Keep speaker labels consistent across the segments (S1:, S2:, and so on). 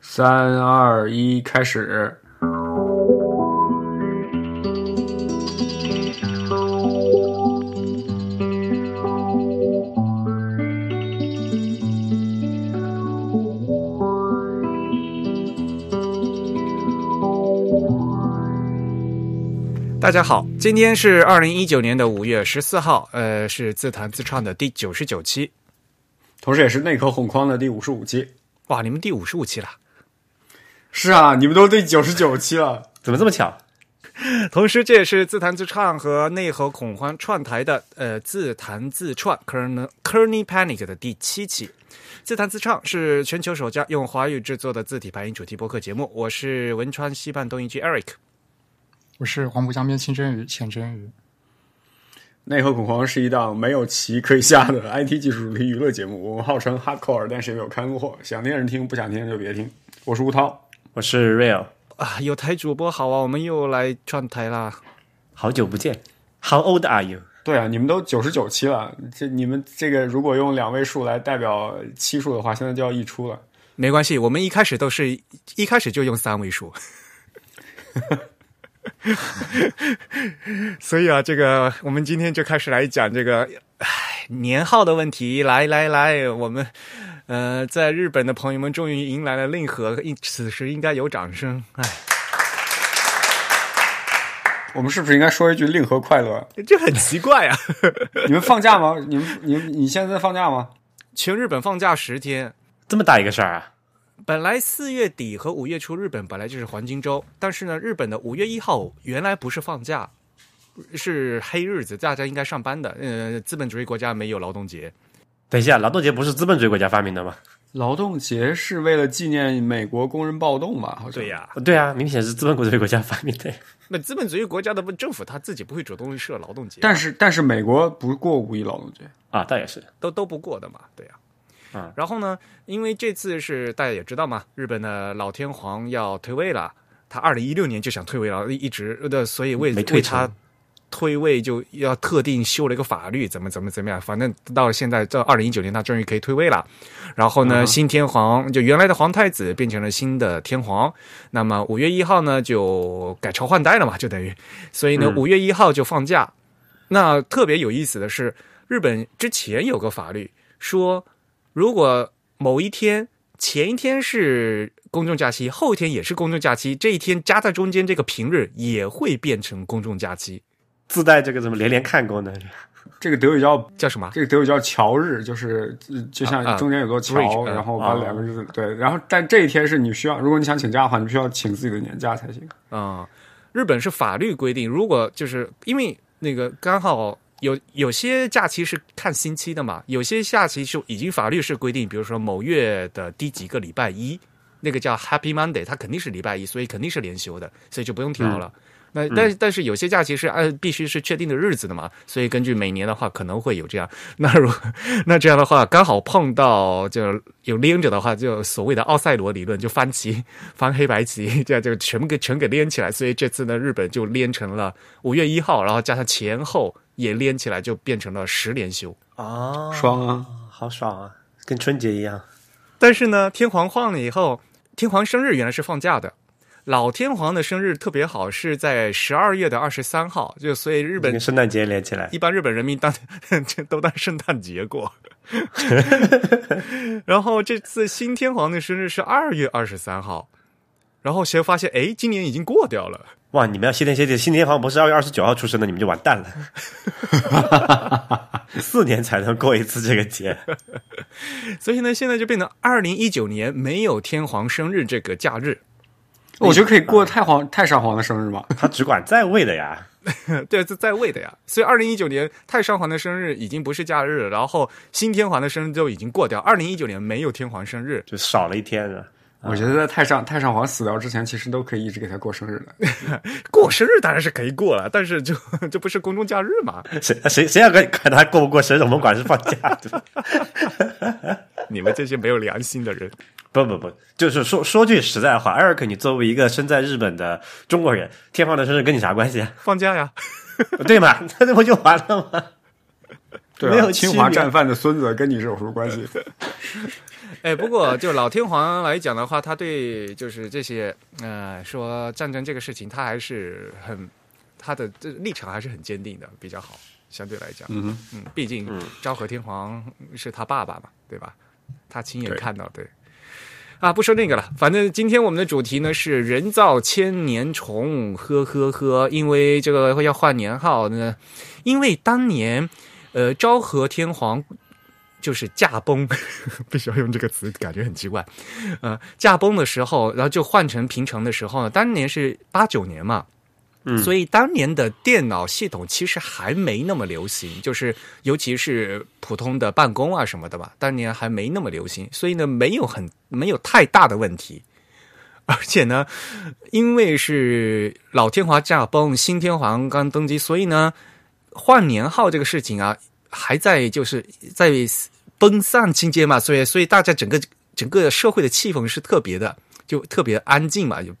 S1: 三二一，开始！
S2: 大家好，今天是二零一九年的五月十四号，呃，是自弹自唱的第九十九期。
S1: 同时也是内核恐慌的第五十五期。
S2: 哇，你们第五十五期了！
S1: 是啊，你们都第九十九期了，
S3: 怎么这么巧？
S2: 同时，这也是自弹自唱和内核恐慌串台的呃自弹自串 k e r n k e r n y Panic 的第七期。自弹自唱是全球首家用华语制作的字体排音主题播客节目。我是汶川西畔东一居 Eric。
S4: 我是黄浦江边清蒸鱼、浅蒸鱼。
S1: 内核恐慌是一档没有棋可以下的 IT 技术主题娱乐节目，我们号称 hardcore，但谁没有看过？想听人听，不想听就别听。我是吴涛，
S3: 我是 Real，
S2: 啊，有台主播好啊，我们又来串台啦！
S3: 好久不见，How old are you？
S1: 对啊，你们都九十九期了，这你们这个如果用两位数来代表期数的话，现在就要溢出了。
S2: 没关系，我们一开始都是一开始就用三位数， 所以啊，这个我们今天就开始来讲这个唉年号的问题。来来来，我们呃，在日本的朋友们终于迎来了令和，应此时应该有掌声。唉，
S1: 我们是不是应该说一句“令和快乐
S2: 这很奇怪啊！”？
S1: 你们放假吗？你们你们你现在在放假吗？
S2: 全日本放假十天，
S3: 这么大一个事儿啊！
S2: 本来四月底和五月初日本本来就是黄金周，但是呢，日本的五月一号原来不是放假，是黑日子，大家应该上班的。呃，资本主义国家没有劳动节。
S3: 等一下，劳动节不是资本主义国家发明的吗？
S1: 劳动节是为了纪念美国工人暴动吧？好像
S2: 对、呀、
S3: 对啊，明显是资本主义国家发明的。
S2: 那资本主义国家的政府他自己不会主动设劳动节，
S1: 但是但是美国不过五一劳动节，
S3: 啊，倒也是，
S2: 都都不过的嘛，对呀、啊
S3: 嗯
S2: 然后呢，因为这次是大家也知道嘛，日本的老天皇要退位了，他二零一六年就想退位了，一一直的，所以为
S3: 没退
S2: 为
S3: 成
S2: 他退位就要特定修了一个法律，怎么怎么怎么样，反正到现在到二零一九年，他终于可以退位了。然后
S3: 嗯
S2: 呢，新天皇就原来的皇太子变成了新的天皇，那么五月一号呢就改朝换代了嘛，就等于，所以
S3: 嗯
S2: 呢，五月一号就放假。那特别有意思的是，日本之前有个法律说，如果某一天前一天是公众假期，后一天也是公众假期，这一天夹在中间这个平日也会变成公众假期，
S3: 自带这个什么连连看功能。
S1: 这个德语叫
S2: 叫什么？
S1: 这个德语叫桥日，就是呃就
S2: 啊
S1: 像
S2: 啊
S1: 中间有座桥，
S2: bridge，嗯
S1: 然后把
S3: 哦
S1: 两个日子、对，然后但这一天是你需要，如果你想请假的话，你必须要请自己的年假才行。
S2: 啊、日本是法律规定，如果就是因为那个刚好有有些假期是看星期的嘛，有些假期是已经法律是规定，比如说某月的第几个礼拜一，那个叫 Happy Monday，它肯定是礼拜一，所以肯定是连休的，所以就不用调了。那但但是有些假期是按必须是确定的日子的嘛，所以根据每年的话可能会有这样。 那如那这样的话，刚好碰到就有连着的话，就所谓的奥赛罗理论就翻旗翻黑白棋， 这样就全部给全给连起来。所以这次呢，日本就连成了五月一号，然后加上前后也连起来，就变成了十连休。
S3: 哦，
S1: 爽啊！
S3: 好爽啊，跟春节一样。
S2: 但是呢，天皇换了以后，天皇生日原来是放假的。老天皇的生日特别好，是在十二月的二十三号，就所以日本
S3: 跟圣诞节连起来
S2: 一，般日本人民当 都当圣诞节过。然后这次新天皇的生日是二月二十三号，然后谁发现哎，今年已经过掉了。
S3: 哇！你们要谢天谢地，新天皇不是二月二十九号出生的，你们就完蛋了。 四年才能过一次这个节，
S2: 所以呢，现在就变成二零一九年没有天皇生日这个假日。
S1: 哦我觉得可以过太皇太上皇的生日吧，
S3: 他只管在位的呀。
S2: 对，是在位的呀。所以二零一九年太上皇的生日已经不是假日了，然后新天皇的生日都已经过掉。二零一九年没有天皇生日，
S3: 就少了一天啊。
S1: 我觉得在太上太上皇死掉之前，其实都可以一直给他过生日的。
S2: 过生日当然是可以过了，但是就 这不是公众假日嘛？
S3: 谁谁谁要管管他过不过生日？我们管是放假的。
S2: 你们这些没有良心的人。
S3: 不不不，就是说说句实在话，Eric，你作为一个身在日本的中国人，天 皇的生日跟你啥关系啊？
S2: 放假呀，
S3: 对嘛？那不就完了吗？
S1: 对
S3: 没
S1: 啊，
S3: 有
S1: 侵
S3: 区
S1: 华
S3: 别
S1: 战犯的孙子跟你是有什么关系？
S2: 哎，不过就老天皇来讲的话，他对就是这些呃说战争这个事情，他还是很他的这立场还是很坚定的，比较好，相对来讲，
S1: 嗯哼，
S2: 嗯，毕竟昭和天皇是他爸爸嘛，对吧？他亲眼
S1: 对
S2: 看到，对。啊，不说那个了，反正今天我们的主题呢是人造千年虫，呵呵呵，因为这个要换年号呢，因为当年，呃，昭和天皇就是驾崩， 必须要用这个词，感觉很奇怪，呃，驾崩的时候，然后就换成平成的时候呢，当年是八九年嘛，
S3: 嗯
S2: 所以当年的电脑系统其实还没那么流行，就是尤其是普通的办公啊什么的吧，当年还没那么流行，所以呢，没有很没有太大的问题。而且呢，因为是老天皇驾崩，新天皇刚登基，所以呢，换年号这个事情啊，还在就是在奔丧期间嘛，所以所以大家整个整个社会的气氛是特别的，就特别安静嘛。就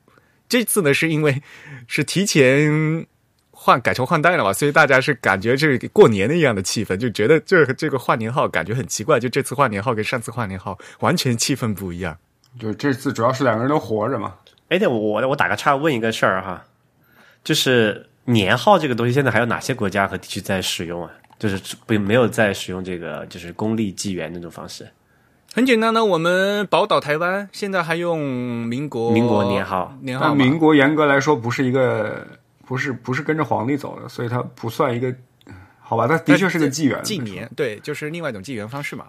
S2: 这次呢，是因为是提前换改朝换代了嘛，所以大家是感觉这过年的一样的气氛，就觉得这这个换年号感觉很奇怪，就这次换年号跟上次换年号完全气氛不一样。
S1: 就这次主要是两个人都活着嘛。
S3: 哎，对，我我我打个岔问一个事儿哈，就是年号这个东西，现在还有哪些国家和地区在使用啊？就是不没有在使用这个就是公历纪元那种方式，
S2: 很简单呢，我们宝岛台湾现在还用民国
S3: 民国年号
S2: 年号
S1: 但
S2: 嘛
S1: 民国严格来说不是一个，不是不是跟着皇帝走的，所以它不算一个，好吧？它的确是个嗯纪元。
S2: 纪年，对，就是另外一种纪元方式嘛。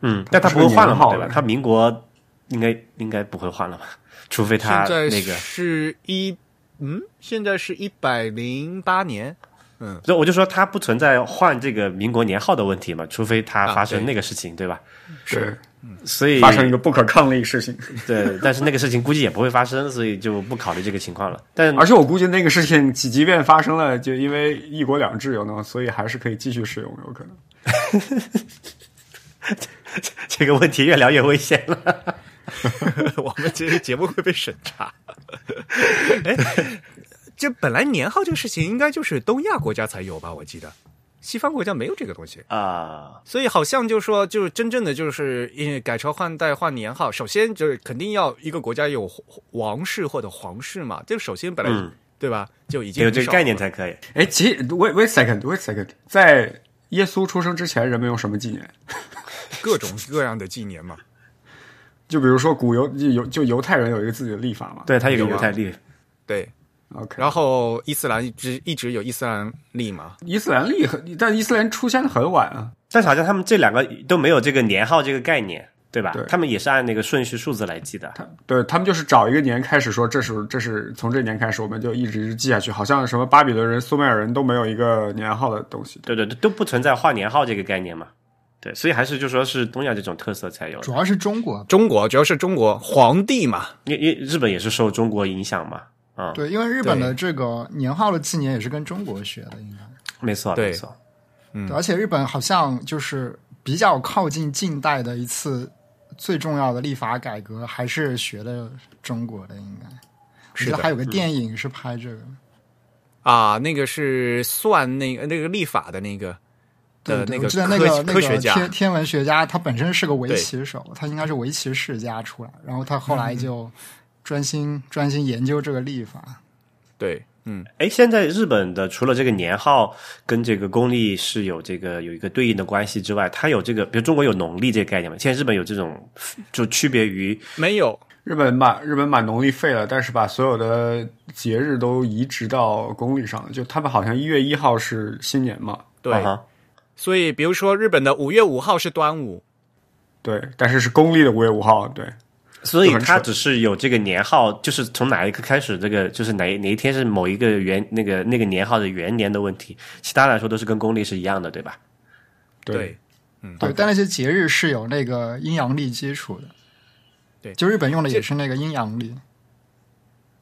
S3: 嗯，但他
S1: 不
S3: 不
S1: 是
S3: 会换了
S1: 年号
S3: 嘛，对吧？
S1: 了
S3: 他民国应该应该不会换了吧？除非他
S2: 现在
S3: 那个，
S2: 是一嗯，现在是一百零八年，
S3: 所以我就说他不存在换这个民国年号的问题嘛，除非他
S2: 啊
S3: 发生
S2: 对
S3: 那个事情，对吧？
S1: 对，
S3: 所以
S1: 发生一个不可抗力事情，
S3: 对，但是那个事情估计也不会发生，所以就不考虑这个情况了。但
S1: 而且我估计那个事情，即即便发生了，就因为一国两制有呢，所以还是可以继续使用，有可能。
S3: 这个问题越聊越危险了。
S2: 我们这个节目会被审查。哎，这本来年号这个事情应该就是东亚国家才有吧？我记得西方国家没有这个东西。
S3: 啊、
S2: 所以好像就说，就是真正的就是因为改朝换代换年号，首先就是肯定要一个国家有王室或者皇室嘛，这个首先本来、
S3: 嗯
S2: 对吧就已经
S3: 得有这
S2: 很少
S3: 个概念
S2: 了
S3: 才可以。
S1: 哎，其实 wait wait second wait second，在耶稣出生之前，人们有什么纪念？
S2: 各种各样的纪念嘛。
S1: 就比如说古犹就犹就犹太人有一个自己的历法嘛。
S3: 对他有个
S1: 有
S3: 犹
S1: 啊
S3: 太历，
S2: 对，
S1: ，OK。
S2: 然后伊斯兰一直一直有伊斯兰历嘛，
S1: 伊斯兰历很，但伊斯兰出现的很晚啊。
S3: 但是好像他们这两个都没有这个年号这个概念，对吧？
S1: 对
S3: 他们也是按那个顺序数字来记的。
S1: 他对他们就是找一个年开始说，这是这是从这年开始，我们就一直一直记下去，好像什么巴比伦人、苏美尔人都没有一个年号的东西。
S3: 对对，都不存在换年号这个概念嘛。对，所以还是就说是东亚这种特色才有的
S4: 主。要是中国
S2: 中国主要是中国皇帝嘛，
S3: 因因日本也是受中国影响嘛。啊、嗯，
S4: 对，因为日本的这个年号的纪年也是跟中国学的，应该。
S3: 没错，
S2: 对
S3: 没错。
S4: 对而且日本好像就是比较靠近近代的一次最重要的立法改革，还是学的中国的，应该。我记
S2: 是
S4: 得
S2: 的
S4: 还有个电影是拍这个，
S2: 啊，那个是算那个那个历法的那个
S4: 对
S2: 的
S4: 对，
S2: 个
S4: 我记得
S2: 科
S4: 那个那
S2: 科学
S4: 个
S2: 家
S4: 天天文学家，他本身是个围棋手，他应该是围棋世家出来，然后他后来就专心、专心研究这个历法。
S2: 对，嗯，
S3: 哎，现在日本的除了这个年号跟这个公历是有这个有一个对应的关系之外，它有这个，比如中国有农历这个概念嘛？现在日本有这种，就区别于
S2: 没有
S1: 日本把日本把农历废了，但是把所有的节日都移植到公历上了。就他们好像一月一号是新年嘛，
S2: 对，
S3: 啊哈
S2: 所以比如说日本的五月五号是端午，
S1: 对，但是是公历的五月五号，对，
S3: 所以
S1: 就很
S3: 它
S1: 蠢
S3: 只是有这个年号，就是从哪一个开始，这个就是哪哪一天是某一个元那个那个年号的元年的问题，其他来说都是跟公历是一样的，对吧？
S1: 对
S4: 对，但那些节日是有那个阴阳历基础的。
S2: 对
S4: 就日本用的也是那个阴阳历，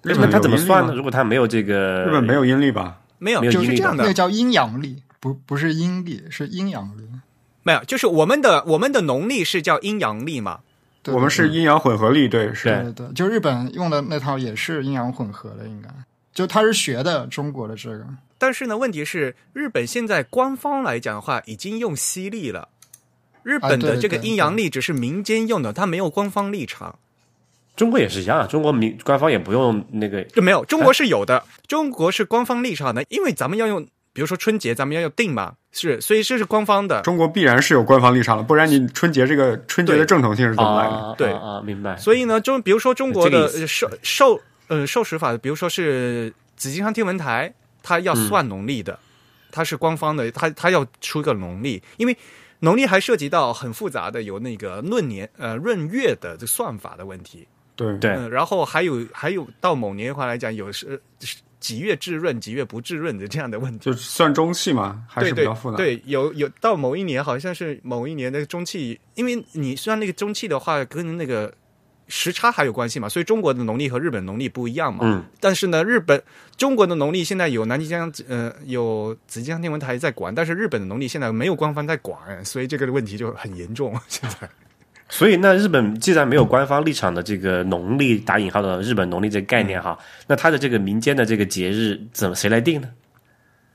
S1: 日
S3: 那
S1: 本
S3: 它
S1: 有
S3: 怎么
S1: 阴历
S3: 算呢？
S1: 吗？
S3: 如果它没有这个
S1: 日本没有阴历吧？
S2: 没有
S3: 没有
S2: 就是
S3: 阴历
S2: 这样
S4: 那个
S2: 的，
S4: 叫阴阳历，不不是阴历，是阴阳历。
S2: 没有，就是我们的我们的农历是叫阴阳历嘛，
S4: 对
S1: 我们是阴阳混合历，对，是
S3: 对
S4: 对对对，就日本用的那套也是阴阳混合的，应该就他是学的中国的这个，
S2: 但是呢，问题是日本现在官方来讲的话，已经用西历了。日本
S4: 啊
S2: 的
S4: 对
S2: 这个
S4: 对
S2: 阴阳历只是民间用的，它没有官方立场，
S3: 中国也是一样，啊中国民官方也不用那个
S2: 就没有。中国是有的，中国是官方立场的，因为咱们要用，比如说春节，咱们要用定嘛，是，所以这是官方的。
S1: 中国必然是有官方立场了，不然你春节这个春节的
S2: 对
S1: 正统性是怎么来的？
S3: 啊
S2: 对
S3: 啊啊，明白。
S2: 所以呢，中比如说中国
S3: 这个
S2: 的
S3: 意思
S2: 呃授授呃授时法，比如说是紫金山天文台，它要算农历的，它是官方的，它它要出一个农历，因为农历还涉及到很复杂的有那个闰年呃闰月的这算法的问题，
S1: 对
S3: 对
S2: 嗯、然后还有还有到某年的话来讲，有是是几月至闰，几月不至闰的这样的问题。
S1: 就算中气嘛，还
S2: 对
S1: 是比
S2: 对
S1: 较复杂。
S2: 对，有有到某一年，好像是某一年的中气，因为你虽然那个中气的话跟那个时差还有关系嘛，所以中国的农历和日本农历不一样嘛。
S3: 嗯，
S2: 但是呢，日本中国的农历现在有南极江呃有紫金江天文台在管，但是日本的农历现在没有官方在管，所以这个问题就很严重。现在
S3: 所以那日本既然没有官方立场的这个农历打引号的日本农历这个概念哈，
S2: 嗯
S3: 那它的这个民间的这个节日怎么谁来定呢？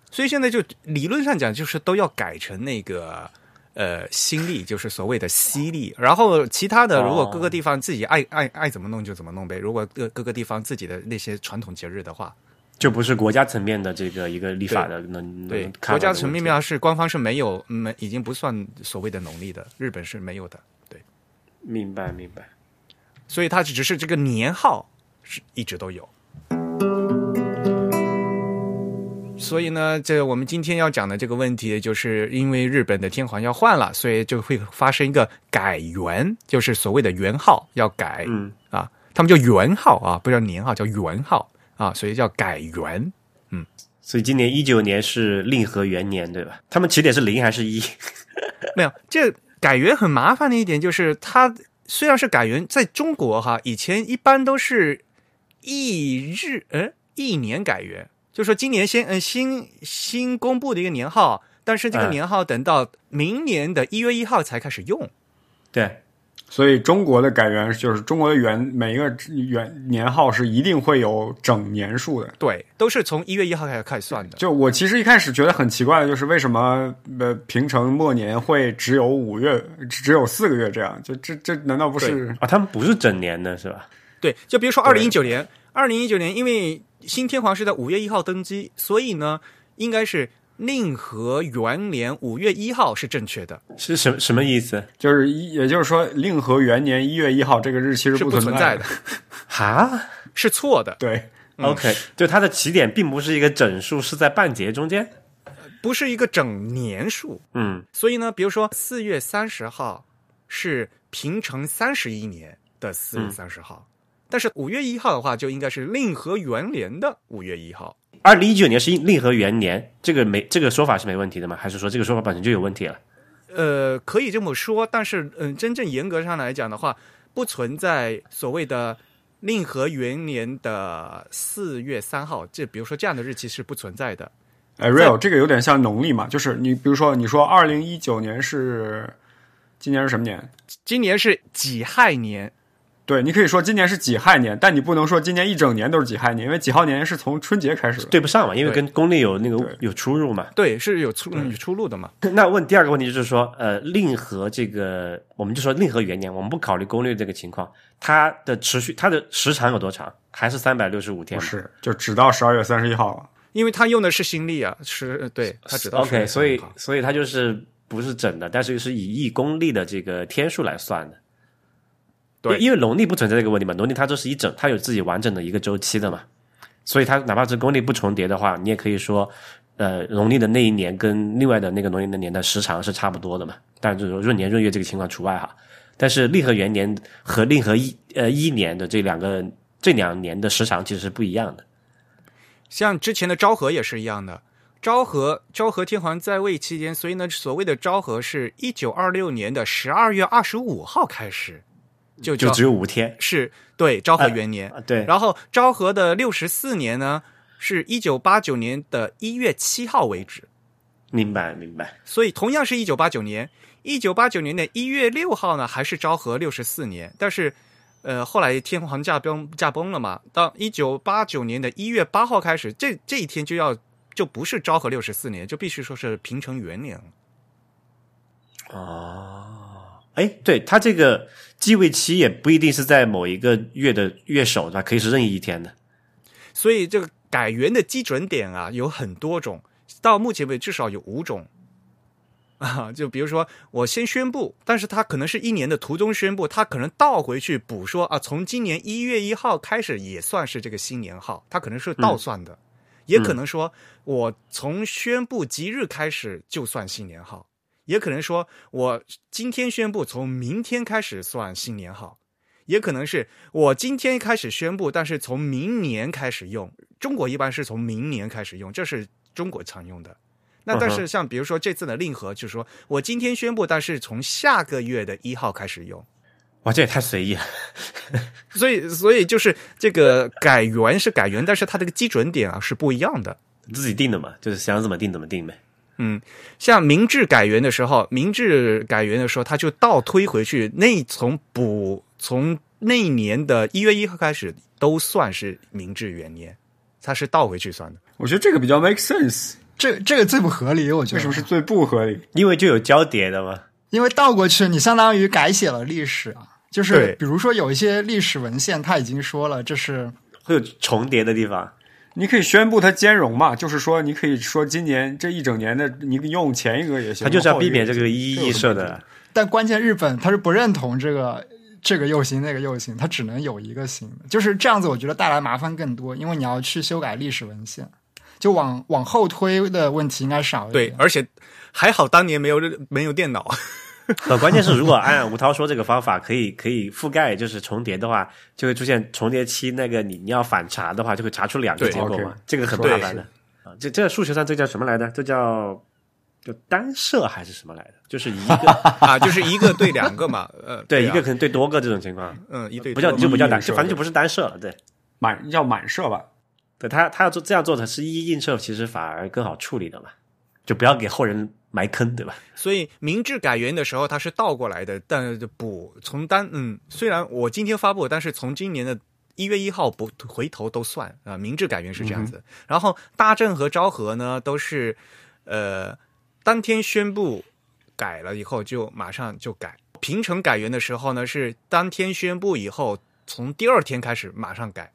S2: 所以现在就理论上讲，就是都要改成那个呃新历，就是所谓的西历。然后其他的，
S3: 哦
S2: 如果各个地方自己爱、爱爱怎么弄就怎么弄呗。如果各各个地方自己的那些传统节日的话，
S3: 就不是国家层面的这个一个立法的能
S2: 对
S3: 能
S2: 国
S3: cover
S2: 家
S3: 的
S2: 层
S3: 问
S2: 面啊上
S3: 题
S2: 是官方是没有没已经不算所谓的农历的，日本是没有的。对，
S3: 明白明白。
S2: 所以它只是这个年号是一直都有。所以呢，这我们今天要讲的这个问题，就是因为日本的天皇要换了，所以就会发生一个改元，就是所谓的元号要改、
S3: 嗯，
S2: 啊，他们叫元号啊，不叫年号，叫元号啊，所以叫改元。
S3: 所以今年一九年是令和元年对吧？他们起点是零还是一？
S2: 没有，这改元很麻烦的一点就是，它虽然是改元，在中国哈，以前一般都是一日，呃，一年改元，就说今年先，嗯、新新公布的一个年号，但是这个
S3: 嗯
S2: 年号等到明年的一月一号才开始用。
S3: 对，
S1: 所以中国的改元就是中国的元，每一个元年号是一定会有整年数的。
S2: 对，都是从一月一号开始开始算的。
S1: 就我其实一开始觉得很奇怪的就是为什么呃平成末年会只有五月，只只有四个月这样？就这这难道不是
S3: 啊，他们不是整年的是吧？
S2: 对，就比如说二零一九年，二零一九年因为新天皇是在五月一号登基，所以呢，应该是令和元年五月一号是正确的。
S3: 是什什么意思？
S1: 就是一也就是说令和元年一月一号这个日期
S2: 是
S1: 不
S2: 不存在
S1: 的
S2: 的，
S3: 哈
S2: 是错的，
S1: 对，
S2: 嗯
S3: ，OK，就它的起点并不是一个整数，是在半截中间。
S2: 不是一个整年数。
S3: 嗯，
S2: 所以呢，比如说四月三十号是平成三十一年的四月三十号，但是五月一号的话，就应该是令和元年的五月一号。
S3: 二零一九年是令和元年，这个没这个说法是没问题的吗？还是说这个说法本身就有问题了？
S2: 呃，可以这么说，但是嗯、真正严格上来讲的话，不存在所谓的令和元年的四月三号，这比如说这样的日期是不存在的。
S1: 哎，real 这个有点像农历嘛，就是你比如说你说二零一九年是今年是什么年？
S2: 今年是己亥年，
S1: 对，你可以说今年是己亥年，但你不能说今年一整年都是己亥年，因为己亥年是从春节开始的。
S3: 对不上嘛，因为
S2: 对
S3: 跟公历有那个
S1: 对
S3: 有出入嘛。
S2: 对，是有出有出路的嘛。
S3: 那问第二个问题就是说，呃，令和这个，我们就说令和元年，我们不考虑攻略这个情况，它的持续，它的时长有多长？还是三百六十五天
S1: 不
S3: 吗？
S1: 是，就只到十二月三十一号了。
S2: 因为他用的是新历啊，是对他知道是
S3: OK，所以
S2: 好
S3: 所以它就是不是整的，但是是以一公历的这个天数来算的。
S2: 对
S3: 因因为农历不存在这个问题嘛，农历它就是一整，它有自己完整的一个周期的嘛，所以它哪怕是公历不重叠的话，你也可以说，呃，农历的那一年跟另外的那个农历的年的时长是差不多的嘛，当然就是说闰年闰月这个情况除外哈。但是令和元年和令和一呃一年的这两个这两年的时长其实是不一样的。
S2: 像之前的昭和也是一样的。昭和昭和天皇在位期间，所以呢，所谓的昭和是一九二六年的十二月二十五号开始，就
S3: 就
S2: 叫
S3: 只有五天
S2: 是对昭和元年。
S3: 啊，对，
S2: 然后昭和的六十四年呢，是一九八九年的一月七号为止。
S3: 明白明白。
S2: 所以同样是一九八九年，一九八九年的一月六号呢，还是昭和六十四年，但是，呃，后来天皇驾崩驾崩了嘛，到一九八九年的一月八号开始，这这一天就要就不是昭和六十四年，就必须说是平成元年了。
S3: 哦，哎，对他这个继位期也不一定是在某一个月的月首，对吧？可以是任意一天的。
S2: 所以这个改元的基准点啊有很多种，到目前为止至少有五种。啊，就比如说我先宣布，但是他可能是一年的途中宣布，他可能倒回去补说啊，从今年一月一号开始也算是这个新年号，他可能是倒算的，也可能说我从宣布即日开始就算新年号，也可能说我今天宣布从明天开始算新年号，也可能是我今天开始宣布，但是从明年开始用。中国一般是从明年开始用，这是中国常用的。那但
S3: 嗯
S2: 是像比如说这次的令和，就是说我今天宣布，但是从下个月的一号开始用。
S3: 哇，这也太随意了。
S2: 所以，所以就是这个改元是改元，但是它这个基准点啊是不一样的。
S3: 自己定的嘛，就是想怎么定怎么定呗。
S2: 像明治改元的时候，明治改元的时候，他就倒推回去，那从补从那一年的一月一号开始，都算是明治元年，它是倒回去算
S3: 哎
S2: 的。
S1: 我觉得这个比较 make sense。
S4: 这这个最不合理，我觉
S1: 为
S4: 得
S1: 什么是
S3: 啊
S1: 最不合理？
S3: 因为就有交叠的嘛。
S4: 因为倒过去，你相当于改写了历史啊。就是
S2: 对
S4: 比如说有一些历史文献，它已经说了这是
S3: 会有重叠的地方。
S1: 你可以宣布它兼容嘛，就是说你可以说今年这一整年的你用前一个也行，
S3: 他就是要
S1: 后一
S3: 避免
S1: 也
S3: 这
S1: 行
S3: 个一一一设的，
S4: 但关键日本它是不认同这个这个右行那个右行，它只能有一个行，就是这样子。我觉得带来麻烦更多，因为你要去修改历史文献，就往往后推的问题应该少一
S2: 对
S4: 点。，
S2: 而且还好当年没有没有电脑。
S3: 呃，关键是如果按吴涛说这个方法可以可以覆盖，就是重叠的话，就会出现重叠期。那个你你要反查的话，就会查出两个
S2: 对
S3: 结果
S1: OK
S3: 嘛，这个很
S2: 对
S3: 麻烦的啊。这这数学上这叫什么来着？这叫就单射还是什么来着？就是 一个
S2: 啊，就是一个对两个嘛，呃，
S3: 对一
S2: 啊
S3: 个可能对多个这种情况，
S2: 嗯，一对
S3: 不叫
S2: 多
S3: 就
S2: 嘛
S3: 不叫单，
S1: 一一射
S3: 就反正就不是单射了。对
S1: 满叫满射吧。
S3: 对，他他要做这样做的是一一映射，其实反而更好处理的嘛，就不要给后人埋坑，对吧？
S2: 所以明治改元的时候它是倒过来的，但补从单嗯，虽然我今天发布，但是从今年的一月一号不回头都算啊、明治改元是这样子，然后大正和昭和呢都是呃当天宣布改了以后就马上就改。平成改元的时候呢是当天宣布以后，从第二天开始马上改。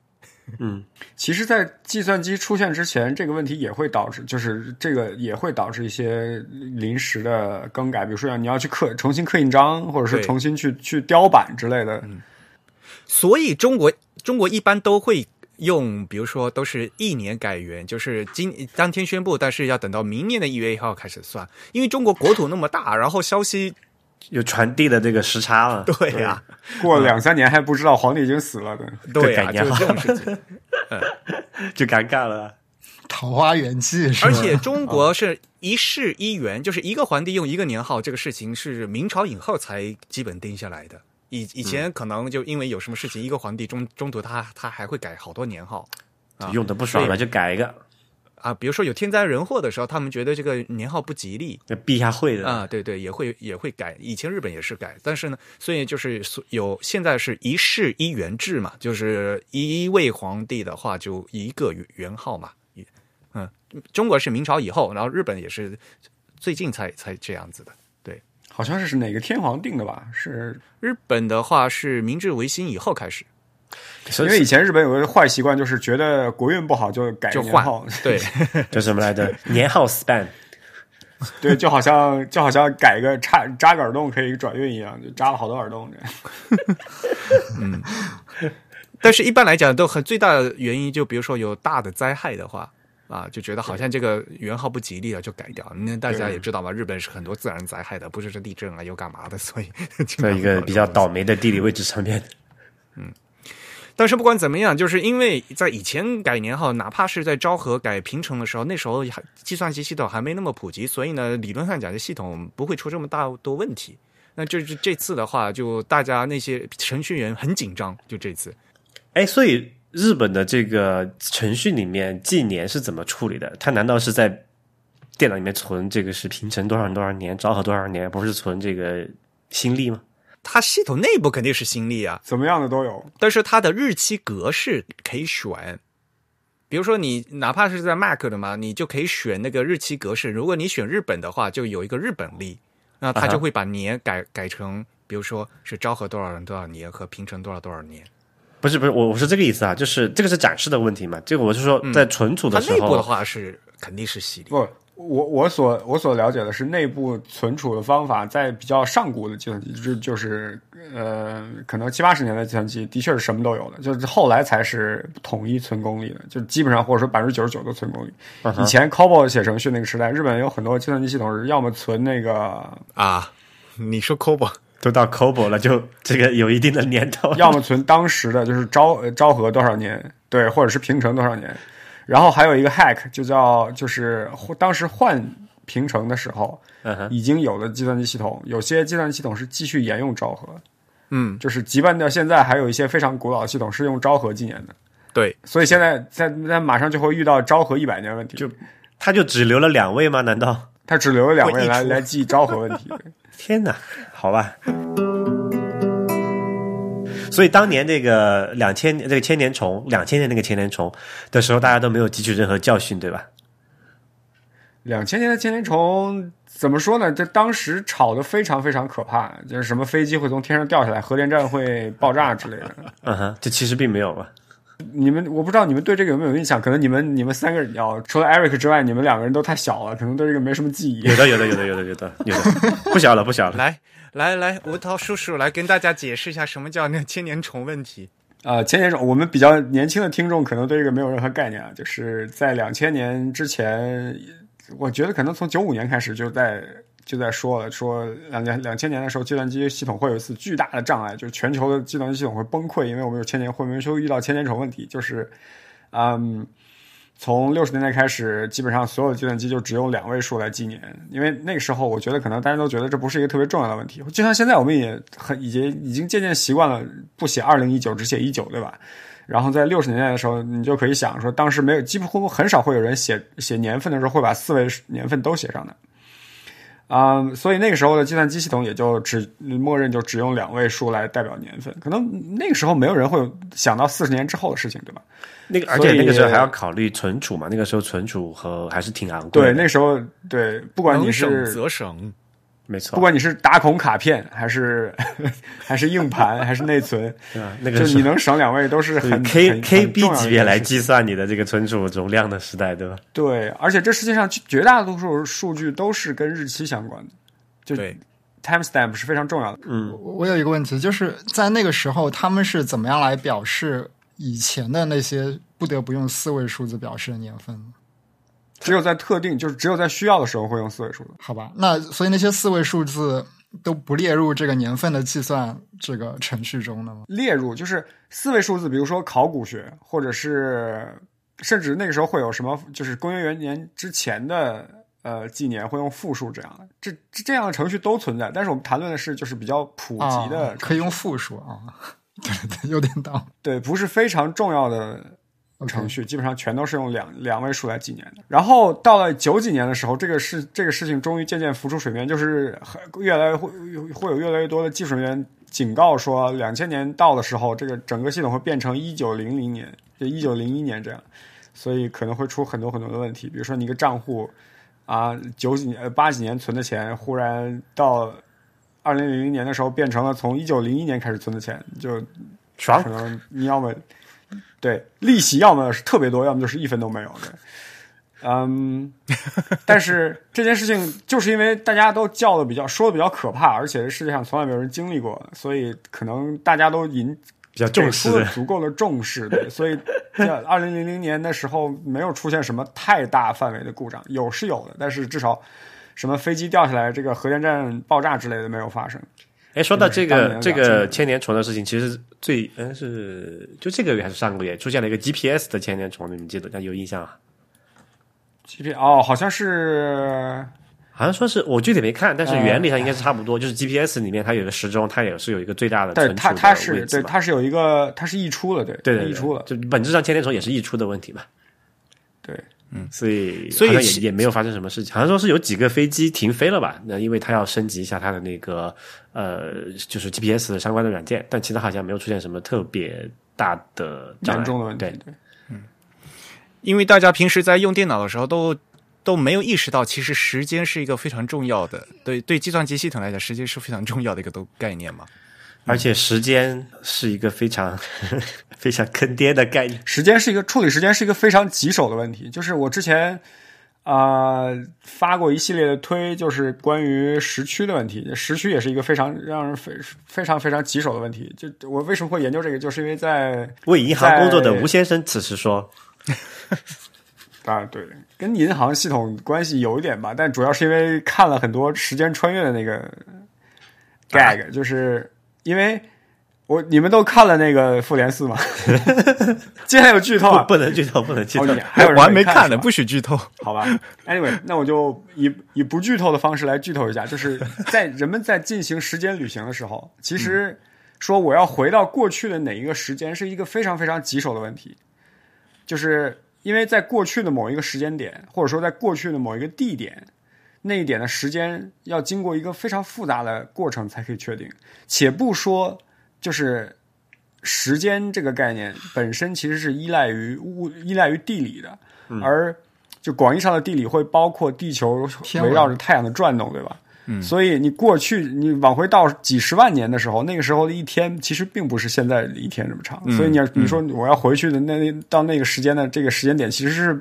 S3: 嗯，
S1: 其实，在计算机出现之前，这个问题也会导致，就是这个也会导致一些临时的更改，比如说你要去刻重新刻印章，或者是
S2: 对
S1: 重新去去雕版之类的。
S3: 嗯
S2: 所以中国中国一般都会用，比如说都是一年改元，就是今当天宣布，但是要等到明年的一月一号开始算，因为中国国土那么大，然后消息
S3: 有传递的这个时差嘛。
S2: 对啊呀、
S1: 过
S3: 嗯
S1: 了两三年还不知道皇帝已经死了的，
S2: 对呀、就
S3: 改年
S2: 是
S3: 号
S2: 这种事情。
S3: 就尴尬了。
S4: 桃花源记是吧？
S2: 而且中国是一世一元，就是一个皇帝用一个年号，这个事情是明朝以后才基本定下来的。以以前可能就因为有什么事情，一个皇帝中中途他他还会改好多年号，啊
S3: 用的不爽了
S2: 对
S3: 就改一个，
S2: 啊，比如说有天灾人祸的时候，他们觉得这个年号不吉利，
S3: 就避一下讳的。
S2: 啊，对对，也会也会改。以前日本也是改，但是呢，所以就是所有现在是一世一元制嘛，就是一位皇帝的话就一个元号嘛。也嗯，中国是明朝以后，然后日本也是最近才才这样子的。
S1: 好像是哪个天皇定的吧？是
S2: 日本的话是明治维新以后开始
S3: 所
S1: 因为
S3: 以
S1: 以前日本有个坏习惯，就是觉得国运不好就改
S2: 就
S1: 年
S2: 换
S1: 号，，
S2: 对
S3: 叫什么来着？年号 span
S1: 对，就好像就好像改一个插扎个耳洞可以转运一样，就扎了好多耳洞这样。
S2: 但是一般来讲，都很最大的原因就比如说有大的灾害的话。啊，就觉得好像这个元号不吉利了，啊就改掉。那大家也知道嘛，日本是很多自然灾害的，不是是地震啊，又干嘛的，所以 经常
S3: 在
S2: 会
S3: 一个
S2: 搞
S3: 比
S2: 这
S3: 较
S2: 种东西
S3: 倒霉的地理位置上面。
S2: 但是不管怎么样，就是因为在以前改年号，哪怕是在昭和改平成的时候，那时候还计算机系统还没那么普及，所以呢，理论上讲，这系统不会出这么大多问题。那就是这次的话，就大家那些程序员很紧张，就这次
S3: 哎，所以日本的这个程序里面纪年是怎么处理的？它难道是在电脑里面存这个是平成多少多少年，昭和多少年，不是存这个新历吗？
S2: 它系统内部肯定是新历啊，
S1: 怎么样的都有。
S2: 但是它的日期格式可以选。比如说你哪怕是在 Mac 的嘛，你就可以选那个日期格式。如果你选日本的话，就有一个日本历，那它
S3: 啊哈
S2: 就会把年改改成，比如说是昭和多少多少年和平成多少多少年。
S3: 不是不是，我我是这个意思啊，就是这个是展示的问题嘛，这个我是说在存储
S2: 嗯它
S3: 的时
S2: 内部
S3: 候，
S2: 的话是肯定是系列，
S1: 不，我我所我所了解的是，内部存储的方法在比较上古的计算机，就就是呃，可能七八十年代计算机的确是什么都有的，就是后来才是统一存功率的，就基本上或者说百分之九十九都存功率。
S3: 嗯
S1: 以前 COBOL 写程序那个时代，日本有很多计算机系统是要么存那个，
S2: 啊。你说 COBOL
S3: 都到 COBOL 了，就这个有一定的年 头。
S1: 要么存当时的，就是昭呃昭和多少年，对，或者是平成多少年。然后还有一个 hack，就叫就是当时换平成的时候，
S3: 嗯哼，
S1: 已经有的计算机系统，有些计算机系统是继续沿用昭和，嗯，就是即便到现在，还有一些非常古老的系统是用昭和纪年的，
S2: 对，
S1: 所以现在在在马上就会遇到昭和一百年问题，就
S3: 他就只留了两位吗？难道？
S1: 它只留了两位来
S2: 会溢出
S1: 来记昭和问题，
S3: 天哪，好吧。所以当年这个两千这个千年虫，两千年那个千年虫的时候，大家都没有汲取任何教训，对吧？
S1: 两千年的千年虫怎么说呢？这当时炒得非常非常可怕，就是什么飞机会从天上掉下来，核电站会爆炸之类的。
S3: 嗯哼，这其实并没有嘛。
S1: 你们我不知道你们对这个有没有印象？可能你们你们三个人哦，除了 Eric 之外，你们两个人都太小了，可能对这个没什么记忆。
S3: 有的，有的，有的，有的，有的，有的， 不小了，不小 了。
S2: 来来来，吴涛叔叔来跟大家解释一下什么叫那千年虫问题。
S1: 呃，千年虫，我们比较年轻的听众可能对这个没有任何概念啊，就是在两千年之前，我觉得可能从九五年开始就在就在说了，说两千两千年的时候，计算机系统会有一次巨大的障碍，就是全球的计算机系统会崩溃，因为我们有千年会我们会遇到千年虫问题，就是，嗯。从六十年代开始，基本上所有的计算机就只用两位数来纪年，因为那个时候我觉得可能大家都觉得这不是一个特别重要的问题，就像现在我们也很已经已经渐渐习惯了不写二零一九只写一九，对吧？然后在六十年代的时候，你就可以想说，当时没有几乎很少会有人写写年份的时候会把四位年份都写上的。啊、所以那个时候的计算机系统也就只默认就只用两位数来代表年份，可能那个时候没有人会想到四十年之后的事情，对吧？
S3: 那个，而
S1: 所以
S3: 且那个时候还要考虑存储嘛，那个时候存储和还是挺昂贵
S1: 对，
S3: 的。
S1: 那时候对，不管你
S2: 能省
S1: 是
S2: 则省，
S3: 没
S1: 不
S3: 错，
S1: 管你是打孔卡片还是 还是硬 盘还是内存，
S3: 对啊，那
S1: 就
S3: 个时
S1: 你
S3: 候
S1: 能省两位都是
S3: 对
S1: 很
S3: K
S1: 很很重
S3: KB
S1: 要的
S3: 级
S1: 一
S3: 别
S1: 件
S3: 来
S1: 事情
S3: 计算你的这个存储容量的时代，对吧？
S1: 对，而且这世界上绝大多数数据都是跟日期相关的，就
S2: 对，
S1: timestamp 是非常重要的。
S3: 嗯
S4: 我我有一个问题，就是在那个时候，他们是怎么样来表示以前的那些不得不用四位数字表示的年份呢？
S1: 只有在特定，就是只有在需要的时候会用四位数的。
S4: 好吧，那所以那些四位数字都不列入这个年份的计算这个程序中了吗？
S1: 列入就是四位数字，比如说考古学，或者是甚至那个时候会有什么，就是公元元年之前的呃纪年会用复数这样的，这这这样的程序都存在。但是我们谈论的是就是比较普
S4: 啊
S1: 及的，，
S4: 可以用复数啊， 对对对，有点道理。
S1: 对，不是非常重要的
S4: OK
S1: 程序基本上全都是用两两位数来纪年的。然后到了九几年的时候，这个事这个事情终于渐渐浮出水面，就是很越来越会会有越来越多的技术人员警告说，两千年到的时候，这个整个系统会变成一九零零年，就一九零一年这样，所以可能会出很多很多的问题，比如说你一个账户啊，九几年呃八几年存的钱，忽然到。二零零零年的时候，变成了从一九零一年开始存的钱，就
S3: 爽
S1: 可，能你要么对利息，要么是特别多，要么就是一分都没有的。嗯，但是这件事情就是因为大家都叫的比较说的比较可怕，而且世界上从来没有人经历过，所以可能大家都引
S3: 比较
S1: 给
S3: 重视
S1: 出了
S3: 的。
S1: 足够的重视，对，所以在二零零零年的时候没有出现什么太大范围的故障，有是有的，但是至少什么飞机掉下来、这个核电站爆炸之类的没有发生。
S3: 哎，说到这
S1: 嗯当
S3: 个
S1: 年
S3: 这
S1: 两千
S3: 个
S1: 年
S3: 千年虫的事情，其实最嗯是就这个月还是上个月出现了一个 GPS 的千年虫，你们记得有印象啊？
S1: G P 哦，好像是
S3: 好像说是我具体没看，但是原理上应该是差
S1: 哎
S3: 不多，就是 GPS 里面它有一个时钟，它也是有一个最大的
S1: 对
S3: 存储
S1: 它，
S3: 的
S1: 它
S3: 位
S1: 是
S3: 置
S1: 对，
S3: 嘛
S1: 它是有一个，它是溢出了，对，
S3: 对对对
S1: 溢出了，
S3: 就本质上千年虫也是溢出的问题嘛。
S1: 对。
S3: 嗯，所以
S2: 所以
S3: 好像也
S2: 其
S3: 也没有发生什么事情，好像说是有几个飞机停飞了吧？那因为它要升级一下它的那个呃，就是 GPS 的相关的软件，但其他好像没有出现什么特别大的障碍
S1: 严重的问题
S3: 对，。
S2: 因为大家平时在用电脑的时候都都没有意识到，其实时间是一个非常重要的，对对，计算机系统来讲，时间是非常重要的一个都概念嘛。
S3: 而且时间是一个非常 非常坑爹的概念。
S1: 时间是一个处理时间是一个非常棘手的问题。就是我之前啊、呃发过一系列的推，就是关于时区的问题。时区也是一个非常让人非非常非常棘手的问题。就我为什么会研究这个，就是因为在
S3: 为银行工作的
S1: 在
S3: 吴先生此时说
S1: 啊，对，跟银行系统关系有一点吧，但主要是因为看了很多时间穿越的那个
S2: 啊
S1: gag，、就是因为我你们都看了那个《复联 四》吗？ 接下来有剧透啊
S3: 不！不能剧透，不能剧
S1: 哦
S3: 透
S1: 你。还有人
S2: 我还没
S1: 看
S2: 呢，
S1: 是吧
S2: 不许剧透。
S1: 好吧，Anyway，那我就以以不剧透的方式来剧透一下，就是在人们在进行时间旅行的时候，其实说我要回到过去的哪一个时间是一个非常非常棘手的问题，就是因为在过去的某一个时间点，或者说在过去的某一个地点，那一点的时间要经过一个非常复杂的过程才可以确定，且不说就是时间这个概念本身其实是依赖于物依赖于地理的，
S4: 嗯
S1: 而就广义上的地理会包括地球
S4: 天
S1: 围
S4: 文
S1: 绕着太阳的转动，对吧？嗯，所以你过去你往回到几十万年的时候，那个时候的一天其实并不是现在的一天这么
S4: 嗯
S1: 长，所以你要你说我要回去的那那到那个时间的这个时间点，其实是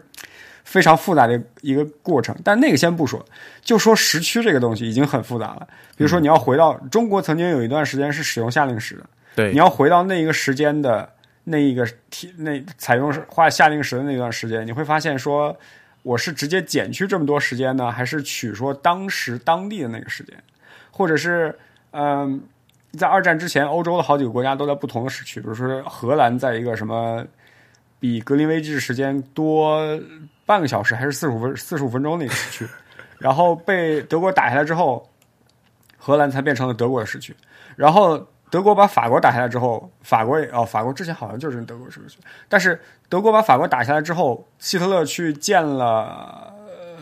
S1: 非常复杂的一个过程。但那个先不说，就说时区这个东西已经很复杂了。比如说，你要回到中国，曾经有一段时间是使用夏令时的，
S2: 对
S1: 你要回到那一个时间的那一个提那采用是画夏令时的那段时间，你会发现说，我是直接减去这么多时间呢，还是取说当时当地的那个时间，或者是嗯、在二战之前，欧洲的好几个国家都在不同的时区，比如说荷兰在一个什么比格林威治时间多半个小时还是四十五分四十五分钟的一个时区，然后被德国打下来之后，荷兰才变成了德国的时区。然后德国把法国打下来之后，法国也哦，法国之前好像就是德国时区，但是德国把法国打下来之后，希特勒去见了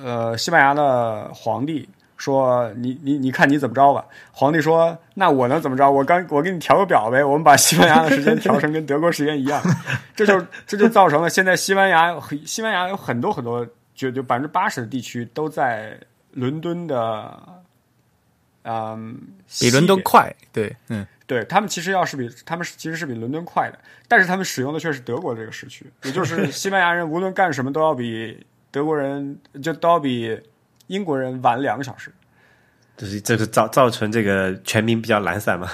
S1: 呃西班牙的皇帝，说你你你看你怎么着吧。皇帝说那我能怎么着？我刚我给你调个表呗，我们把西班牙的时间调成跟德国时间一样， 这就这就造成了现在西班牙西班牙有很多很多就就百分之八十的地区都在伦敦的。嗯，
S2: 比伦
S1: 西
S2: 敦
S1: 边
S2: 快，对，嗯，
S1: 对他们其实要是比他们是其实是比伦敦快的，但是他们使用的却是德国这个时区，也就是西班牙人无论干什么都要比德国人就都要比英国人晚两个小时。
S3: 就是这个造造成这个全民比较懒散嘛，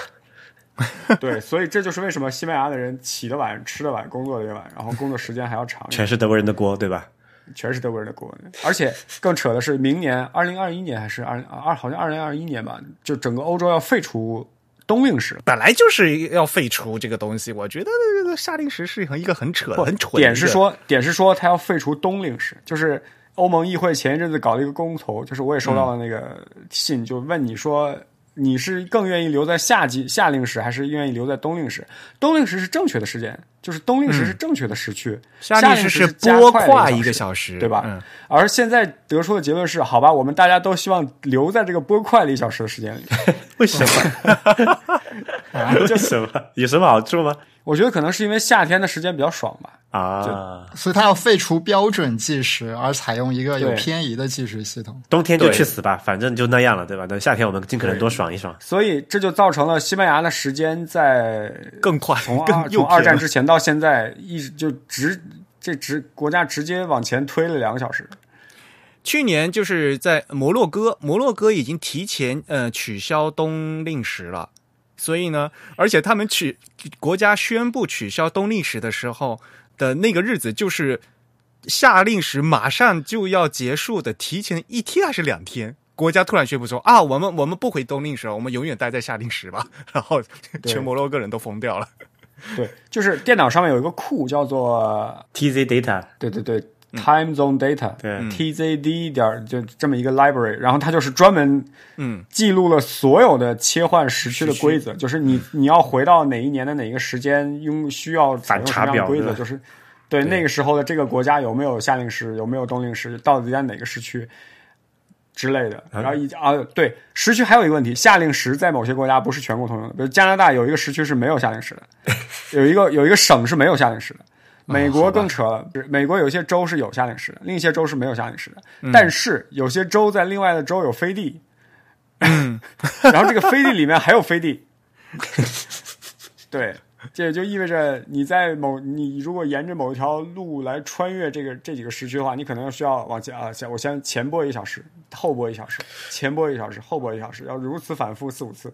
S1: 对，所以这就是为什么西班牙的人起得晚、吃得晚、工作得也晚，然后工作时间还要长一点，
S3: 全是德国人的锅，对吧？
S1: 全是德国人的锅。而且更扯的是，明年二零二一年还是二二好像二零二一年吧，就整个欧洲要废除冬令时。
S2: 本来就是要废除这个东西，我觉得这个夏令时是很一个很扯的、很蠢的一个。
S1: 哦点是说，点是说他要废除冬令时，就是欧盟议会前一阵子搞了一个公投，就是我也收
S2: 嗯
S1: 到了那个信，就问你说你是更愿意留在夏季夏令时，还是愿意留在冬令时？冬令时是正确的时间，就是冬令时是正确的时区，
S2: 嗯夏
S1: 令
S2: 令时
S1: 是加
S2: 多
S1: 快
S2: 跨
S1: 了一
S2: 一个
S1: 时。
S2: 小时，
S1: 对吧
S2: 嗯，
S1: 而现在得出的结论是，好吧，我们大家都希望留在这个拨快了一小时的时 间里。
S3: 为什么？为什么？有什么好处吗？
S1: 我觉得可能是因为夏天的时间比较爽吧，
S3: 啊，
S4: 所以它要废除标准计时，而采用一个有
S1: 对
S4: 偏移的计时系统。
S3: 冬天就
S2: 对
S3: 去死吧，反正就那样了，对吧？等夏天我们尽可能多爽一爽。
S1: 所以这就造成了西班牙的时间在
S2: 更快，
S1: 从
S2: 更
S1: 二
S2: 又
S1: 从二
S2: 偏
S1: 战
S2: 了
S1: 之前到现在，一直就直这直国家直接往前推了两个小时。
S2: 去年就是在摩洛哥，摩洛哥已经提前呃取消冬令时了，所以呢，而且他们取国家宣布取消冬令时的时候的那个日子，就是夏令时马上就要结束的，提前一天还是两天。国家突然宣布说啊，我们我们不回冬令时了，我们永远待在夏令时吧。 然后全摩洛哥人都疯掉了。
S1: 对，就是电脑上面有一个库叫做
S3: TZ Data，
S1: 对对对
S2: 嗯
S1: Time Zone Data，
S3: 对
S1: TZD 点儿就这么一个 library，然后它就是专门
S2: 嗯，
S1: 记录了所有的切换时区的嗯规则，就是你你要回到哪一年的哪一个时间，用需要采用什么样的规
S3: 反查表对
S1: 则，
S3: 吧
S1: 就是嗯对那个时候的这个国家有没有夏令时，有没有冬令时，到底在哪个时区之类的。然后一啊，对时区还有一个问题，夏令时在某些国家不是全国通用的，比如加拿大有一个时区是没有夏令时 的，有一个有一个省是没有夏令时的。美国更扯了，美国有些州是有夏令时的，另一些州是没有夏令时的。但是有些州在另外的州有飞地，然后这个飞地里面还有飞地，对，这也就意味着你在某你如果沿着某一条路来穿越这个这几个时区的话，你可能需要往前啊，先我先前拨一小时，后拨一小时，前拨一小时，后拨一小时，要如此反复四五次。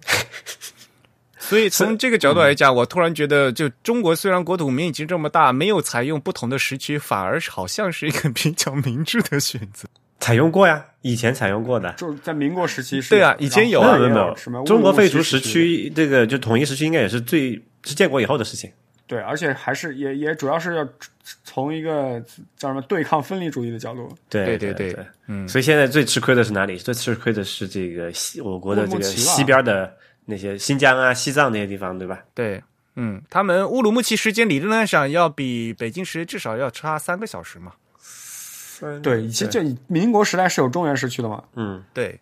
S2: 所以从这个角度来讲，嗯我突然觉得，就中国虽然国土面积这么大，没有采用不同的时区，反而好像是一个比较明智的选择。
S3: 采用过呀，以前采用过的。
S1: 就是在民国时期是，
S2: 对啊以前有
S3: 没
S2: 啊
S1: 然
S3: 有
S1: 后
S3: 没有没
S1: 还
S3: 有
S1: 什么，
S3: 中国废除
S1: 时
S3: 时，区这个就统一时区应该也是最是建国以后的事情。
S1: 对，而且还是也也主要是要从一个叫什么对抗分离主义的角度，
S3: 对
S2: 对对
S3: 对
S2: 对嗯
S3: 所以现在最吃亏的是哪里？最吃亏的是这个西我国的这个
S1: 乌鲁木齐吧
S3: 西边的那些新疆啊、西藏那些地方，对吧？
S2: 对，嗯，他们乌鲁木齐时间理论上要比北京时间至少要差三个小时嘛。
S1: 对，其实就民国时代是有中原时区的嘛，
S3: 嗯，
S2: 对，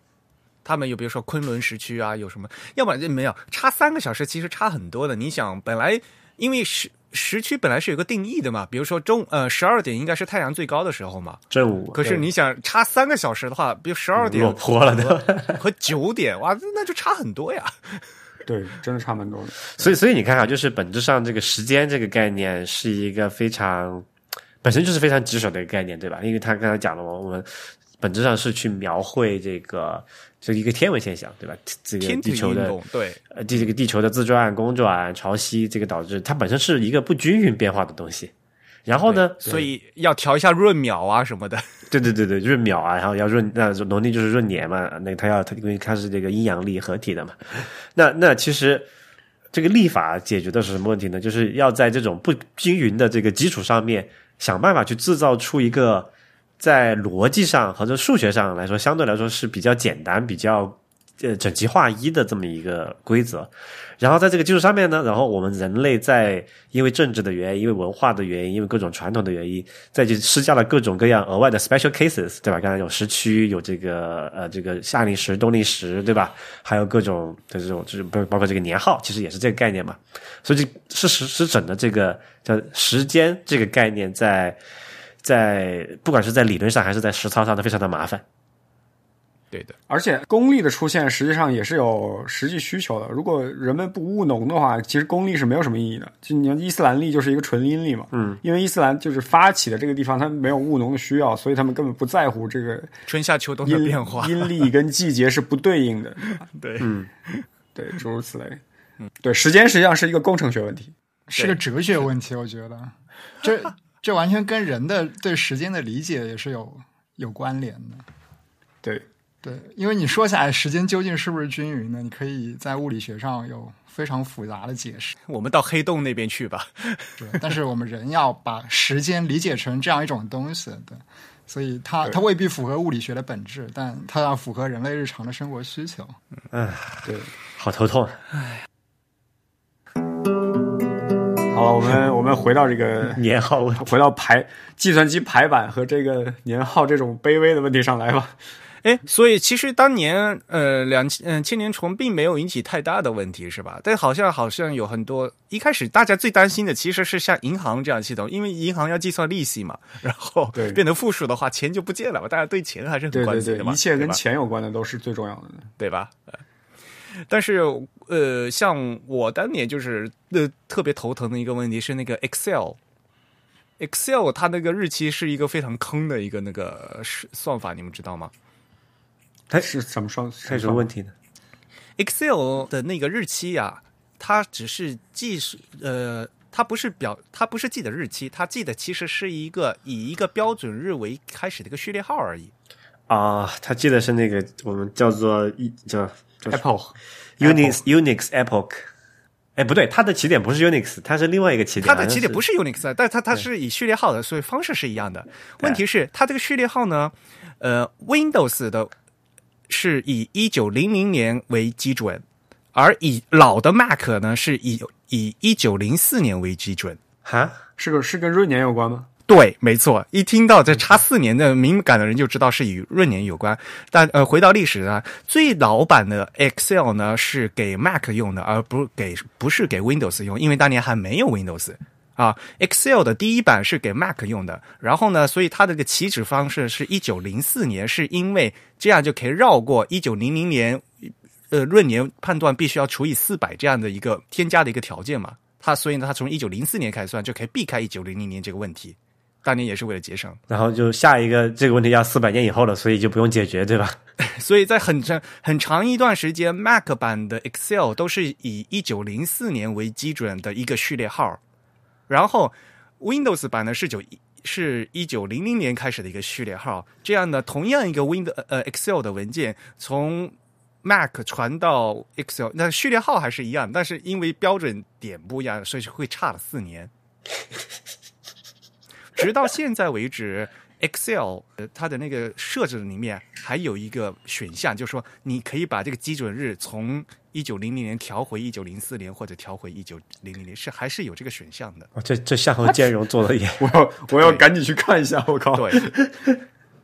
S2: 他们有比如说昆仑时区啊，有什么？要不然就没有差三个小时，其实差很多的。你想，本来因为时时区本来是有个定义的嘛，比如说中呃十二点应该是太阳最高的时候嘛。
S3: 正午。
S2: 可是你想差三个小时的话，比如十二
S3: 对落
S2: 点
S3: 魄了都。
S2: 和九点，哇，那就差很多呀。
S1: 对，真的差蛮多的。
S3: 所以所以你看啊，就是本质上这个时间这个概念是一个非常本身就是非常棘手的一个概念，对吧？因为他刚才讲了嘛，我们本质上是去描绘这个就一个天文现象，对吧？这个
S2: 天体
S3: 地球
S2: 运
S3: 的
S2: 动，对
S3: 呃，这这个地球的自转、公转、潮汐，这个导致它本身是一个不均匀变化的东西。然后呢，
S2: 所以要调一下闰秒啊什么的。
S3: 对对对对，闰秒啊，然后要闰，那农历就是闰年嘛，那个它要它因为它是这个阴阳历合体的嘛。那那其实这个历法解决的是什么问题呢？就是要在这种不均匀的这个基础上面，想办法去制造出一个在逻辑上和这数学上来说，相对来说是比较简单、比较呃整齐划一的这么一个规则。然后在这个基础上面呢，然后我们人类在因为政治的原因、因为文化的原因、因为各种传统的原因，再去施加了各种各样额外的 special cases，对吧？刚才有时区，有这个呃这个夏令时、冬令时，对吧？还有各种的这种，就是包包括这个年号，其实也是这个概念嘛。所以这是是是整的这个叫时间这个概念在，在不管是在理论上还是在实操上都非常的麻烦。
S2: 对的，
S1: 而且公历的出现实际上也是有实际需求的。如果人们不务农的话，其实公历是没有什么意义的。就你看伊斯兰历就是一个纯阴历嘛，嗯，因为伊斯兰就是发起的这个地方，他们没有务农的需要，所以他们根本不在乎这个
S2: 春夏秋冬的
S1: 阴
S2: 变化，
S1: 阴历跟季节是不对应的， 嗯
S2: 对，
S1: 对，诸如此类。对，时间实际上是一个工程学问题。
S4: 是个哲学问题，我觉得这这完全跟人的对时间的理解也是有有关联的。
S1: 对，
S4: 对，因为你说下来时间究竟是不是均匀的，你可以在物理学上有非常复杂的解释。
S2: 我们到黑洞那边去吧。
S4: 对，但是我们人要把时间理解成这样一种东西，对，所以它它未必符合物理学的本质，但它要符合人类日常的生活需求。
S1: 对。
S3: 好头痛啊，
S1: 好了，我 们我们回到这个，
S3: 年号问题
S1: 回到排计算机排版和这个年号这种卑微的问题上来吧。
S2: 哎，所以其实当年呃两千嗯千年虫并没有引起太大的问题，是吧？但好像好像有很多一开始大家最担心的其实是像银行这样的系统，因为银行要计算利息嘛，然后
S1: 对
S2: 变成负数的话，钱就不见了嘛，大家对钱还是很
S1: 对
S2: 关
S1: 对
S2: 心的
S1: 对，
S2: 嘛，
S1: 一切
S2: 对
S1: 跟
S2: 吧
S1: 钱有关的都是最重要的。
S2: 对吧？呃但是呃，像我当年就是呃特别头疼的一个问题是那个 Excel。Excel 它那个日期是一个非常坑的一个那个呃是算法，你们知道吗？
S1: 它是什么双？
S3: 它
S1: 什
S3: 有什么问题呢？
S2: Excel 的那个日期呀、它只是记是呃，它不是表，它不是记的日期，它记的其实是一个以一个标准日为开始的一个序列号而已。
S3: 啊，他记得是那个我们叫做一叫叫
S1: Apple
S3: Unix Unix Epoch。哎，不对，它的起点不是 Unix，它是另外一个起点。
S2: 它的起点不
S3: 是
S2: 是 Unix，的但啊它它是以序列号的，所以方式是一样的。问题是它这个序列号呢，呃，Windows 的是以一九零零年为基准，而以老的 Mac 呢是以以一九零四年为基准。
S3: 哈，
S1: 是个是跟闰年有关吗？
S2: 对，没错，一听到这差四年的敏感的人就知道是与闰年有关。但呃，回到历史呢，最老版的 Excel 呢是给 Mac 用的，而不给不是给 Windows 用，因为当年还没有 Windows。啊，Excel 的第一版是给 Mac 用的，然后呢，所以它的这个起止方式是一九零四年，是因为这样就可以绕过一九零零年呃闰年判断必须要除以四百这样的一个添加的一个条件嘛。它所以呢，它从一九零四年开始算就可以避开一九零零年这个问题。当年也是为了节省，
S3: 然后就下一个这个问题要四百年以后了，所以就不用解决，对吧？
S2: 所以在很长很长一段时间，Mac 版的 Excel 都是以一九零四年为基准的一个序列号，然后 Windows 版呢是九是一九零零年开始的一个序列号。这样呢，同样一个 Win 呃 Excel 的文件从 Mac 传到 Excel，那序列号还是一样，但是因为标准点不一样，所以会差了四年。直到现在为止，Excel 呃它的那个设置里面还有一个选项，就是说你可以把这个基准日从一九零零年调回一九零四年，或者调回一九零零年，是还是有这个选项的。
S3: 哦、这这向后兼容做的也
S1: 我要我要赶紧去看一下，我靠！
S2: 对，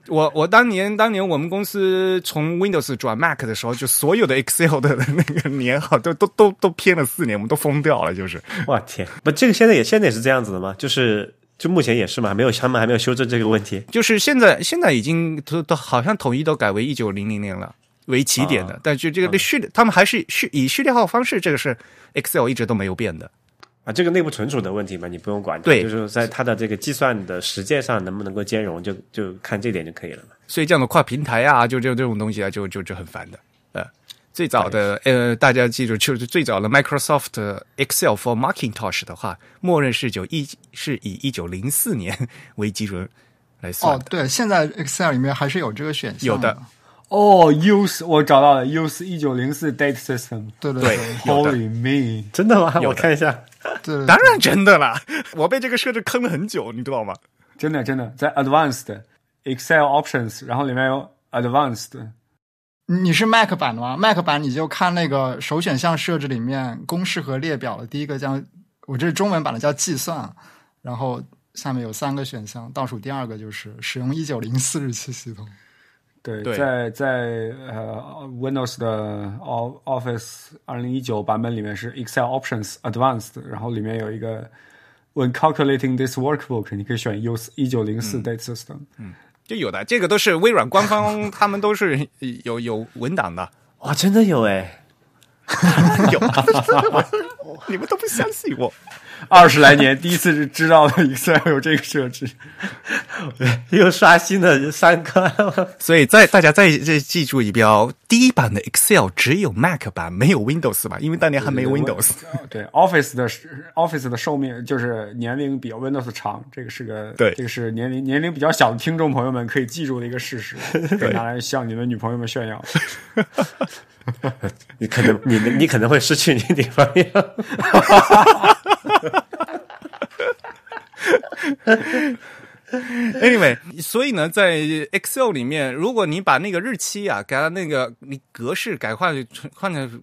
S2: 我我当年当年我们公司从 Windows 转 Mac 的时候，就所有的 Excel 的那个年号都都都都偏了四年，我们都疯掉了，就是。
S3: 哇天！不，这个现在也现在也是这样子的吗？就是就目前也是嘛，还没有他们还没有修正这个问题。
S2: 就是现在现在已经都都好像统一都改为一九零零年了为起点的，
S3: 啊
S2: 但就这个序
S4: 嗯
S2: 列，他们还是序以序列号方式，这个是 Excel 一直都没有变的。
S3: 啊，这个内部存储的问题嘛，你不用管它。
S2: 对
S3: 就是在它的这个计算的实践上能不能够兼容，就就看这点就可以了嘛。
S2: 所以这样的跨平台啊，就就这种东西啊，就就就很烦的。呃，最早的呃，大家记住，就是最早的 Microsoft Excel for Macintosh 的话，默认是九一是以一九零四年为基准来算
S4: 哦
S2: 的。，
S4: 对，现在 Excel 里面还是有这个啊选项，
S2: 有的，
S1: 哦，use 我找到了，use 一九零四 date system。
S4: 对对
S2: 对
S4: 对
S2: 有的
S1: Holy me！
S3: 真的吗？
S2: 有的
S3: 我看一下。
S4: 对对
S2: 当然真的啦，我被这个设置坑了很久，你知道吗？
S1: 真的真的，在 Advanced Excel Options，然后里面有 Advanced，
S4: 你是 Mac 版的吗？Mac 版你就看那个首选项设置里面公式和列表的第一个叫，我这是中文版的叫计算，然后下面有三个选项，倒数第二个就是使用一九零四日期系统。
S1: 对，
S2: 对
S1: 在在呃 Windows 的 O- Office 二零一九版本里面是 Excel Options Advanced，然后里面有一个 When calculating this workbook，你可以选 Use 一九零
S2: 嗯
S1: 四 Date System。
S2: 就有的，这个都是微软官 方，他们都是有有文档 的，
S3: 哇，真的有哎！
S2: 有， 你们都不相信我。
S1: 二十来年第一次知道 Excel 有这个设置，
S3: 又刷新了三个，
S2: 所以再大家再再记住一遍哦，第一版的 Excel 只有 Mac 版，没有 Windows 版，因为当年还没有 Windows。
S1: 对 Office 的 Office 的寿命就是年龄比 Windows 长，这个是个
S2: 对
S1: 这个是年龄年龄比较小的听众朋友们可以记住的一个事 实，可以拿来向你们女朋友们炫耀。
S3: 你可能你你可能会失去你女朋友。
S2: Anyway，所以呢，在 Excel 里面，如果你把那个日期啊，改到那个你格式改换换成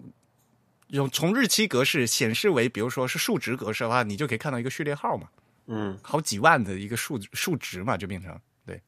S2: 用从日期格式显示为，比如说是数值格式的话，你就可以看到一个序列号嘛。
S3: 嗯，
S2: 好几万的一个数数值嘛，就变成对。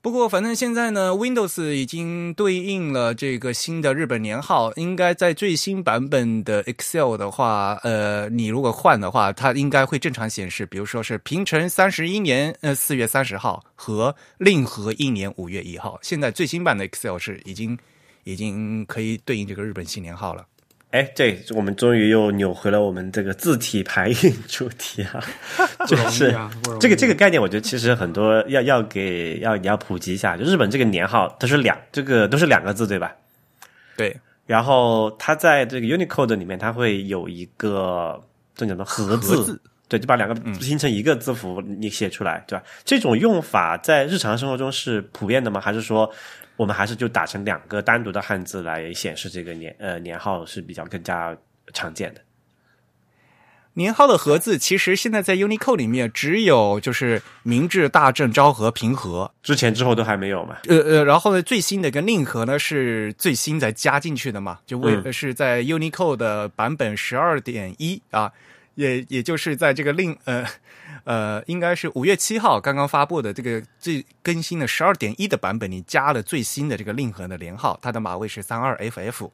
S2: 不过反正现在呢，Windows 已经对应了这个新的日本年号，应该在最新版本的 Excel 的话，呃，你如果换的话，它应该会正常显示，比如说是平成三十一年呃四月三十号和令和一年五月一号。现在最新版的 Excel 是已经已经可以对应这个日本新年号了。
S3: 哎，对，我们终于又扭回了我们这个字体排印主 题啊，就是
S1: 啊不容易
S3: 这个这个概念，我觉得其实很多要要给要你要普及一下，就日本这个年号，它是两这个都是两个字对吧？
S2: 对，
S3: 然后它在这个 Unicode 里面，它会有一个这叫什么合字，
S2: 合字
S3: 对，就把两个拼成一个字符，你写出来，对吧？这种用法在日常生活中是普遍的吗？还是说我们还是就打成两个单独的汉字来显示这个年呃年号是比较更加常见的？
S2: 年号的和字其实现在在 Unicode 里面只有就是明治、大正、昭和、平和，
S3: 之前之后都还没有嘛？
S2: 呃呃，然后呢，最新的跟令和呢是最新才加进去的嘛，就为、呃
S3: 嗯
S2: 是在 Unicode 的版本十二点一啊，也也就是在这个令呃呃，应该是五月七号刚刚发布的这个最更新的十二点一的版本里加了最新的这个令和的年号，它的码位是三二 FF。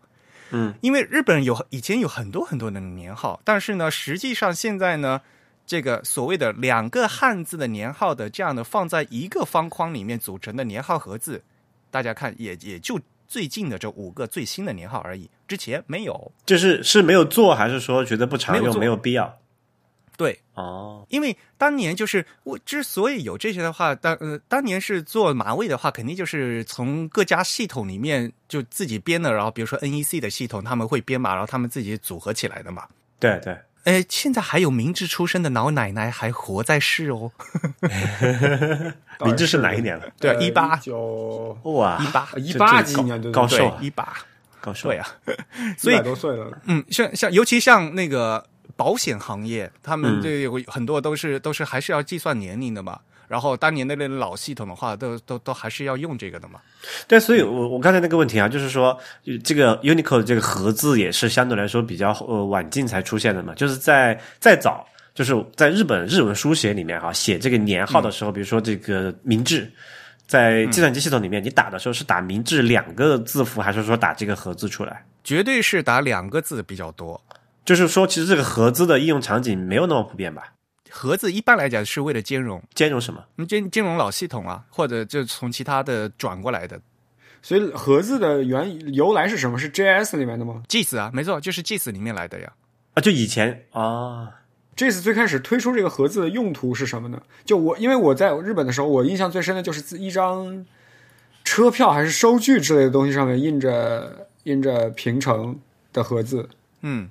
S3: 嗯，
S2: 因为日本有以前有很多很多的年号，但是呢，实际上现在呢，这个所谓的两个汉字的年号的这样的放在一个方框里面组成的年号盒子，大家看也也就最近的这五个最新的年号而已，之前没有。
S3: 就是是没有做，还是说觉得不常
S2: 没有
S3: 用，
S2: 做
S3: 没有必要？
S2: 对，
S3: 哦，
S2: 因为当年就是我之所以有这些的话，当呃当年是做马位的话，肯定就是从各家系统里面就自己编的，然后比如说 NEC 的系统他们会编码，然后他们自己组合起来的嘛。
S3: 对对，
S2: 哎，现在还有明治出生的老奶奶还活在世哦，
S3: 明治是哪一年了？
S2: 对啊，一八
S1: 呃九
S3: 哇，
S2: 一八，
S1: 一
S3: 这
S1: 八
S3: 这
S1: 几
S3: 高
S1: 年对
S3: 高寿
S2: 对
S3: 啊，
S2: 一八，
S3: 高寿
S2: 对啊，所
S1: 一
S2: 以
S1: 百多岁了，
S2: 嗯，像像尤其像那个保险行业，他们这有很多都是、都是还是要计算年龄的嘛。然后当年的那个老系统的话，都都都还是要用这个的嘛。
S3: 对，所
S2: 嗯
S3: 以我我刚才那个问题啊，就是说呃这个 Unicode 这个盒字也是相对来说比较呃晚近才出现的嘛，就是在再早。就是在日本日文书写里面哈、写这个年号的
S2: 嗯
S3: 时候，比如说这个明治，在计算机系统里
S2: 嗯
S3: 面，你打的时候是打明治两个字符，还是说打这个盒字出来？
S2: 绝对是打两个字比较多。
S3: 就是说，其实这个盒字的应用场景没有那么普遍吧？
S2: 盒子一般来讲是为了兼容，
S3: 兼容什么？
S2: 嗯兼兼容老系统啊，或者就从其他的转过来的
S1: 所以盒子的原由来是什么？是 JS 里面的吗
S2: JIS 啊，没错，就是 JIS 里面来的呀。
S3: 啊，就以前
S2: 哦
S3: 啊，
S1: ？JS 最开始推出这个盒子的用途是什么呢？就我因为我在日本的时候，我印象最深的就是自一张车票还是收据之类的东西上面印着印着平成的盒子，
S2: 嗯，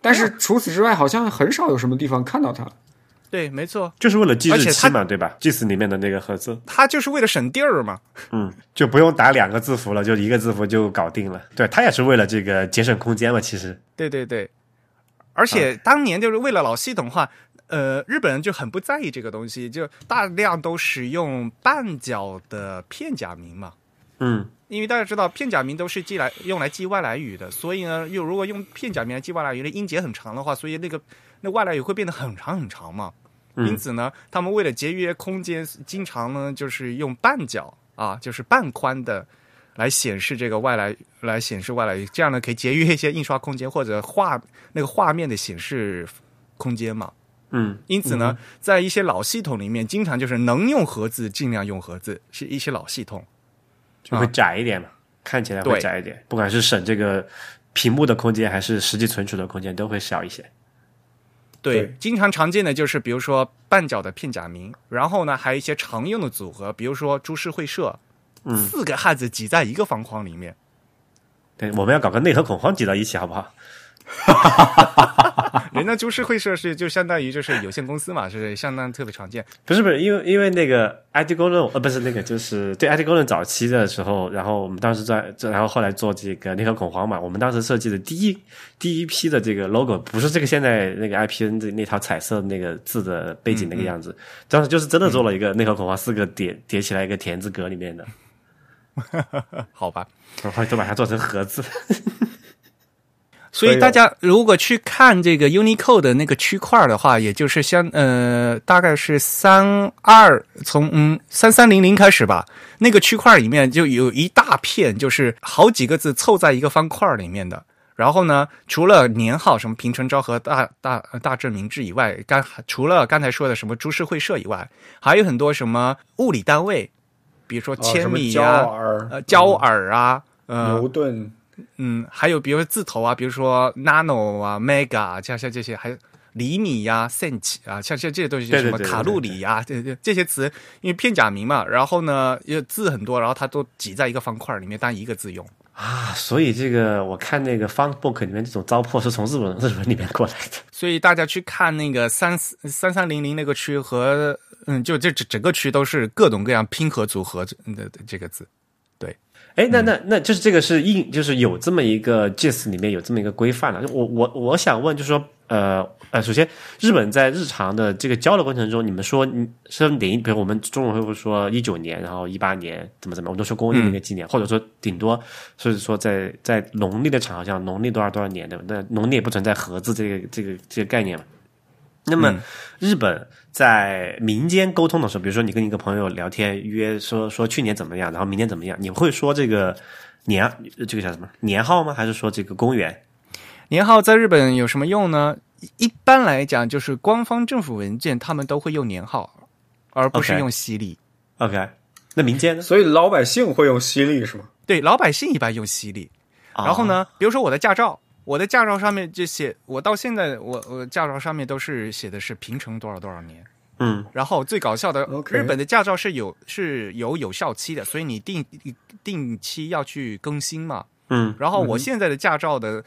S1: 但是除此之外，好像很少有什么地方看到它。
S2: 对，没错，
S3: 就是为了记
S2: 而
S3: 日
S2: 且
S3: 期
S2: 它
S3: 嘛，对吧？JIS 里面的那个盒字，
S2: 它就是为了省地儿嘛。
S3: 嗯，就不用打两个字符了，就一个字符就搞定了。对，它也是为了这个节省空间嘛，其实。
S2: 对对对，而且当年就是为了老系统化，呃，日本人就很不在意这个东西，就大量都使用半角的片假名嘛。
S3: 嗯，
S2: 因为大家知道片假名都是记来用来记外来语的，所以呢，又如果用片假名来记外来语，那音节很长的话，所以那个那外来语会变得很长很长嘛。因此呢，他们为了节约空间，经常呢就是用半角啊，就是半宽的来显示这个外来来显示外来语，这样呢可以节约一些印刷空间或者画那个画面的显示空间嘛。
S3: 嗯，
S2: 因此呢，在一些老系统里面，经常就是能用盒子尽量用盒子，是一些老系统。
S3: 就会窄一点嘛，看起来会
S2: 对
S3: 窄一点，不管是省这个屏幕的空间，还是实际存储的空间，都会小一些。
S2: 对
S1: 对，
S2: 经常常见的就是比如说半角的片假名，然后呢还有一些常用的组合，比如说株式会社，四个汉字挤在一个方框里面，
S3: 对，我们要搞个内核恐慌挤到一起，好不好？
S2: 人家株式会社是就相当于就是有限公司嘛，是相当特别常见。
S3: 不是不是，因为因为那个 IT 公论，呃，不是那个，就是对 IT 公论早期的时候，然后我们当时在，这然后后来做这个内核恐慌嘛，我们当时设计的第一第一批的这个 logo，不是这个现在那个 IPN 的那套彩色那个字的背景那个样子，当时就是真的做了一个内核恐慌四个叠叠起来一个田字格里面的，
S2: 好吧，
S3: 然后都把它做成盒子，
S1: 啊
S2: 所以大家如果去看这个 Unicode 的那个区块的话，也就是相呃大概是三二从嗯三三零零开始吧，那个区块里面就有一大片，就是好几个字凑在一个方块里面的。然后呢，除了年号什么平成昭和大大大正明治以外，刚除了刚才说的什么株式会社以外，还有很多什么物理单位，比如说
S1: 啊什
S2: 千
S1: 么
S2: 米
S1: 焦
S2: 啊、
S1: 耳、嗯
S2: 呃焦耳啊、呃
S1: 牛顿、
S2: 嗯，还有比如说字头啊，比如说 nano 啊、mega 啊，像像这些，还有厘米呀、cent 啊，像像这些东西，
S3: 对对
S2: 什么
S3: 对对
S2: 卡
S3: 对
S2: 路
S3: 对
S2: 里啊，这这这些词，因为片假名嘛，然后呢，又字很多，然后它都挤在一个方块里面当一个字用。
S3: 啊， 所以这个我看那个 Funk Book 里面这种糟粕是从日本日本里面过来的。
S2: 所以大家去看那个三三三零零那个区和嗯，就这整整个区都是各种各样拼合组合的这个字。
S3: 哎，那那那就是这个是硬，就是有这么一个 JIS 里面有这么一个规范了。就我我我想问，就是说，呃呃，首先日本在日常的这个交流过程中，你们说你是零，比如我们中文会不会说一九年，然后一八年怎么怎么样，我们都说公历那个纪年，或者说顶多是说在在农历的场合下，农历多少多少年，对吧？那农历也不存在盒子这个这个这个概念嘛。那么日本在民间沟通的时候，比如说你跟一个朋友聊天，约说说去年怎么样，然后明年怎么样，你会说这个年这个叫什么年号吗？还是说这个公元？
S2: 年号在日本有什么用呢？一一般来讲，就是官方政府文件他们都会用年号，而不是
S3: OK
S2: 用西历。
S3: OK，那民间呢？
S1: 所以老百姓会用犀利是吗？
S2: 对，老百姓一般用西历。然后
S1: 哦
S2: 呢，比如说我的驾照，我的驾照上面就写，我到现在我我驾照上面都是写的是平成多少多少年。
S3: 啊？嗯，
S2: 然后最搞笑的
S1: OK
S2: 日本的驾照是有是有有效期的，所以你定定期要去更新嘛。
S3: 嗯，
S2: 然后我现在的驾照的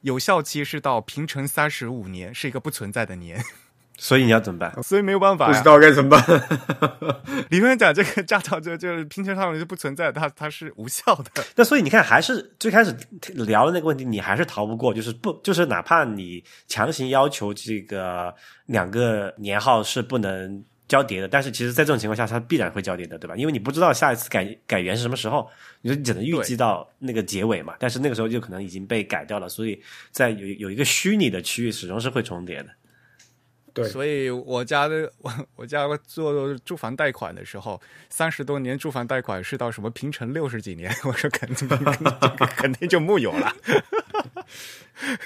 S2: 有效期是到平成三十五年，是一个不存在的年，
S3: 所以你要怎么办？
S2: 所以没有办法
S1: 不知
S2: 呀。
S1: 道该怎么办。
S2: 理论讲，这个驾照就就是平成上面就不存在，它它是无效的。
S3: 那所以你看，还是最开始聊的那个问题，你还是逃不过，就是不，就是哪怕你强行要求这个两个年号是不能交叠的，但是其实在这种情况下，它必然会交叠的，对吧？因为你不知道下一次改改元是什么时候，你就只能预计到那个结尾嘛。但是那个时候就可能已经被改掉了，所以在有有一个虚拟的区域，始终是会重叠的。
S1: 对，
S2: 所以我家的 我我家做住房贷款的时候，三十多年住房贷款是到什么平成六十几年， 我说肯定肯定就木有了。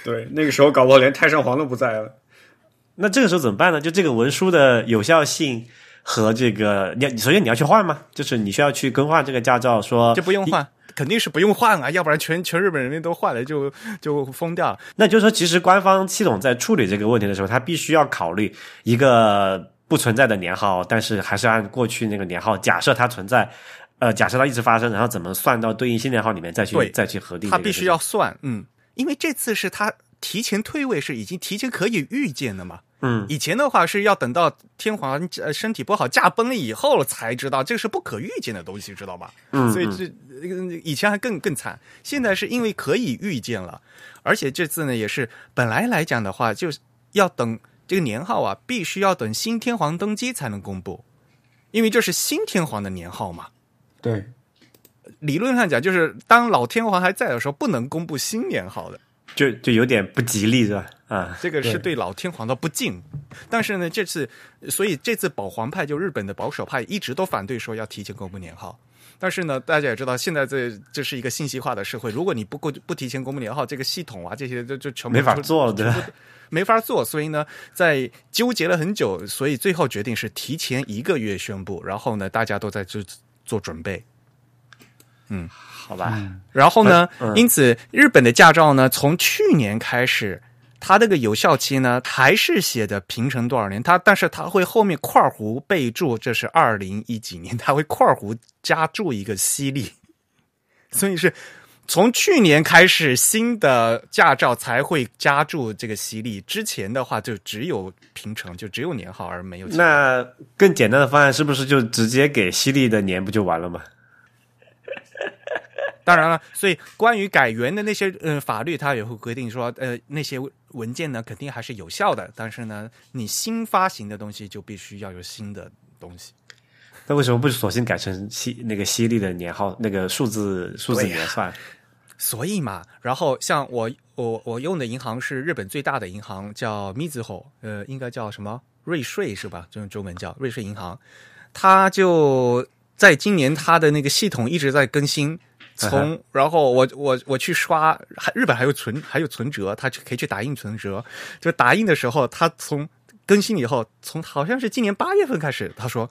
S1: 对，那个时候搞不好连太上皇都不在了。
S3: 那这个时候怎么办呢？就这个文书的有效性和这个，你要首先你要去换吗？就是你需要去更换这个驾照，说
S2: 就不用换，肯定是不用换啊，要不然全全日本人民都换了就就疯掉了。
S3: 那就是说，其实官方系统在处理这个问题的时候，它必须要考虑一个不存在的年号，但是还是按过去那个年号，假设它存在，呃，假设它一直发生，然后怎么算到对应新年号里面再
S2: 对
S3: 去再去核定这
S2: 他
S3: 个
S2: 必
S3: 事情？
S2: 须要算，嗯，因为这次是他提前退位，是已经提前可以预见的嘛。
S3: 嗯，
S2: 以前的话是要等到天皇呃身体不好驾崩了以后了才知道，这是不可预见的东西，知道吧？
S3: 嗯
S2: 所以这呃以前还更更惨，现在是因为可以预见了，而且这次呢也是本来来讲的话，就是要等这个年号啊，必须要等新天皇登基才能公布，因为这是新天皇的年号嘛。
S1: 对，
S2: 理论上讲，就是当老天皇还在的时候，不能公布新年号的。
S3: 就就有点不吉利，是吧？啊，
S2: 这个是
S1: 对
S2: 对老天皇的不敬。但是呢，这次，呃所以这次保皇派就日本的保守派一直都反对说要提前公布年号。但是呢，大家也知道，现在这这是一个信息化的社会，如果你不公不提前公布年号，这个系统啊，这些就就全部
S3: 没法
S2: 出
S3: 做，对吧？
S2: 没法做，所以呢，在纠结了很久，所以最后决定是提前一个月宣布，然后呢，大家都在做做准备。
S3: 好吧，
S2: 然后呢，
S3: 嗯
S2: 因此日本的驾照呢，从去年开始，它这个有效期呢还是写的平成多少年，它但是它会后面括弧备注这是二零一几年， 它会括弧加注一个西历， 所以是从去年开始新的驾照才会加注这个西历，之前的话就只有平成，就只有年号而没有其他。
S3: 那更简单的方案是不是就直接给犀利的年不就完了吗？
S2: 当然了，所以关于改元的那些呃法律，它也会规定说，呃，那些文件呢肯定还是有效的，但是呢，你新发行的东西就必须要有新的东西。
S3: 那为什么不索性改成犀那个犀利的年号那个数字数字
S2: 对呀
S3: 年算？
S2: 所以嘛，然后像我我我用的银行是日本最大的银行，叫 Mizuho，呃，应该叫什么瑞穗是吧？这种中文叫瑞穗银行，它就在今年它的那个系统一直在更新。从然后我我我去刷，还日本还有存还有存折，它可以去打印存折。就打印的时候，它从更新以后，从好像是今年八月份开始，他说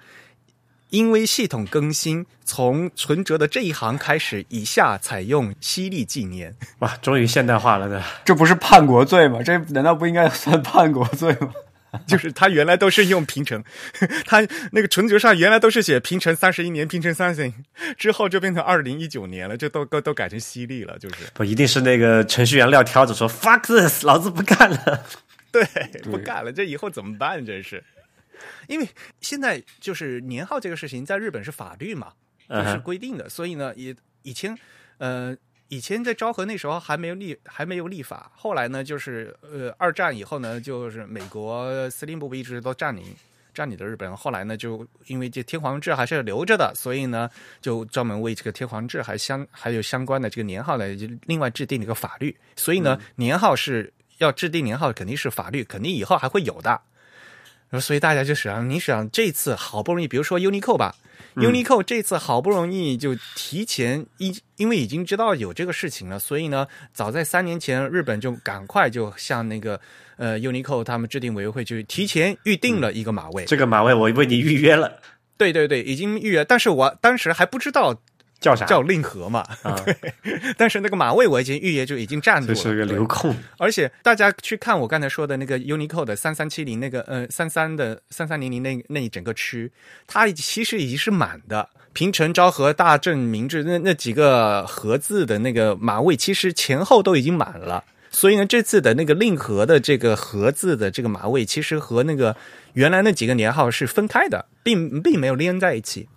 S2: 因为系统更新，从存折的这一行开始，以下采用西历纪年。
S3: 哇，终于现代化了，对吧？
S1: 这不是叛国罪吗？这难道不应该算叛国罪吗？
S2: 就是他原来都是用平成，他那个存折上原来都是写平成三十一年、平成三十年，之后就变成二零一九年了，这都都都改成西历了，就是
S3: 不一定是那个程序员撂挑子说 “fuck this”，老子不干 了。
S2: 对，不干了，这以后怎么办？真是，因为现在就是年号这个事情在日本是法律嘛，
S3: 嗯
S2: 这是
S3: 哼
S2: 规定的，所以呢，也以前呃以前在昭和那时候还没有立还没有立法，后来呢就是呃二战以后呢，就是美国司令部一直都占领。占领的日本，后来呢，就因为这天皇制还是留着的，所以呢，就专门为这个天皇制还相还有相关的这个年号呢，就另外制定了一个法律。所以呢，年号是要制定年号，肯定是法律，肯定以后还会有的。然后所以大家就想，你想这次好不容易，比如说 Unicode 吧、u n i c o d e 这次好不容易就提前一，因为已经知道有这个事情了，所以呢，早在三年前，日本就赶快就向那个呃 Unicode 他们制定委员会就提前预定了一个马位。
S3: 这个马位我为你预约了，
S2: 对对对，已经预约，但是我当时还不知道
S3: 叫啥？
S2: 叫令和嘛，
S3: 啊，
S2: 但是那个马位我已经预约就已经占住
S3: 这
S2: 了，
S3: 是个
S2: 对
S3: 流控。
S2: 而且大家去看我刚才说的那个 Unicode 三三七零那个呃三三的三三零零那那一整个区，它其实已经是满的。平城、昭和、大正、明治那那几个和字的那个马位，其实前后都已经满了。所以呢，这次的那个令和的这个和字的这个马位，其实和那个原来那几个年号是分开的，并并没有连在一起。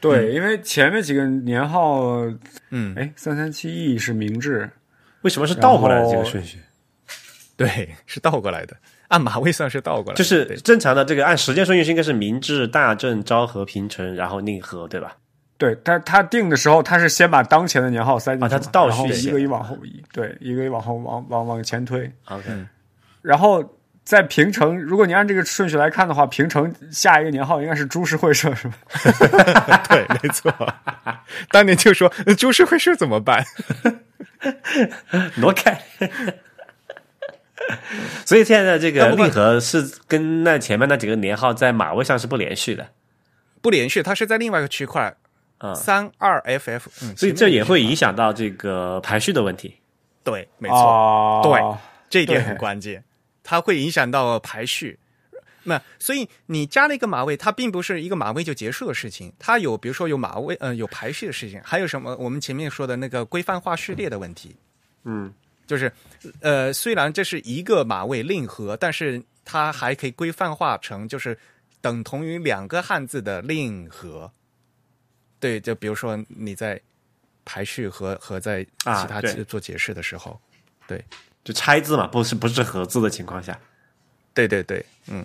S1: 对，因为前面几个年号，
S2: 嗯，
S1: 哎，三三七 E 是明治，
S3: 为什么是倒过来的
S1: 然后
S3: 这个顺序？
S2: 对，是倒过来的，按马位算是倒过来的，
S3: 就是
S2: 对
S3: 正常的这个按时间顺序是应该是明治、大正、昭和、平成，然后令和，对吧？
S1: 对他，他定的时候，他是先把当前的年号塞进去嘛，
S3: 啊他是倒
S1: 然后
S3: 序
S1: 一
S3: 写
S1: 个
S3: 的
S1: 一往后移，对，一个一往后往往往前推。
S3: OK，、
S1: 嗯然后在平城，如果你按这个顺序来看的话，平城下一个年号应该是株式会社，是吧？
S2: 对，没 错。当年就说呃株式会社怎么办？
S3: 挪开。 所以现在这
S2: 但
S3: 个
S2: 不管
S3: 令和是跟那前面那几个年号在马位上是不连续的，
S2: 不连续，它是在另外一个区块。
S3: 啊
S2: 三二 FF，嗯，
S3: 所
S2: 前
S3: 以
S2: 面
S3: 这也会影响到这个排序的问题。
S2: 对，没错，
S1: 啊，
S2: 对这一点
S1: 对
S2: 很关键，它会影响到排序。那所以你加了一个马位，它并不是一个马位就结束的事情，它有比如说有马位，呃，有排序的事情，还有什么我们前面说的那个规范化序列的问题。
S3: 嗯，
S2: 就是呃，虽然这是一个马位令和，但是它还可以规范化成就是等同于两个汉字的令和。对，就比如说你在排序和和在其
S3: 啊
S2: 他
S3: 对
S2: 做解释的时候，
S3: 就拆字嘛，不是不是合字的情况下，
S2: 对对对，嗯，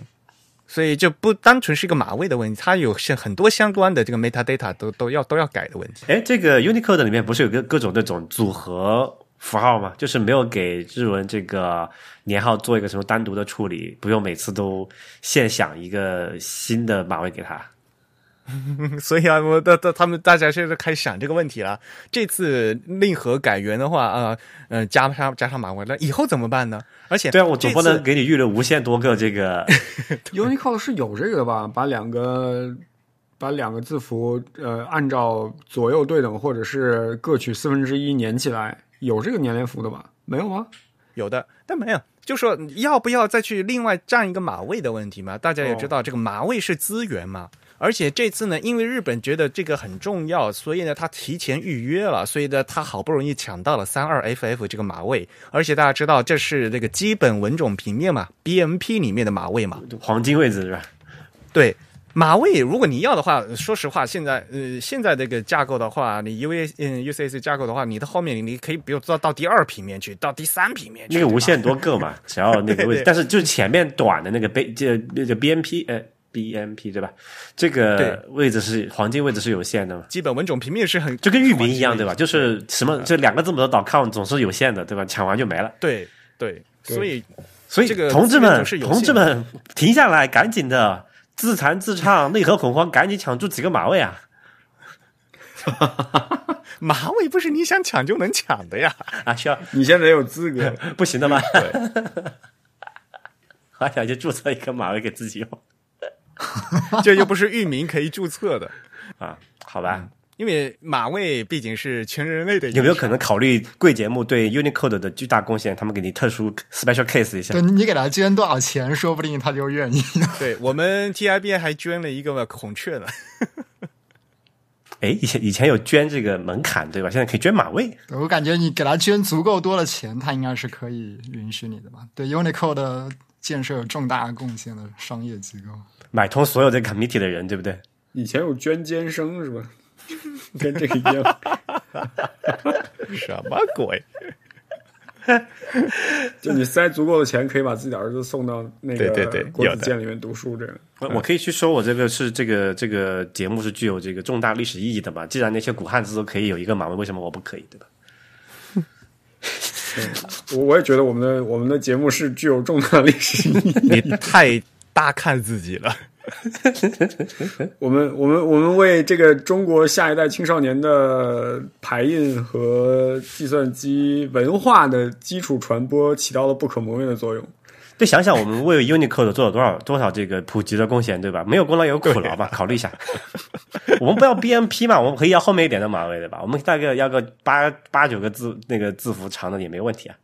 S2: 所以就不单纯是一个马位的问题，它有些很多相关的这个 metadata 都都要都要改的问题。
S3: 哎，这个 Unicode 里面不是有个各种那种组合符号吗？就是没有给日文这个年号做一个什么单独的处理，不用每次都现想一个新的码位给它。
S2: 所以啊，我的的他们大家现在开始想这个问题了。这次令和改元的话，啊，呃，加上加上马文了，以后怎么办呢？而且
S3: 对啊，我总不
S2: 这次
S3: 能给你预留无限多个 这个
S1: Unicode 是有这个的吧？把两个把两个字符呃按照左右对等，或者是各取四分之一粘起来，有这个粘连符的吧？没有吗？
S2: 有的，但没有。就说要不要再去另外占一个马位的问题嘛？大家也知道，这个马位是资源嘛。而且这次呢，因为日本觉得这个很重要，所以呢，他提前预约了，所以呢，他好不容易抢到了三二 FF 这个马位。而且大家知道，这是那个基本文种平面嘛，BMP 里面的马位嘛。
S3: 黄金位置，是吧？
S2: 对，马位，如果你要的话，说实话，现在呃，现在这个架构的话，你 U A 嗯 U C S 架构的话，你的后面你可以比如到到第二平面去，到第三平面去，
S3: 那个
S2: 对吧
S3: 无限多个嘛，只要那个位置，但是就是前面短的那个背这那个 BMP 呃 BMP 对吧？这个
S2: 对
S3: 位置是黄金位置是有限的嘛？
S2: 基本文种平面是很
S3: 就跟域名一样，对吧？就是什么这两个字母的 .com 总是有限的，对吧？抢完就没了。
S2: 对对，所以
S3: 所以，
S2: 这个
S3: 同志
S2: 资源
S3: 们
S2: 总是，有限
S3: 同志们，停下来，赶紧的，自弹自唱，内核恐慌，赶紧抢住几个马位啊！
S2: 马尾不是你想抢就能抢的呀。
S3: 啊，需要
S1: 你现在有资格。
S3: 不行的吗？ 我还想去注册一个马位给自己用
S2: 这又不是域名可以注册的，
S3: 啊，好吧？
S2: 因为马尾毕竟是全人类的遗产。
S3: 有没有可能考虑贵节目对 Unicode 的巨大贡献，他们给你特殊 special case 一下
S2: 嗯
S4: 对？你给他捐多少钱，说不定他就愿意。
S2: 对我们 TIB 还捐了一个孔雀呢？
S3: 哎，以前以前有捐这个门槛对吧？现在可以捐马位，
S4: 对我感觉你给他捐足够多的钱，他应该是可以允许你的吧？对 Unicode 的建设有重大贡献的商业机构，
S3: 买通所有这个 committee 的人，对不对？
S1: 以前有捐监生是吧？ 跟这个一 样。
S2: 什么 鬼？
S1: 就你塞足够的钱，可以把自己的儿子送到那个
S2: 对对对
S1: 国
S2: 有
S1: 子
S2: 的
S1: 监里面读书，这样。
S3: 呃我
S5: 嗯
S3: 我可以去说，我这个是这个这个节目是具有这个重大历史意义的嘛？既然那些古汉字都可以有一个马位，为什么我不可以？对吧？
S1: 我我也觉得我们的我们的节目是具有重大历史意义。
S2: 你太大看自己了。
S5: 我们我们我们为这个中国下一代青少年的排印和计算机文化的基础传播起到了不可磨灭的作用。
S3: 就想想我们为 Unicode 做了多少多少这个普及的贡献，对吧？没有功劳也有苦劳吧，考虑一下。我们不要 BMP 嘛，我们可以要后面一点的码位，对吧？我们大概要个八八九个字那个字符长的也没问题啊。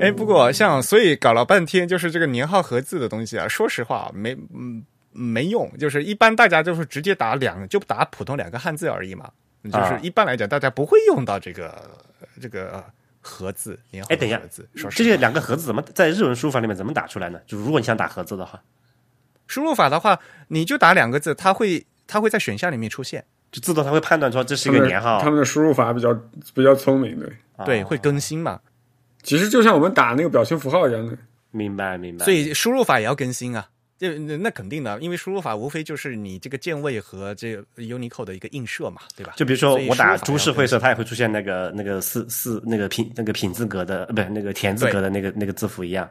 S2: 哎，不过像所以搞了半天就是这个年号和字的东西啊，说实话没嗯没用，就是一般大家就是直接打两就打普通两个汉字而已嘛，
S3: 啊
S2: 就是一般来讲大家不会用到这个这个和字年号
S3: 哎，等一
S2: 和
S3: 下
S2: 合字，说，
S3: 这
S2: 实话
S3: 个两个盒子怎么在日文输入法里面怎么打出来呢？就如果你想打盒子的话，
S2: 输入法的话，你就打两个字，它会它会在选项里面出现，
S3: 就自动它会判断说这是一
S5: 他
S3: 个
S5: 们
S3: 年号
S5: 他们的输入法比较比较聪明，对，
S3: 啊。
S2: 对，会更新嘛，
S5: 其实就像我们打那个表情符号一样的，
S3: 明白明白。
S2: 所以输入法也要更新啊。这那那肯定的，因为输入法无非就是你这个键位和这个 Unicode 的一个映射嘛，对吧？
S3: 就比如说
S2: 所以
S3: 我打
S2: 输入法
S3: 株式
S2: 要更
S3: 会社，它也会出现那个那个四四那个品那个品字格的，呃不是那个田字格的那个那个字符一样。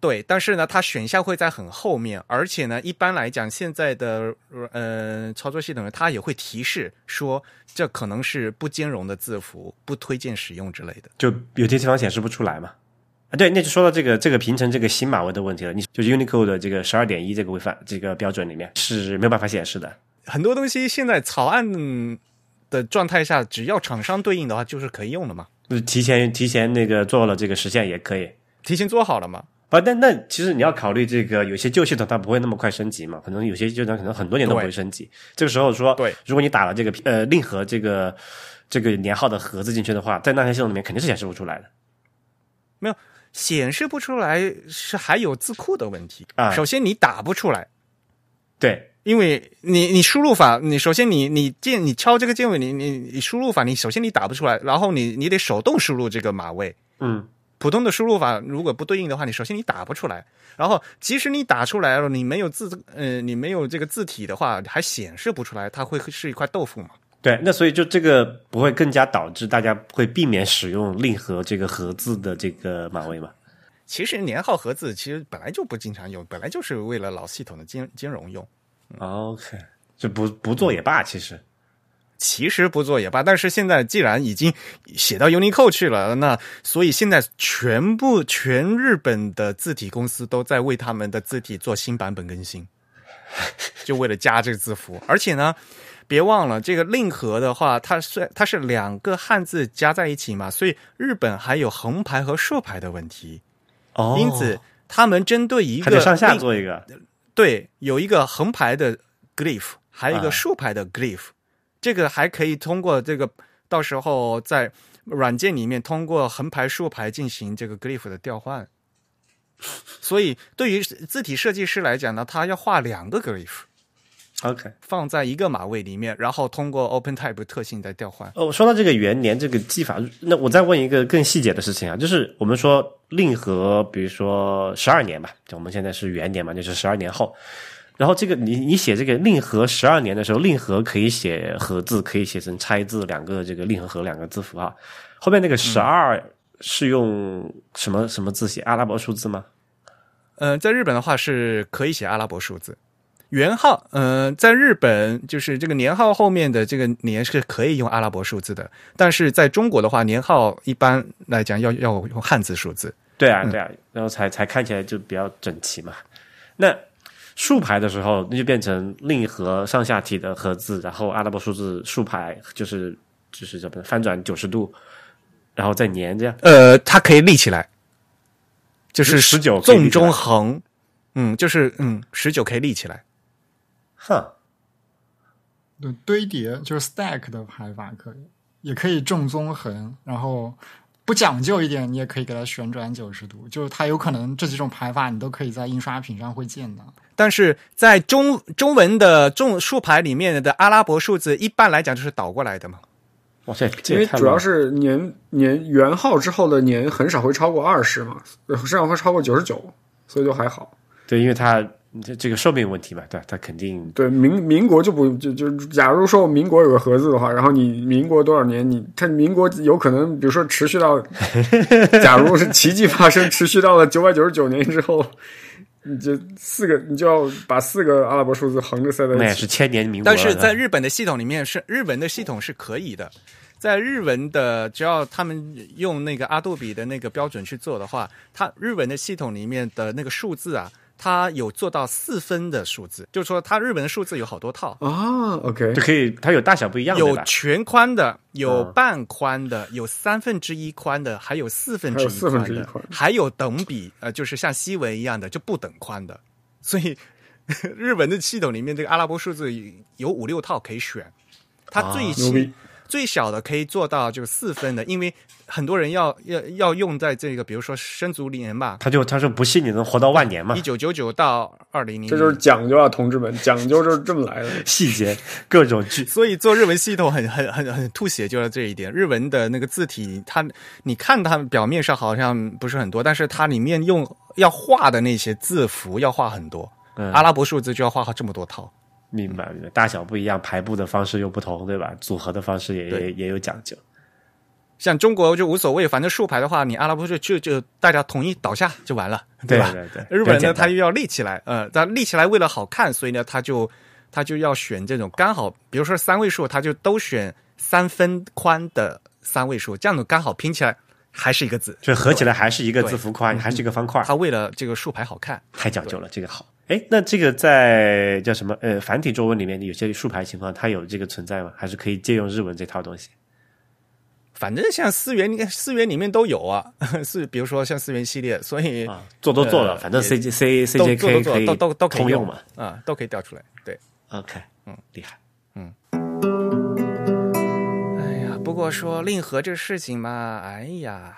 S2: 对，但是呢，它选项会在很后面，而且呢，一般来讲，现在的呃操作系统它也会提示说，这可能是不兼容的字符，不推荐使用之类的。
S3: 就有些地方显示不出来嘛。啊，对，那就说到这个这个平成这个新码位的问题了。你就是 Unicode 的这个十二点一这个规范这个标准里面是没有办法显示的。
S2: 很多东西现在草案的状态下，只要厂商对应的话，就是可以用的嘛，
S3: 就是提前提前那个做了这个实现也可以。
S2: 提前做好了嘛。
S3: 不，但那其实你要考虑这个，有些旧系统它不会那么快升级嘛，可能有些旧系统可能很多年都不会
S2: 对
S3: 升级。这个时候说，
S2: 对，
S3: 如果你打了这个呃令和这个这个年号的盒子进去的话，在那些系统里面肯定是显示不出来的。
S2: 显示不出来是还有字库的问题
S3: 啊
S2: 首先你打不出来，
S3: 对，
S2: 因为你你输入法，你首先你你键你敲这个键位，你你你输入法，你首先你打不出来，然后你你得手动输入这个码位。
S3: 嗯，
S2: 普通的输入法如果不对应的话，你首先你打不出来，然后即使你打出来了，你没有字呃你没有这个字体的话，还显示不出来，它会是一块豆腐嘛？
S3: 对，那所以就这个不会更加导致大家会避免使用令和这个盒字的这个码位嘛？
S2: 其实年号和字其实本来就不经常用，本来就是为了老系统的兼兼容用。
S3: OK，就不不做也罢，其实
S2: 其实不做也罢，但是现在既然已经写到 Unicode 去了，那所以现在全部全日本的字体公司都在为他们的字体做新版本更新，就为了加这个字符。 而且呢，别忘了这个令和的话，它是它是两个汉字加在一起嘛，所以日本还有横排和竖排的问题，
S3: 哦
S2: 因此他们针对一
S3: 还
S2: 个
S3: 得上下
S2: 令
S3: 做一个
S2: 对，有一个横排的 glyph，还有一
S3: 啊
S2: 个竖排的 glyph，、这个还可以通过这个到时候在软件里面通过横排、竖排进行这个 glyph 的调换。所以，对于字体设计师来讲呢，他要画两个 glyph
S3: OK。
S2: 放在一个码位里面，然后通过 OpenType 特性再调换。
S3: 哦，说到这个元年这个技法，那我再问一个更细节的事情啊，就是我们说令和，比如说十二年吧，就我们现在是元年嘛，就是十二年后。然后这个你你写这个令和十二年的时候，令和可以写和字，可以写成拆字两个这个令和和两个字符号。后面那个十二是用什么什么字写？阿拉伯数字吗？
S2: 呃，在日本的话是可以写阿拉伯数字。元号，呃，在日本就是这个年号后面的这个年是可以用阿拉伯数字的，但是在中国的话，年号一般来讲要要用汉字数字。
S3: 对
S5: 嗯
S3: 啊，对啊，然后才才看起来就比较整齐嘛。那竖排的时候，那就变成令和上下体的合字，然后阿拉伯数字竖排就是就是什么翻转九十度，然后再粘这样。
S2: 呃，它可以立起来，就是
S3: 19可以立起来
S2: 纵中横，嗯，就是嗯，十九可以立起来。
S3: 哼，
S4: 对堆叠就是 stack 的排法可以，也可以正纵横，然后不讲究一点，你也可以给它旋转九十度，就是它有可能这几种排法你都可以在印刷品上会见到。
S2: 但是在中中文的中竖排里面的阿拉伯数字，一般来讲就是倒过来的嘛。
S3: 哇塞，这
S5: 因
S3: 也
S5: 为
S3: 太
S5: 主要
S3: 慢了
S5: 是年年元号之后的年很少会超过二十嘛，呃很少会超过九十九，所以就还好。
S3: 对，因为它这这个寿命问题嘛，对吧？它肯定
S5: 对，民民国就不就就，假如说民国有个盒子的话，然后你民国多少年，你它民国有可能，比如说持续 到，假如是奇迹发生，持续到了九百九十九年之后，你就四个，你就要把四个阿拉伯数字横着塞在
S3: 那
S5: 一
S3: 也
S5: 起。
S3: 是千年民国
S2: 但
S3: 了。
S2: 是在日本的系统里面是日文的系统是可以的，在日文的只要他们用那个阿杜比的那个标准去做的话，它日文的系统里面的那个数字啊，它有做到四分的数字，就是说它日文的数字有好多套。
S5: 啊，OK，
S3: 就可以，它有大小不一样，对
S2: 有
S3: 吧？
S2: 全宽的，有
S3: 嗯
S2: 半宽的，有三分之一宽的，还有四分
S5: 还
S2: 之
S5: 有
S2: 一
S5: 四分
S2: 宽
S5: 之一
S2: 的
S5: 宽，
S2: 还有等比，呃，就是像西文一样的，就不等宽的。所以 日文的系统里面，这个阿拉伯数字有五六套可以选，它最
S5: 啊牛
S2: 细、
S5: 逼
S2: 最小的可以做到就是四分的，因为很多人要要要用在这个，比如说生卒年吧，
S3: 他就他说不信你能活到万年嘛
S2: 一？九九九到二零零，
S5: 哎这就是讲究啊，同志们，讲究就是这么来 的。
S3: 细节各种剧，
S2: 所以做日文系统很很很很吐血，就在这一点。日文的那个字体，它你看它表面上好像不是很多，但是它里面用要画的那些字符要画很多，
S3: 嗯
S2: 阿拉伯数字就要画这么多套。
S3: 明白明白，大小不一样，排布的方式又不同，对吧？组合的方式也
S2: 对
S3: 也也有讲究。
S2: 像中国就无所谓，反正竖排的话，你阿拉伯数就就大家统一倒下就完了，
S3: 对
S2: 吧？
S3: 对对
S2: 日本
S3: 比较
S2: 呢，
S3: 简单
S2: 它又要立起来，呃，它立起来为了好看，所以呢，它就它就要选这种刚好，比如说三位数，它就都选三分宽的三位数，这样子刚好拼起来还是一个字。
S3: 就合起来还是一个
S2: 对嗯
S3: 字符块，还是一个方块，
S2: 他为了这个竖排好看，
S3: 太讲究了，这个好。哎，那这个在叫什么？呃，繁体中文里面有些竖排情况，它有这个存在吗？还是可以借用日文这套东西？
S2: 反正像思源，你看思源里面都有啊， 是比如说像思源系列，所以
S3: 啊，做都做了，
S2: 呃
S3: 反正
S2: 也
S3: C G C C
S2: 都
S3: J
S2: 做都
S3: K
S2: 做
S3: 可以
S2: 都都都可以
S3: 通用嘛。
S2: 啊，都可以调出来。对，
S3: OK，嗯，厉害。
S2: 哎呀，不过说令和这事情嘛，哎呀，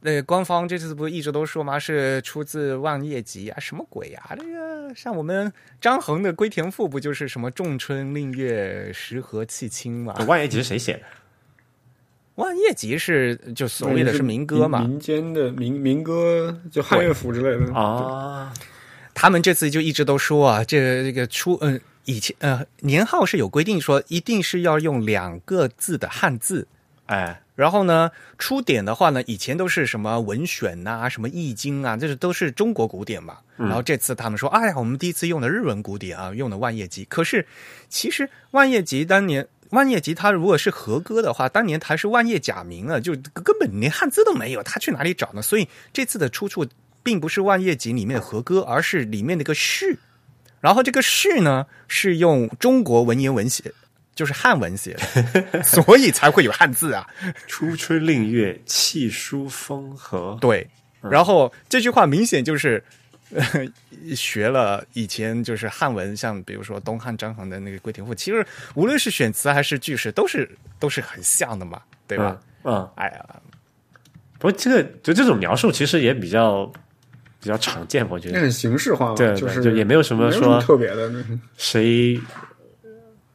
S2: 那、官方这次不是一直都说嘛，是出自万叶集啊，什么鬼啊？这个像我们张衡的《归田赋》不就是什么仲春令月，时和气清嘛？
S3: 万叶集是谁写的？
S2: 万叶集是就所谓的是民歌嘛，
S5: 民间的民民歌，就汉乐府之类的。
S3: 啊，
S2: 他们这次就一直都说啊，这这个出嗯、以前呃年号是有规定说一定是要用两个字的汉字，
S3: 哎，
S2: 然后呢出典的话呢，以前都是什么文选呐、什么易经啊，这是都是中国古典嘛。然后这次他们说，哎呀，我们第一次用的日文古典啊，用的万叶集。可是其实万叶集当年。万叶集，它如果是和歌的话，当年它是万叶假名啊，就根本连汉字都没有，它去哪里找呢？所以这次的出处并不是万叶集里面的和歌，而是里面的一个序。然后这个序呢，是用中国文言文写，就是汉文写的，所以才会有汉字啊。
S3: 初春令月，气舒风和。
S2: 对，
S4: 嗯
S2: 然后这句话明显就是。 呃，学了以前就是汉文，像比如说东汉张衡的那个《归田赋》，其实无论是选词还是句式，都是都是很像的嘛，对吧？
S3: 嗯？嗯，
S2: 哎呀，
S3: 不过这个就这种描述其实也比较比较常见，我觉
S5: 那
S3: 得
S5: 很形式化嘛，
S3: 对对
S5: 是
S3: 就也没有什么
S5: 没有什
S3: 说
S5: 么特别的。那是
S3: 谁？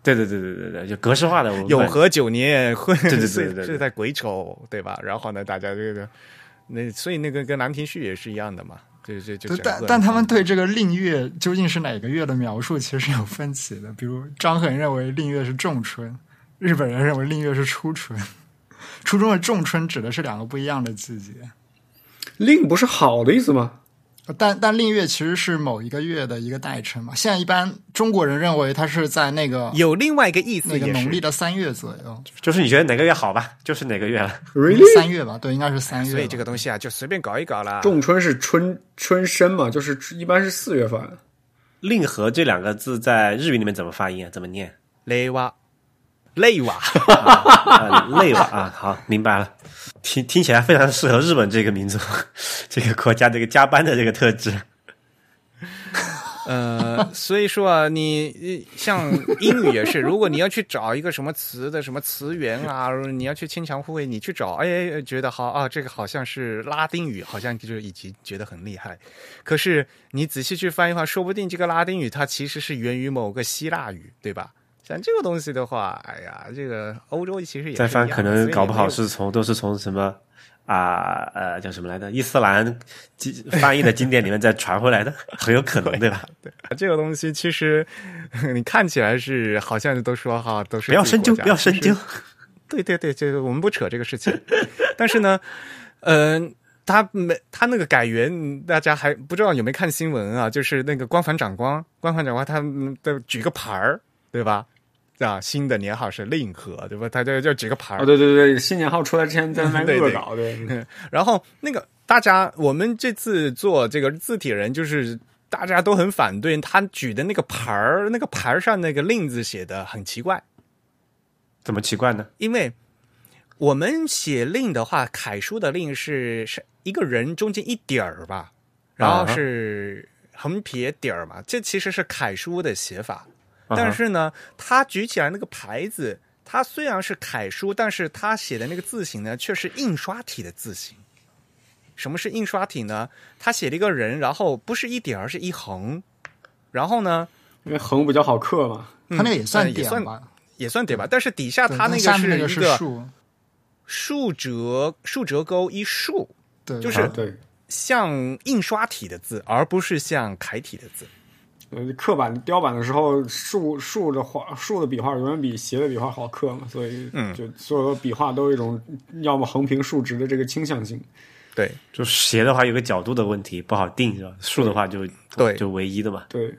S3: 对对对对对对，就格式化的文本
S2: 永和九年婚，
S3: 对 对对
S2: 是
S3: 对对
S2: 是在癸丑，对吧？然后呢，大家这个那所以那个跟《兰亭序》也是一样的嘛，就就就
S4: 对
S2: 整
S4: 但
S2: 个
S4: 但他们对这个令月究竟是哪个月的描述，其实是有分歧的。比如张衡认为令月是仲春，日本人认为令月是初春。初中的仲春指的是两个不一样的季节，
S5: 令不是好的意思吗？
S4: 但但令月其实是某一个月的一个代称嘛。现在一般中国人认为它是在那个
S2: 有另外一个意思
S4: 那
S2: 也
S4: 个
S2: 是，
S4: 农历的三月左右，
S3: 就是你觉得哪个月好吧，就是哪个月了。
S4: 三月吧，对，应该是三月吧。
S2: 所以这个东西啊，就随便搞一搞啦。
S5: 仲春是春春深嘛，就是一般是四月份。
S3: 令和这两个字在日语里面怎么发音啊？怎么 念？
S2: 雷哇，累哇。
S3: 啊、累了啊！好，明白了。听听起来非常适合日本这个民族、 这个国家这个加班的这个特质。
S2: 呃，所以说啊，你呃像英语也是，如果你要去找一个什么词的什么词源啊，你要去牵强附会，你去找，哎，觉得好啊，这个好像是拉丁语，好像就是已经觉得很厉害。可是你仔细去翻译的话，说不定这个拉丁语它其实是源于某个希腊语，对吧？像这个东西的话，哎呀，这个欧洲其实也是
S3: 再翻
S2: 一样
S3: 可
S2: 的
S3: 能搞不好。
S2: 所以
S3: 是从都是从什么啊呃叫什么来着？伊斯兰经翻译的经典里面再传回来的，很有可 能对吧？
S2: 这个东西其实 你看起来是好像都说哈，都是
S3: 不要深究，
S2: 自己国家
S3: 不要深究。
S2: 对对对，这个我们不扯这个事情。但是呢，嗯、他没他那个改元，大家还不知道有没有看新闻啊？就是那个官方长官，官方长官他们都举个牌儿，对吧？啊，新的年号是令和，对吧？他就就举个牌儿
S1: 啊
S5: 哦，，对对对，新年号出来之前在 那
S2: 对
S5: 边
S2: 对
S5: 恶搞， 对，对
S2: 然后那个大家，我们这次做这个字体人，就是大家都很反对他举的那个牌儿，那个牌儿上那个“令”字写的很奇怪，
S3: 怎么奇怪呢？
S2: 因为我们写“令”的话，楷书的“令”是是一个人中间一点儿吧，然
S3: 啊
S2: 后是横撇点儿嘛，这其实是楷书的写法。
S3: 啊哈
S2: 但是呢，他举起来那个牌子，它虽然是楷书，但是他写的那个字形呢，却是印刷体的字形。什么是印刷体呢？他写了一个人，然后不是一点儿，是一横，然后呢
S5: 因为横比较好刻嘛。
S4: 他那个也算
S2: 嗯也
S4: 点
S2: 算
S4: 吧，
S2: 也算
S3: 嗯
S2: 点吧，但是底下
S4: 对
S2: 他
S4: 但
S2: 那
S4: 下面那
S2: 是
S4: 个
S2: 一
S4: 是
S2: 个
S4: 树，
S2: 竖折竖折钩一竖，
S4: 对，
S2: 就是
S5: 啊对，
S2: 像印刷体的字，而不是像楷体的字。
S5: 呃，刻板雕版的时候，竖竖的画竖的笔画永远比斜的笔画好刻嘛，所以
S2: 嗯
S5: 就所有的笔画都有一种要么横平竖直的这个倾向性。
S2: 对，
S3: 就斜的话有个角度的问题不好定是吧？竖的话就
S2: 对
S3: 就唯一的嘛。
S5: 对，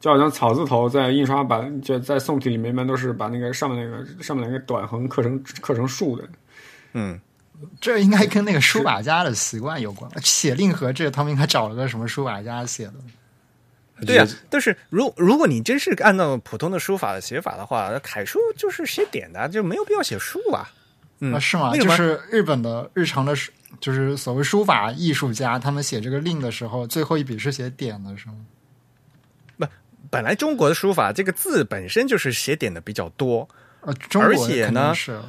S5: 就好像草字头在印刷版就在宋体里面一般都是把那个上面那个上面那个短横刻成刻成竖的。
S2: 嗯，
S4: 这应该跟那个书法家的习惯有关。写令和这，他们应该找了个什么书法家写的。
S2: 对呀、
S3: 就是
S2: 但是如如果你真是按照普通的书法的写法的话，那楷书就是写点的，啊就没有必要写竖啊。嗯，
S4: 啊，是吗？
S2: 那个
S4: 就
S2: 玩
S4: 是日本的日常的书，就是所谓书法艺术家，他们写这个令的时候，最后一笔是写点的，是吗？
S2: 本来中国的书法这个字本身就是写点的比较多，
S4: 呃，中
S2: 而
S4: 国
S2: 且
S4: 肯
S2: 呢
S4: 定是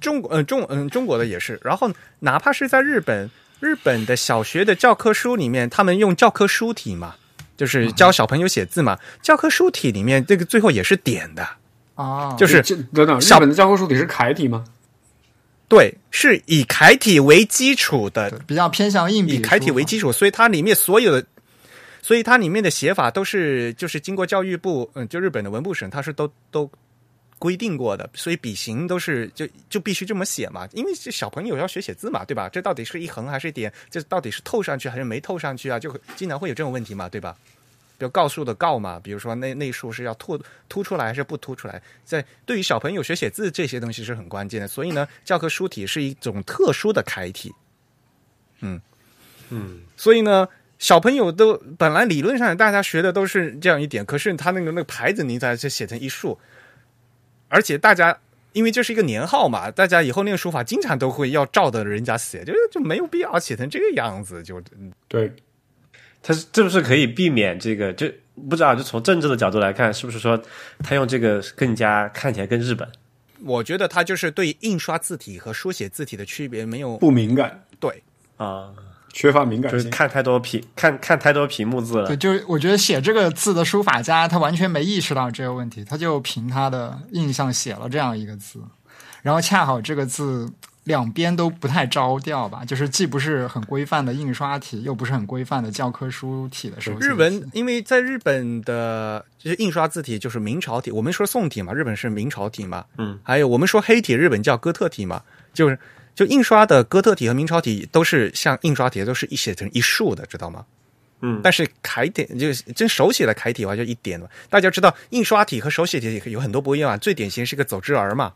S2: 中国呃中嗯、中国的也是。然后哪怕是在日本，日本的小学的教科书里面，他们用教科书体嘛，就是教小朋友写字嘛，教科书体里面这个最后也是点的。
S4: 啊，
S2: 就是是
S5: 这等等，日
S2: 小
S5: 本的教科书体是楷体吗？
S2: 对，是以楷体为基础的，
S4: 比较偏向硬笔
S2: 以
S4: 书法，
S2: 楷体为基础，所以它里面所有的，所以它里面的写法都是就是经过教育部，嗯，就日本的文部省，它是都都规定过的，所以笔形都是就就必须这么写嘛，因为这小朋友要学写字嘛，对吧？这到底是一横还是一点？这到底是透上去还是没透上去啊？就会经常会有这种问题嘛，对吧？比如告诉的告嘛，比如说那那竖是要突突出来还是不突出来，在对于小朋友学写字这些东西是很关键的，所以呢，教科书体是一种特殊的楷体，嗯嗯，所以呢，小朋友都本来理论上大家学的都是这样一点，可是他那个那个牌子你咋就写成一竖，而且大家。因为这是一个年号嘛，大家以后那个书法经常都会要照着人家写，就就没有必要写成这个样子，就
S5: 对，
S3: 他是这不是可以避免这个？就不知道，就从政治的角度来看，是不是说他用这个更加看起来更日本？
S2: 我觉得它就是对印刷字体和书写字体的区别没有
S5: 不敏感，
S2: 对，
S3: 啊、
S5: 缺乏敏感
S3: 就是
S5: 性。
S3: 看太多屏，看看太多屏幕字了
S4: 对，。就是我觉得写这个字的书法家，他完全没意识到这个问题，他就凭他的印象写了这样一个字，然后恰好这个字两边都不太着调吧，就是既不是很规范的印刷体，又不是很规范的教科书体的手写体。
S2: 日文，因为在日本的就是印刷字体就是明朝体，我们说宋体嘛，日本是明朝体嘛，
S3: 嗯，
S2: 还有我们说黑体，日本叫哥特体嘛，就是就印刷的哥特体和明朝体都是像印刷体都是一写成一竖的，知道吗？
S3: 嗯
S2: 但是楷体就是真手写的楷体的话就一点嘛，大家知道印刷体和手写体有很多不一样啊，最典型是个走之儿嘛，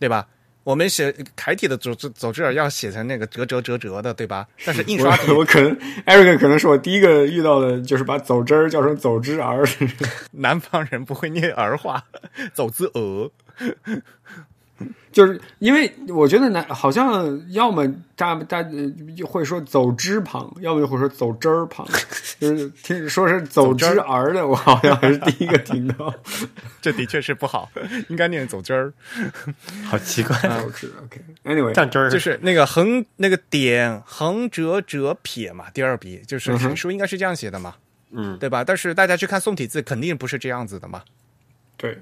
S2: 对吧？我们写楷体的走之走之儿要写成那个折折折折的，对吧？但是印刷体
S5: 我我可能 Eric 可能是我第一个遇到的，就是把走之儿叫成走之儿。
S2: 南方人不会念儿化， 走之鹅。
S5: 就是因为我觉得呢，好像要么大大呃会说走之旁，要么就会说走之儿旁，就是听说是走之儿的，我好像还是第一个听到
S2: 这的确是不好，应该念走之儿，
S3: 好奇怪，
S5: 走之。OK，Anyway，、
S3: 像真儿
S2: 就是那个横那个点横折折撇嘛，第二笔就是
S5: 嗯哼
S2: 楷书应该是这样写的嘛，
S3: 嗯，
S2: 对吧？但是大家去看宋体字，肯定不是这样子的嘛。
S5: 对，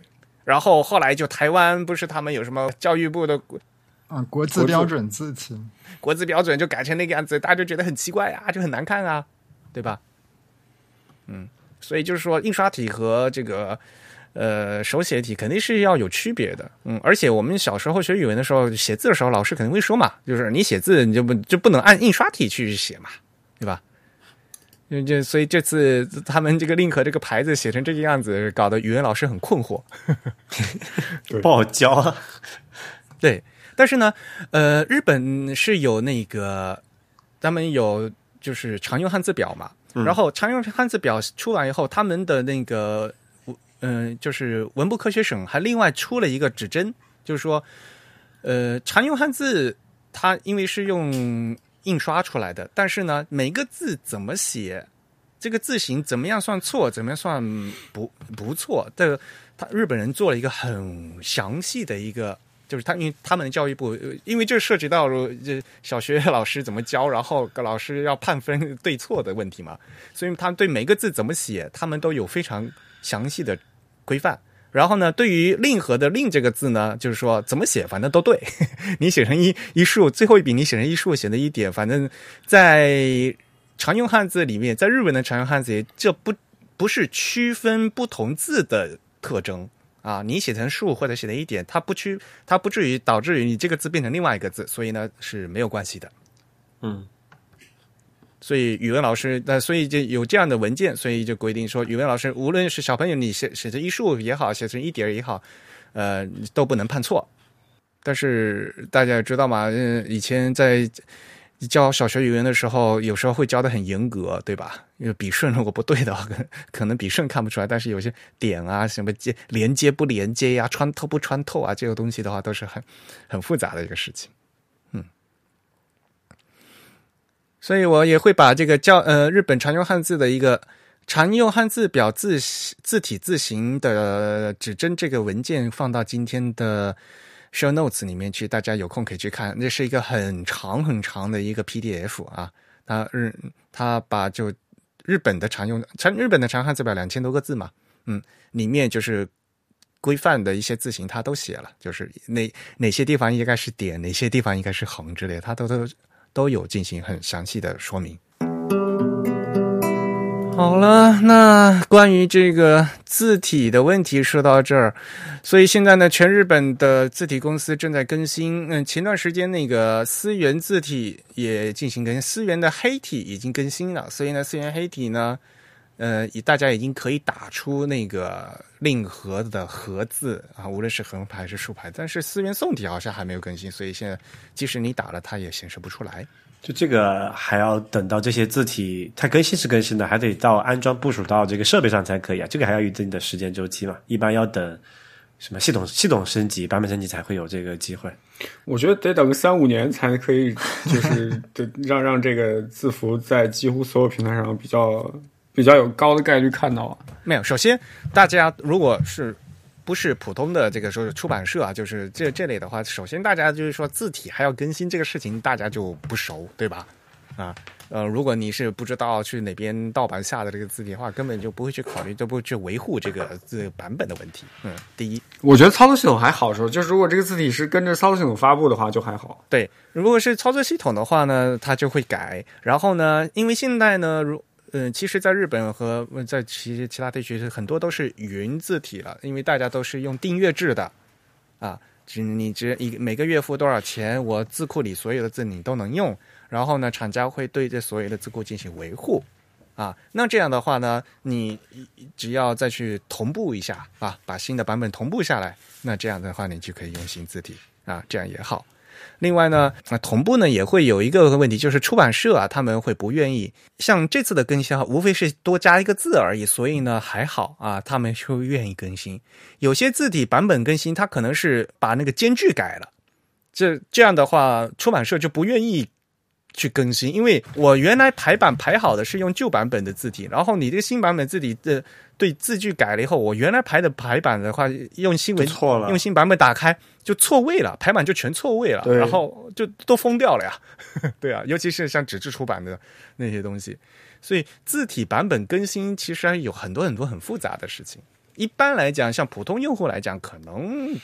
S2: 然后后来就台湾不是他们有什么教育部的
S4: 啊，国字标准字体，
S2: 国字标准就改成那个样子，大家就觉得很奇怪啊，就很难看啊，对吧？嗯，所以就是说，印刷体和这个呃手写体肯定是要有区别的。嗯，而且我们小时候学语文的时候，写字的时候，老师肯定会说嘛，就是你写字你就不就不能按印刷体去写嘛，对吧？就就所以这次他们这个 link 这个牌子写成这个样子，搞得语文老师很困惑。
S3: 不好教啊。
S2: 对，但是呢，呃，日本是有那个，他们有就是常用汉字表嘛，然后常用汉字表出来以后，他们的那个，嗯、呃，就是文部科学省还另外出了一个指针，就是说，呃，常用汉字它因为是用印刷出来的，但是呢，每个字怎么写，这个字形怎么样算错，怎么样算不不错，这个他日本人做了一个很详细的一个。就是他，因为他们的教育部，呃因为这涉及到呃这小学老师怎么教，然后老师要判分对错的问题嘛，所以他们对每个字怎么写，他们都有非常详细的规范。然后呢，对于“令和”的“令”这个字呢，就是说怎么写，反正都对。 你写成一一竖，最后一笔你写成一竖，写的一点，反正在常用汉字里面，在日文的常用汉字里，这不不是区分不同字的特征啊。你写成竖或者写成一点，它不区，它不至于导致于你这个字变成另外一个字，所以呢是没有关系的。
S3: 嗯，
S2: 所以语文老师，那所以就有这样的文件，所以就规定说，语文老师无论是小朋友你写写成一竖也好，写成一点儿也好，呃，都不能判错。但是大家也知道嘛，嗯，以前在教小学语文的时候，有时候会教的很严格，对吧？ 因为笔顺如果不对的话，可能可能笔顺看不出来，但是有些点啊，什么接连接不连接呀、穿透不穿透啊，这个东西的话，都是很很复杂的一个事情。嗯所以我也会把这个教呃日本常用汉字的一个常用汉字表字字体字形的指针这个文件放到今天的 show notes 里面去，大家有空可以去看。那是一个很长很长的一个 PDF 啊，它日它把就日本的常用常日本的常汉字表两千多个字嘛，嗯，里面就是规范的一些字形，它都写了，就是哪哪些地方应该是点，哪些地方应该是横之类的，它都都都有进行很详细的说明。好了，那关于这个字体的问题说到这儿，所以现在呢，全日本的字体公司正在更新。嗯，前段时间那个思源字体也进行更新，思源的黑体已经更新了，所以呢，思源黑体呢，呃，以大家已经可以打出那个令和的和字啊，无论是横排还是竖排，但是思源宋体好像还没有更新，所以现在即使你打了，它也显示不出来。
S3: 就这个还要等到这些字体它更新是更新的，还得到安装部署到这个设备上才可以啊。这个还要有一定的时间周期嘛，一般要等什么系统系统升级、版本升级才会有这个机会。
S5: 我觉得得等个三五年才可以，就是 对让让这个字符在几乎所有平台上比较比较有高的概率看到啊。
S2: 没有，首先大家如果是不是普通的这个说是出版社啊，就是这这类的话，首先大家就是说字体还要更新这个事情，大家就不熟，对吧？啊，呃，如果你是不知道去哪边盗版下的这个字体的话，根本就不会去考虑，都不会去维护这个字版本的问题。嗯，第一，
S5: 我觉得操作系统还好说，就是如果这个字体是跟着操作系统发布的话，就还好。
S2: 对，如果是操作系统的话呢，它就会改。然后呢，因为现在呢，如嗯，其实，在日本和呃在其其他地区，很多都是云字体了，因为大家都是用订阅制的啊，只你只一个每个月付多少钱，我字库里所有的字你都能用。然后呢，厂家会对这所有的字库进行维护啊。那这样的话呢，你只要再去同步一下啊，把新的版本同步下来，那这样的话你就可以用新字体啊，这样也好。另外呢，那同步呢也会有一个问题，就是出版社啊，他们会不愿意像这次的更新啊，无非是多加一个字而已，所以呢还好啊，他们就愿意更新。有些字体版本更新，它可能是把那个间距改了，这这样的话，出版社就不愿意去更新，因为我原来排版排好的是用旧版本的字体，然后你这个新版本字体的对字距改了以后，我原来排的排版的话，用新文
S3: 就错了
S2: 用新版本打开就错位了，排版就全错位了，
S5: 对
S2: 然后就都封掉了呀。 对啊，尤其是像纸质出版的那些东西，所以字体版本更新其实还有很多很多很复杂的事情。一般来讲，像普通用户来讲，可能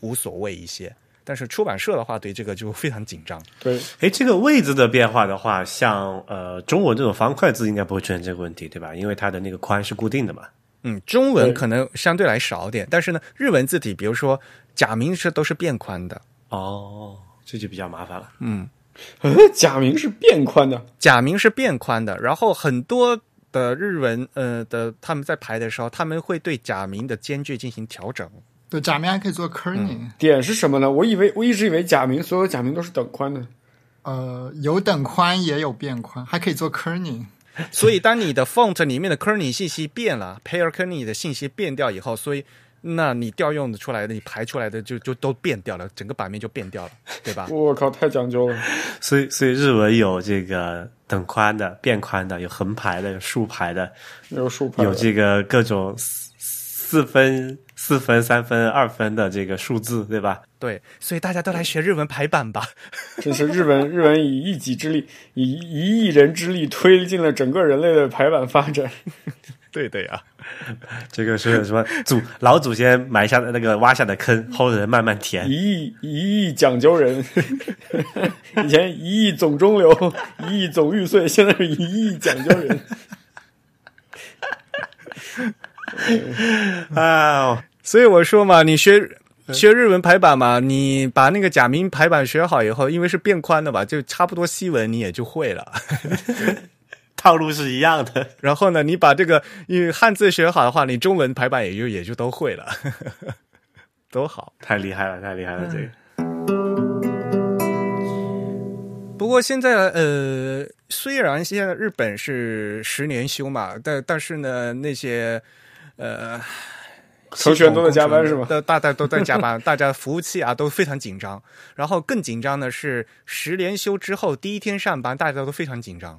S2: 无所谓一些。但是出版社的话，对这个就非常紧张。
S5: 对，
S3: 哎，这个位置的变化的话，像呃中文这种方块字应该不会出现这个问题，对吧？因为它的那个宽是固定的嘛。
S2: 嗯，中文
S5: 对
S2: 可能相对来少点，但是呢，日文字体，比如说假名是都是变宽的，
S3: 哦，这就比较麻烦了。
S5: 假名是变宽的，
S2: 假名是变宽的，然后很多的日文呃的他们在排的时候，他们会对假名的间距进行调整。
S4: 对，假面还可以做 kerning，、
S5: 点是什么呢？我以为我一直以为假名所有假名都是等宽的，
S4: 呃，有等宽也有变宽，还可以做 kerning。
S2: 所以当你的 font 里面的 kerning 信息变了，pair kerning 的信息变掉以后，所以那你调用出来的、你排出来的就就都变掉了，整个版面就变掉了，对 吧？
S5: 我靠，太讲究了。
S3: 所以，所以日文有这个等宽的、变宽的，有横排的、有竖排的，
S5: 有竖排的，
S3: 有这个各种四四分、四分、三分、二分的这个数字，对吧？
S2: 对，所以大家都来学日文排版吧。
S5: 真是日本日本以一己之力，以一亿人之力推进了整个人类的排版发展。
S2: 对的
S5: 啊
S2: 呀、
S3: 这个是什么祖老祖先埋下的那个挖下的坑，后人慢慢填。
S5: 一亿一亿讲究人， 以前一亿总中流，一亿总玉碎，现在是一亿讲究人。嗯
S3: 啊，
S2: 所以我说嘛，你学学日文排版嘛，你把那个假名排版学好以后，因为是变宽的吧，就差不多西文你也就会了。
S3: 套路是一样的。
S2: 然后呢，你把这个你汉字学好的话，你中文排版也就也就都会了， 都好。
S3: 太厉害了，太厉害了！
S5: 嗯
S3: 这个
S2: 不过现在呃，虽然现在日本是十年休嘛，但但是呢，那些 呃。
S5: 程序员都在加 班是吗
S2: 大大家都在加班，大家服务器啊都非常紧张。然后更紧张的是十连休之后第一天上班，大家都非常紧张。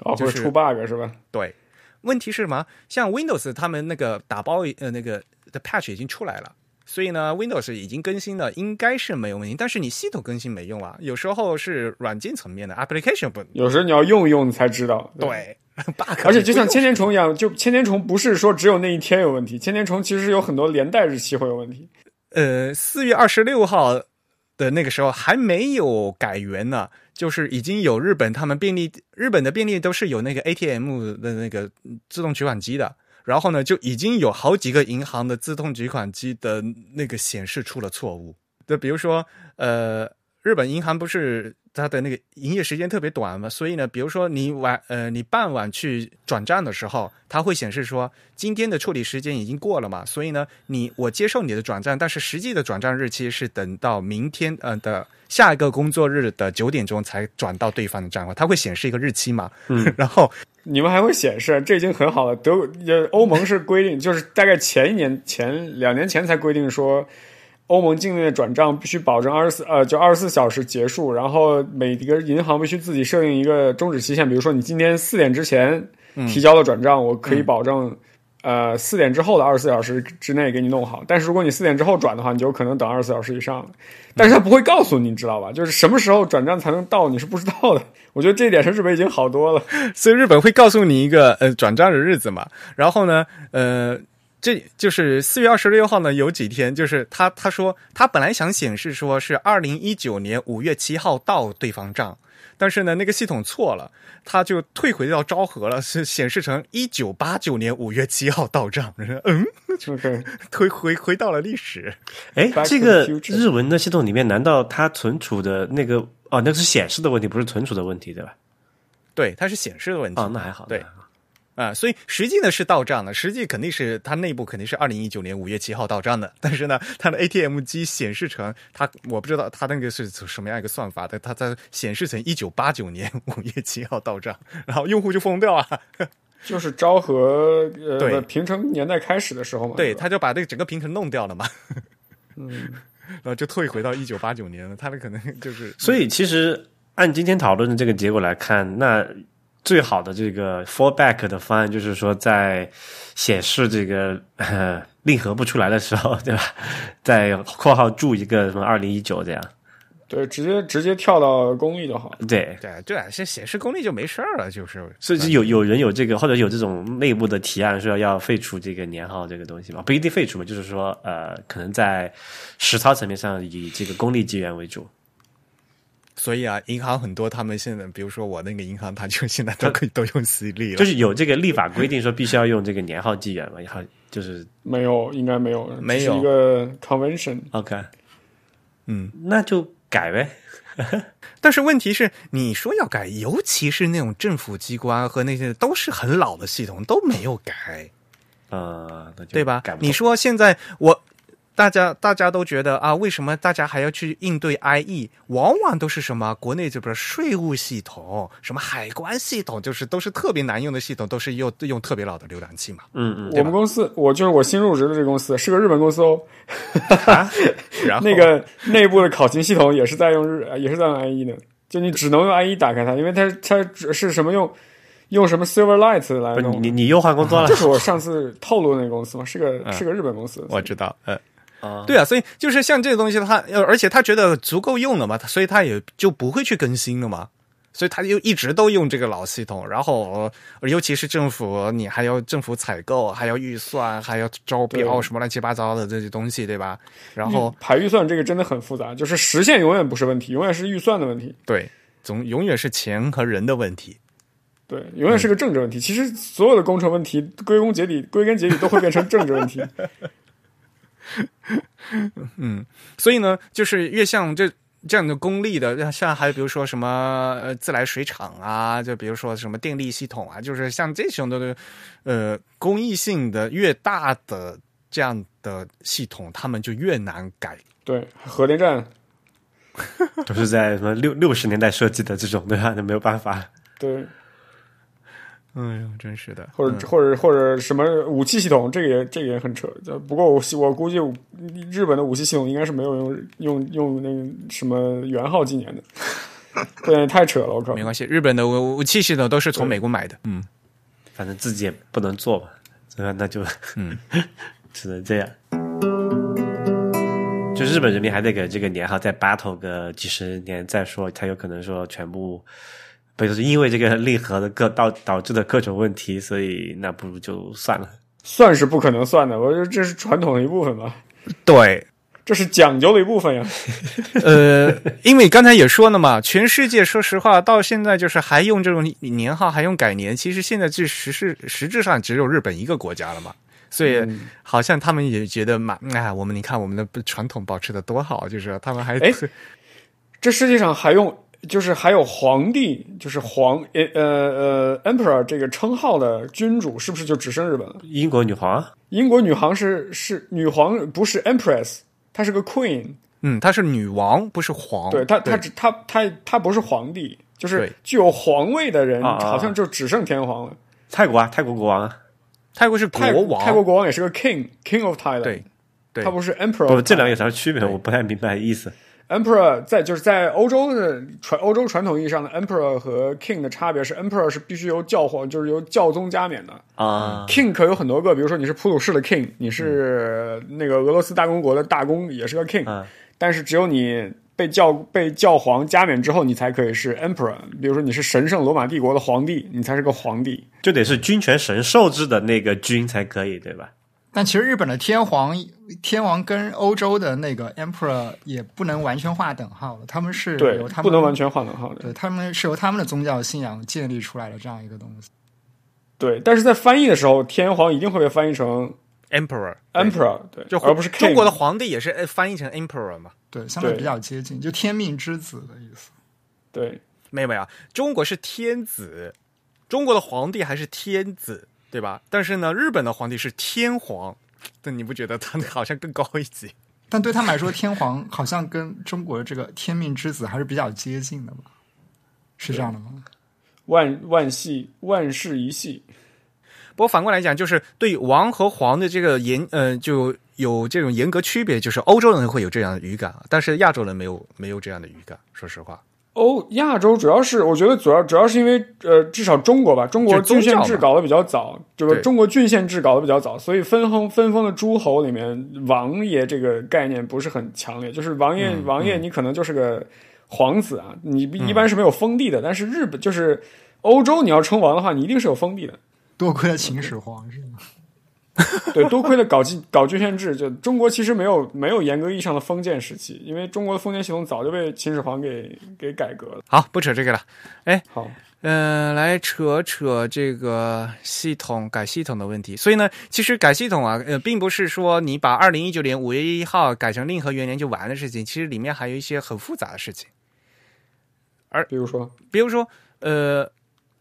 S5: 哦，
S2: 就
S5: 会
S2: 是
S5: 出 bug 是吧？
S2: 对，问题是什么？像 Windows 他们那个打包呃那个的 patch 已经出来了。所以呢，Windows 已经更新了，应该是没有问题。但是你系统更新没用啊，有时候是软件层面的 application 不
S5: 有时候你要用一用你才知道。
S2: 对 bug，
S5: 而且就像千年虫一样，就千年虫不是说只有那一天有问题，千年虫其实有很多连带日期会有问题。
S2: 呃，四月二十六号的那个时候还没有改元呢，就是已经有日本他们便利，日本的便利都是有那个 ATM 的那个自动取款机的。然后呢，就已经有好几个银行的自动取款机的那个显示出了错误。就比如说，呃，日本银行不是它的那个营业时间特别短嘛，所以呢，比如说你晚呃你傍晚去转账的时候，它会显示说今天的处理时间已经过了嘛，所以呢，你我接受你的转账，但是实际的转账日期是等到明天呃的下一个工作日的九点钟才转到对方的账户，它会显示一个日期嘛，嗯， 然后
S5: 你们还会显示，这已经很好了。德国呃，欧盟是规定，就是大概前一年、前两年前才规定说，欧盟境内的转账必须保证二十四呃，就二十四小时结束，然后每一个银行必须自己设定一个终止期限，比如说你今天四点之前提交的转账，我可以保证。呃，四点之后的二十四小时之内给你弄好，但是如果你四点之后转的话，你就有可能等二十四小时以上了。但是他不会告诉你，你知道吧？就是什么时候转账才能到，你是不知道的。我觉得这一点上日本已经好多了。
S2: 所以日本会告诉你一个呃转账的日子嘛，然后呢，呃，这就是四月二十六号呢，有几天就是他他说他本来想显示说是二零一九年五月七号到对方账，但是呢那个系统错了，他就退回到昭和了，是显示成一九八九年五月七号到账， 嗯，
S5: OK，
S2: 退回回到了历史，
S3: 哎
S5: Back，to
S3: 这个
S5: the future
S3: 日文的系统里面，难道它存储的那个哦，那是显示的问题，不是存储的问题，对吧？
S2: 对，它是显示的问题
S3: 哦，那还好。
S2: 对
S3: 那还好
S2: 啊、所以实际呢是到账的，实际肯定是它内部肯定是二零一九年五月七号到账的，但是呢，它的 ATM 机显示成它，我不知道它那个是什么样一个算法的，它它显示成一九八九年 五月七号到账，然后用户就疯掉啊，
S5: 就是昭和呃
S2: 对
S5: 不平成年代开始的时候嘛，
S2: 对，
S5: 是吧
S2: 他就把这个整个平衡弄掉了嘛，嗯， 然后就退回到一九八九年了，他的可能就是
S3: 所以其实按今天讨论的这个结果来看，那最好的这个 fallback 的方案就是说，在显示这个 呃令和不出来的时候，对吧？在括号注一个什么二零一九这样。
S5: 对，直接直接跳到公立就好了。
S3: 对，
S2: 对对啊，先显示功力就没事儿了，就是
S3: 所以是有有人有这个，或者有这种内部的提案说要废除这个年号这个东西吧，不一定废除吧，就是说呃，可能在实操层面上以这个公立机源为主。
S2: 所以啊，银行很多，他们现在比如说我那个银行，它就现在都可以都用私立了，
S3: 就是有这个立法规定说必须要用这个年号纪元嘛，然后就是
S5: 没有，应该没有，
S2: 没有
S5: 这是一个 convention。
S3: OK，
S2: 嗯，
S3: 那就改呗。
S2: 但是问题是，你说要改，尤其是那种政府机关和那些都是很老的系统，都没有改，
S3: 呃，那就
S2: 对吧
S3: 改？不
S2: 你
S3: 动
S2: 说现在我大家大家都觉得啊，为什么大家还要去应对 IE？往往都是什么国内这边税务系统、什么海关系统，就是都是特别难用的系统，都是用用特别老的浏览器嘛。
S3: 嗯嗯，
S5: 我们公司，我就是我新入职的这个公司，是个日本公司哦。
S2: 啊然后
S5: 那个内部的考勤系统也是在用日，呃也是在用 IE 的，就你只能用 IE 打开它，因为它它只是什么用用什么 Silverlight 来
S3: 不是
S5: 弄
S3: 你
S5: 的。
S3: 你又换工作了
S5: 这是我上次透露的那个公司嘛，是个是个日本公司。
S2: 嗯我知道，嗯。
S3: 啊？
S2: 对啊，所以就是像这个东西他，呃而且他觉得足够用了嘛，他所以他也就不会去更新了嘛，所以他就一直都用这个老系统。然后，呃尤其是政府，你还要政府采购，还要预算，还要招标
S5: 对嗯
S2: 什么乱七八糟的这些东西，对吧？然后，
S5: 排预算这个真的很复杂，就是实现永远不是问题，永远是预算的问题，
S2: 对，总永远是钱和人的问题。
S5: 对，永远是个政治问题。其实所有的工程问题，归根结底，归根结底都会变成政治 问题。
S2: 所以呢，就是越像这这样的公立的，像还有比如说什么呃自来水厂啊，就比如说什么电力系统啊，就是像这种的呃公益性的越大的这样的系统，他们就越难改。
S5: 对，核电站，
S3: 都啊是在什么六六十年代设计的这种，对吧？那没有办法。
S5: 对，
S2: 哎呦，真是的，
S5: 或者、或者或者什么武器系统，这个也这个也很扯。就不过我我估计日本的武器系统应该是没有用用用那个什么元昊纪念的，对，太扯了，我靠
S2: 没！关系，日本的武武器系统都是从美国买的。嗯，
S3: 反正自己也不能做嘛，对吧？那就嗯， 只能这样。就日本人民还得给这个年号再 battle 个几十年再说，才有可能说全部，不就是因为这个令和的各导导致的各种问题，所以那不如就算了。
S5: 算是不可能算的，我觉得这是传统的一部分吧，
S2: 对，
S5: 这是讲究的一部分呀。
S2: 呃，因为刚才也说了嘛， 全世界说实话到现在就是还用这种年号，还用改年，其实现在这实是实质上只有日本一个国家了嘛。所以，
S5: 嗯
S2: 好像他们也觉得嘛，哎，我们你看我们的传统保持的多好，就是他们还
S5: 哎这世界上还用就是还有皇帝，就是皇呃呃呃 emperor 这个称号的君主，是不是就只剩日本了？
S3: 英国女皇啊
S5: 英国女皇是是女皇，不是 empress，她是个 queen。
S2: 嗯，她是女王，不是皇，
S5: 对他，他只他他他不是皇帝，就是
S2: 对
S5: 具有皇位的人，
S3: 啊啊啊
S5: 好像就只剩天皇了。
S3: 泰国啊，泰国国王啊，
S2: 泰国是
S5: 泰
S2: 国王，
S5: 泰国国王也是个 king，king of Thailand。
S2: 对，对
S5: 他不是
S3: 不，
S5: emperor。
S3: 这两个有啥区别？我不太明白意思。
S5: emperor 在就是在欧洲的传欧洲传统意义上的 emperor 和 king 的差别是，emperor 是必须由教皇，就是由教宗加冕的。
S3: 啊
S5: king 可有很多个，比如说你是普鲁士的 king，你是那个俄罗斯大公国的大公，也是个 king，、
S3: 嗯
S5: 但是只有你被教被教皇加冕之后，你才可以是 emperor。比如说你是神圣罗马帝国的皇帝，你才是个皇帝。
S3: 就得是君权神授制的那个君才可以，对吧？
S4: 但其实日本的天皇，天王跟欧洲的那个 emperor 也不能完全划等号了，他们是
S5: 对
S4: 由他，们
S5: 不能完全划等号的。
S4: 对他们是由他们的宗教信仰建立出来的这样一个东西。
S5: 对，但是在翻译的时候，天皇一定会被翻译成
S2: emperor，
S5: emperor，对，
S2: 就
S5: 而不是 king。
S2: 中国的皇帝也是呃翻译成 emperor 嘛。
S4: 对，相对
S5: 对
S4: 比较接近，就天命之子的意思。
S5: 对
S2: 没有没有，啊中国是天子，中国的皇帝还是天子，对吧？但是呢，日本的皇帝是天皇，但你不觉得他好像更高一级？
S4: 但对他们来说，天皇好像跟中国这个天命之子还是比较接近的吧？是这样的吗？
S5: 万万系万事一系，
S2: 不过反过来讲，就是对王和皇的这个严呃，就有这啊种严格区别，就是欧洲人会有这样的语感，但是亚洲人没有没有这样的语感。说实话，
S5: 欧哦亚洲主要是我觉得主要主要是因为呃，至少中国吧，中国
S6: 就是宗
S5: 郡
S6: 教
S5: 县
S6: 嘛
S5: 制搞得比较早，这个
S6: 对
S5: 中国郡县制搞得比较早，所以分封分封的诸侯里面，王爷这个概念不是很强烈，就是王爷、
S6: 嗯
S5: 王爷你可能就是个皇子啊，你一般是没有封地
S6: 嗯
S5: 的，但是日本就是欧洲你要称王的话，你一定是有封 地的。
S4: 多亏了秦始皇是吗？
S5: 对，多亏了搞郡搞郡县制，就中国其实没有没有严格意义上的封建时期，因为中国的封建系统早就被秦始皇给给改革了。
S2: 好，不扯这个了。
S5: 好，
S2: 嗯，来扯扯这个系统改系统的问题。所以呢，其实改系统啊，呃，并不是说你把二零一九年五月一号改成令和元年就完的事情，其实里面还有一些很复杂的事情。
S5: 比如说，
S2: 比如说，呃，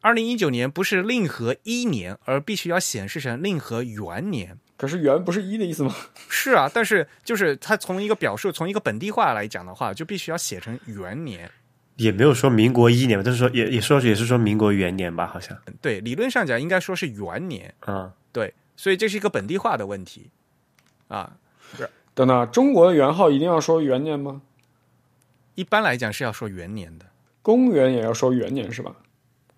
S2: 二零一九年不是令和一年，而必须要显示成令和元年。
S5: 可是元不是一的意思吗？
S2: 是啊，但是就是它从一个表述，从一个本地化来讲的话，就必须要写成元年。
S3: 也没有说民国一年吧，就是说也也说也是说民国元年吧，好像
S2: 对，理论上讲应该说是元年，
S3: 啊、
S2: 对，所以这是一个本地化的问题啊。
S5: 等等，中国的元号一定要说元年吗？
S2: 一般来讲是要说元年的。
S5: 公元也要说元年是吧？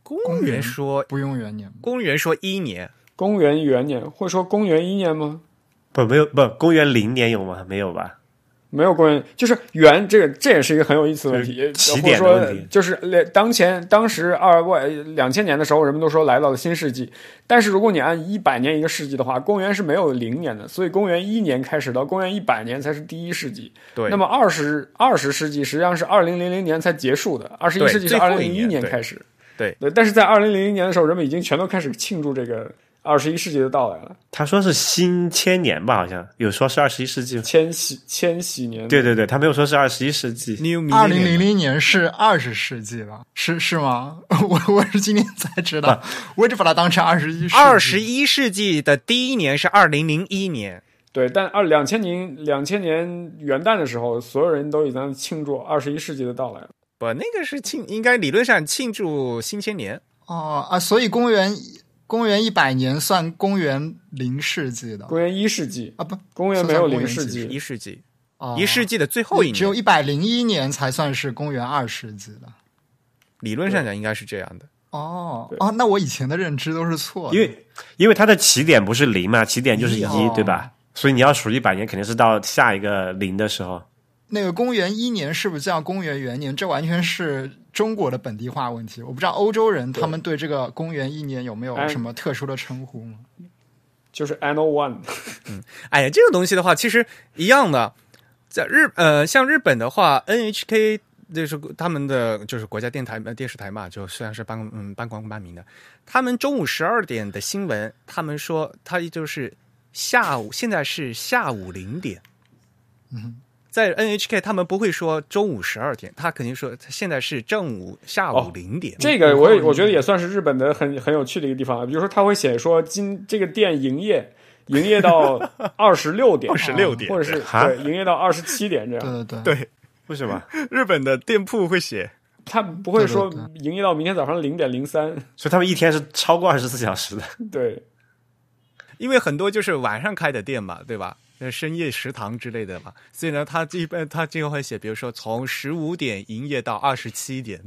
S2: 公元说
S4: 不用元年，
S2: 公元说一年，
S5: 公元元年会说公元一年吗？
S3: 不没有不公元零年有吗？没有吧？
S5: 没有公元，就是元这个，这也是一个很有意思的问题，
S3: 就是起
S5: 或者
S3: 点的
S5: 说
S3: 问题
S5: 就是连当前当时二万两千年的时候，人们都说来到了新世纪，但是如果你按一百年一个世纪的话，公元是没有零年的，所以公元一年开始到公元一百年才是第一世纪。
S2: 对
S5: 那么二十二十世纪实际上是二零零零年才结束的，二十一
S2: 对
S5: 世纪是
S2: 最
S5: 二
S2: 后
S5: 零
S2: 一
S5: 零
S2: 年
S5: 年
S2: 对
S5: 开始。
S2: 对
S5: 对，但是在二零零零年的时候，人们已经全都开始庆祝这个二十一世纪的到来了，
S3: 他说是新千年吧，好像有说是二十一世纪吗，
S5: 千禧千禧年。
S3: 对对对，他没有说是二十一世纪。
S2: New
S4: 二零零
S2: Millennium
S4: 零年是二十世纪了，是是吗？ 我我是今天才知道，我一直把它当成二十一世纪。
S2: 二十一世纪的第一年是二零零一年，
S5: 对，但二两千年两千年元旦的时候，所有人都已经庆祝二十一世纪的到来了。
S2: 不，那个是庆，应该理论上庆祝新千年。
S4: 哦啊，所以公元公元一百年算公元零世纪的
S5: 公元一世纪
S4: 啊，不，
S5: 公元没
S4: 是在
S5: 有
S4: 公元
S5: 零世
S4: 几
S2: 一
S5: 纪，
S2: 世纪，
S4: 哦
S2: 一世纪的最后一
S4: 只有
S2: 年，
S4: 一百零一年才算是公元二世纪的。
S2: 理论上讲应该是这样的。
S4: 哦
S5: 对
S4: 哦，那我以前的认知都是错的。
S3: 因为因为它的起点不是零嘛，起点就是一、
S4: 哦
S3: 对吧？所以你要数一百年，肯定是到下一个零的时候。
S4: 那个公元一年是不是叫公元元年？这完全是中国的本地化问题。我不知道欧洲人他们对这个公元一年有没有
S5: 哎
S4: 什么特殊的称呼吗？
S5: 就是 anno one。
S2: 哎呀，这个东西的话，其实一样的，在日呃，像日本的话，NHK 就是他们的就是国家电台呃电视台嘛，就虽然是半嗯半官半民的，他们中午十二点的新闻，他们说他就是下午，现在是下午零点。在 NHK，他们不会说中午十二点，他肯定说现在是正午下午
S5: 哦
S2: 零点。
S5: 这个我也我觉得也算是日本的很很有趣的一个地方啊。比如说，他会写说今这个店营业营业到二十六点，啊
S2: 26点
S5: 或者是
S3: 哈
S5: 对营业到二十七点这样。
S4: 对对
S2: 对
S4: 对，
S3: 为什么？
S2: 日本的店铺会写，
S5: 他不会说
S4: 对对
S5: 营业到明天早上零点零三。
S3: 所以他们一天是超过二十四小时的。
S5: 对，
S2: 因为很多就是晚上开的店嘛，对吧？呃，深夜食堂之类的嘛，所以呢，他一般他这个会写，比如说从十五点营业到二十七点，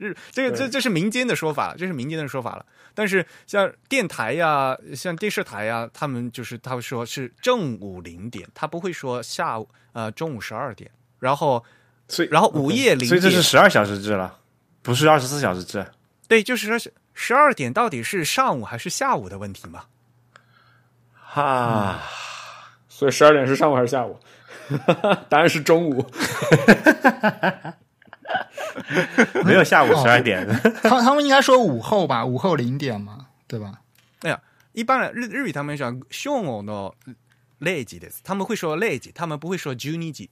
S2: 日这个这
S5: 对
S2: 这是民间的说法，这是民间的说法了。但是像电台呀、像电视台呀，他们就是他会说是正午零点，他不会说下午呃中午十二点，然后
S3: 所以
S2: 然后午夜零
S3: 所以
S2: 点，
S3: 这是十二小时制了，不是二十四小时制。
S2: 对，就是说是十二点到底是上午还是下午的问题嘛？
S3: 哈，
S5: 所以十二点是上午还是下午？ 答案是中午。
S3: 没有下午十二点，
S4: 他们他们应该说午后吧，午后零点嘛，对吧？
S2: 哎呀，一般的日日语他们讲正午の0時です，他们会说0時，他们不会说12時，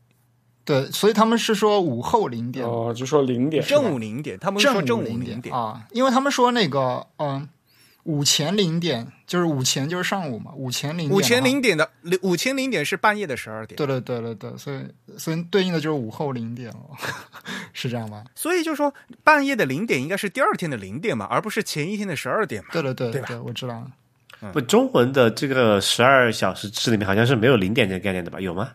S4: 对，所以他们是说午后零点，
S5: 哦，就说零点。
S2: 正午零点，他们会说正
S4: 正
S2: 午
S4: 零
S2: 零点。
S4: 啊，因为他们说那个嗯，午前零点就是午前就是上午嘛，午前零点，
S2: 午前零，点的午前零点是半夜的十二点，
S4: 对对对对对，所以所以对应的就是午后零点了，是这样吧？
S2: 所以就说半夜的零点应该是第二天的零点嘛，而不是前一天的十二点嘛。
S4: 对对对
S2: 对吧
S4: 对，我知道了。
S3: 不，中文的这个十二小时制里面好像是没有零点这个概念的吧？有吗？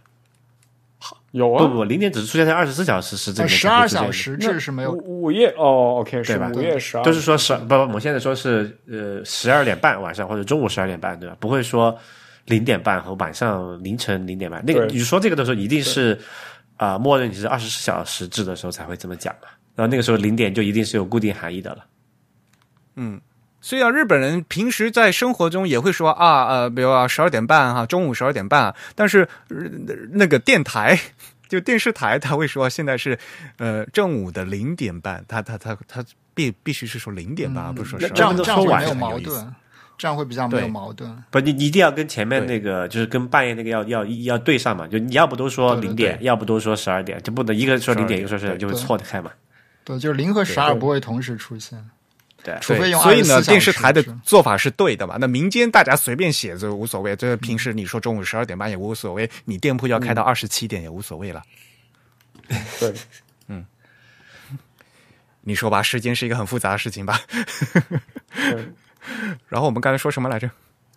S5: 有
S3: 不
S5: 啊，
S3: 不，零点只是出现在二十四小时时这
S4: 呃，
S3: 个
S4: 十
S3: 常
S4: 二
S3: 规出现
S4: 小时制是没有
S5: 午午夜哦，OK
S3: 对
S5: 是
S3: 吧
S5: 午夜十二，
S3: 就是说十不不，我们现在说是呃十二点半晚上或者中午十二点半，对吧？不会说零点半和晚上凌晨零点半。那个
S5: 对
S3: 你说这个的时候，一定是啊、默认你是二十四小时制的时候才会这么讲嘛。然后那个时候零点就一定是有固定含义的了。
S2: 虽啊然日本人平时在生活中也会说啊呃，比如啊十二点半哈、中午十二点半、啊，但是、呃那个电台 就电视台他会说现在是呃正午的零点半，他他他他必必须是说零点半，而不是说
S4: 这
S2: 十二
S4: 样
S2: 点
S4: 嗯这样
S2: 半
S3: 晚
S4: 会没有
S3: 上
S4: 矛
S2: 意思
S4: 盾，这样会比较没有
S2: 对
S4: 矛盾。
S3: 不，你你一定要跟前
S2: 对
S3: 面那个，就是跟半夜那个要要要对上嘛。就你要不都说
S4: 对对
S3: 零点，要不都说十二点，就不能一个说零点，
S2: 12点
S3: 一个说十点，就会
S4: 对
S3: 错得开嘛。
S4: 对，就是零和十二不会同时出现，
S3: 对，
S4: 除非用
S2: 所以呢，
S4: 24
S2: 电视台的
S4: 小时制
S2: 做法是对的嘛？那民间大家随便写就无所谓，这平时你说中午十二点半也无所谓，你店铺要
S4: 嗯
S2: 开到二十七点也无所谓了。 嗯
S5: 对，
S2: 你说吧，时间是一个很复杂的事情吧？
S5: 对
S2: 然后我们刚才说什么来着？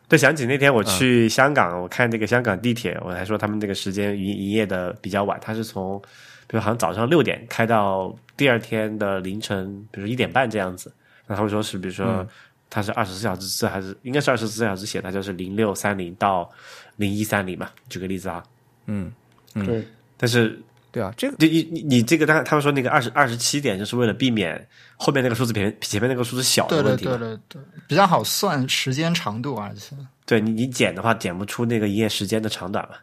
S3: 对，想起那天
S4: 嗯
S3: 我去香港，我看那个香港地铁，我还说他们那个时间营营业的比较晚，它是从，比如好像早上六点开到第二天的凌晨，比如一点半这样子。那他们说是，比如说
S4: 嗯
S3: 它是二十四小时制，还是应该是二十四小时写的，它就是零六三零到零一三零嘛。举个例子啊，
S4: 嗯
S5: 对，
S3: 但是
S2: 对啊，这个
S3: 就你你你这个，他他们说那个二十二十七点，就是为了避免后面那个数字比前面那个数字小的
S4: 对对
S3: 问题嘛。
S4: 对对对，比较好算时间长度，而且
S3: 对你你减的话，减不出那个营业时间的长短嘛。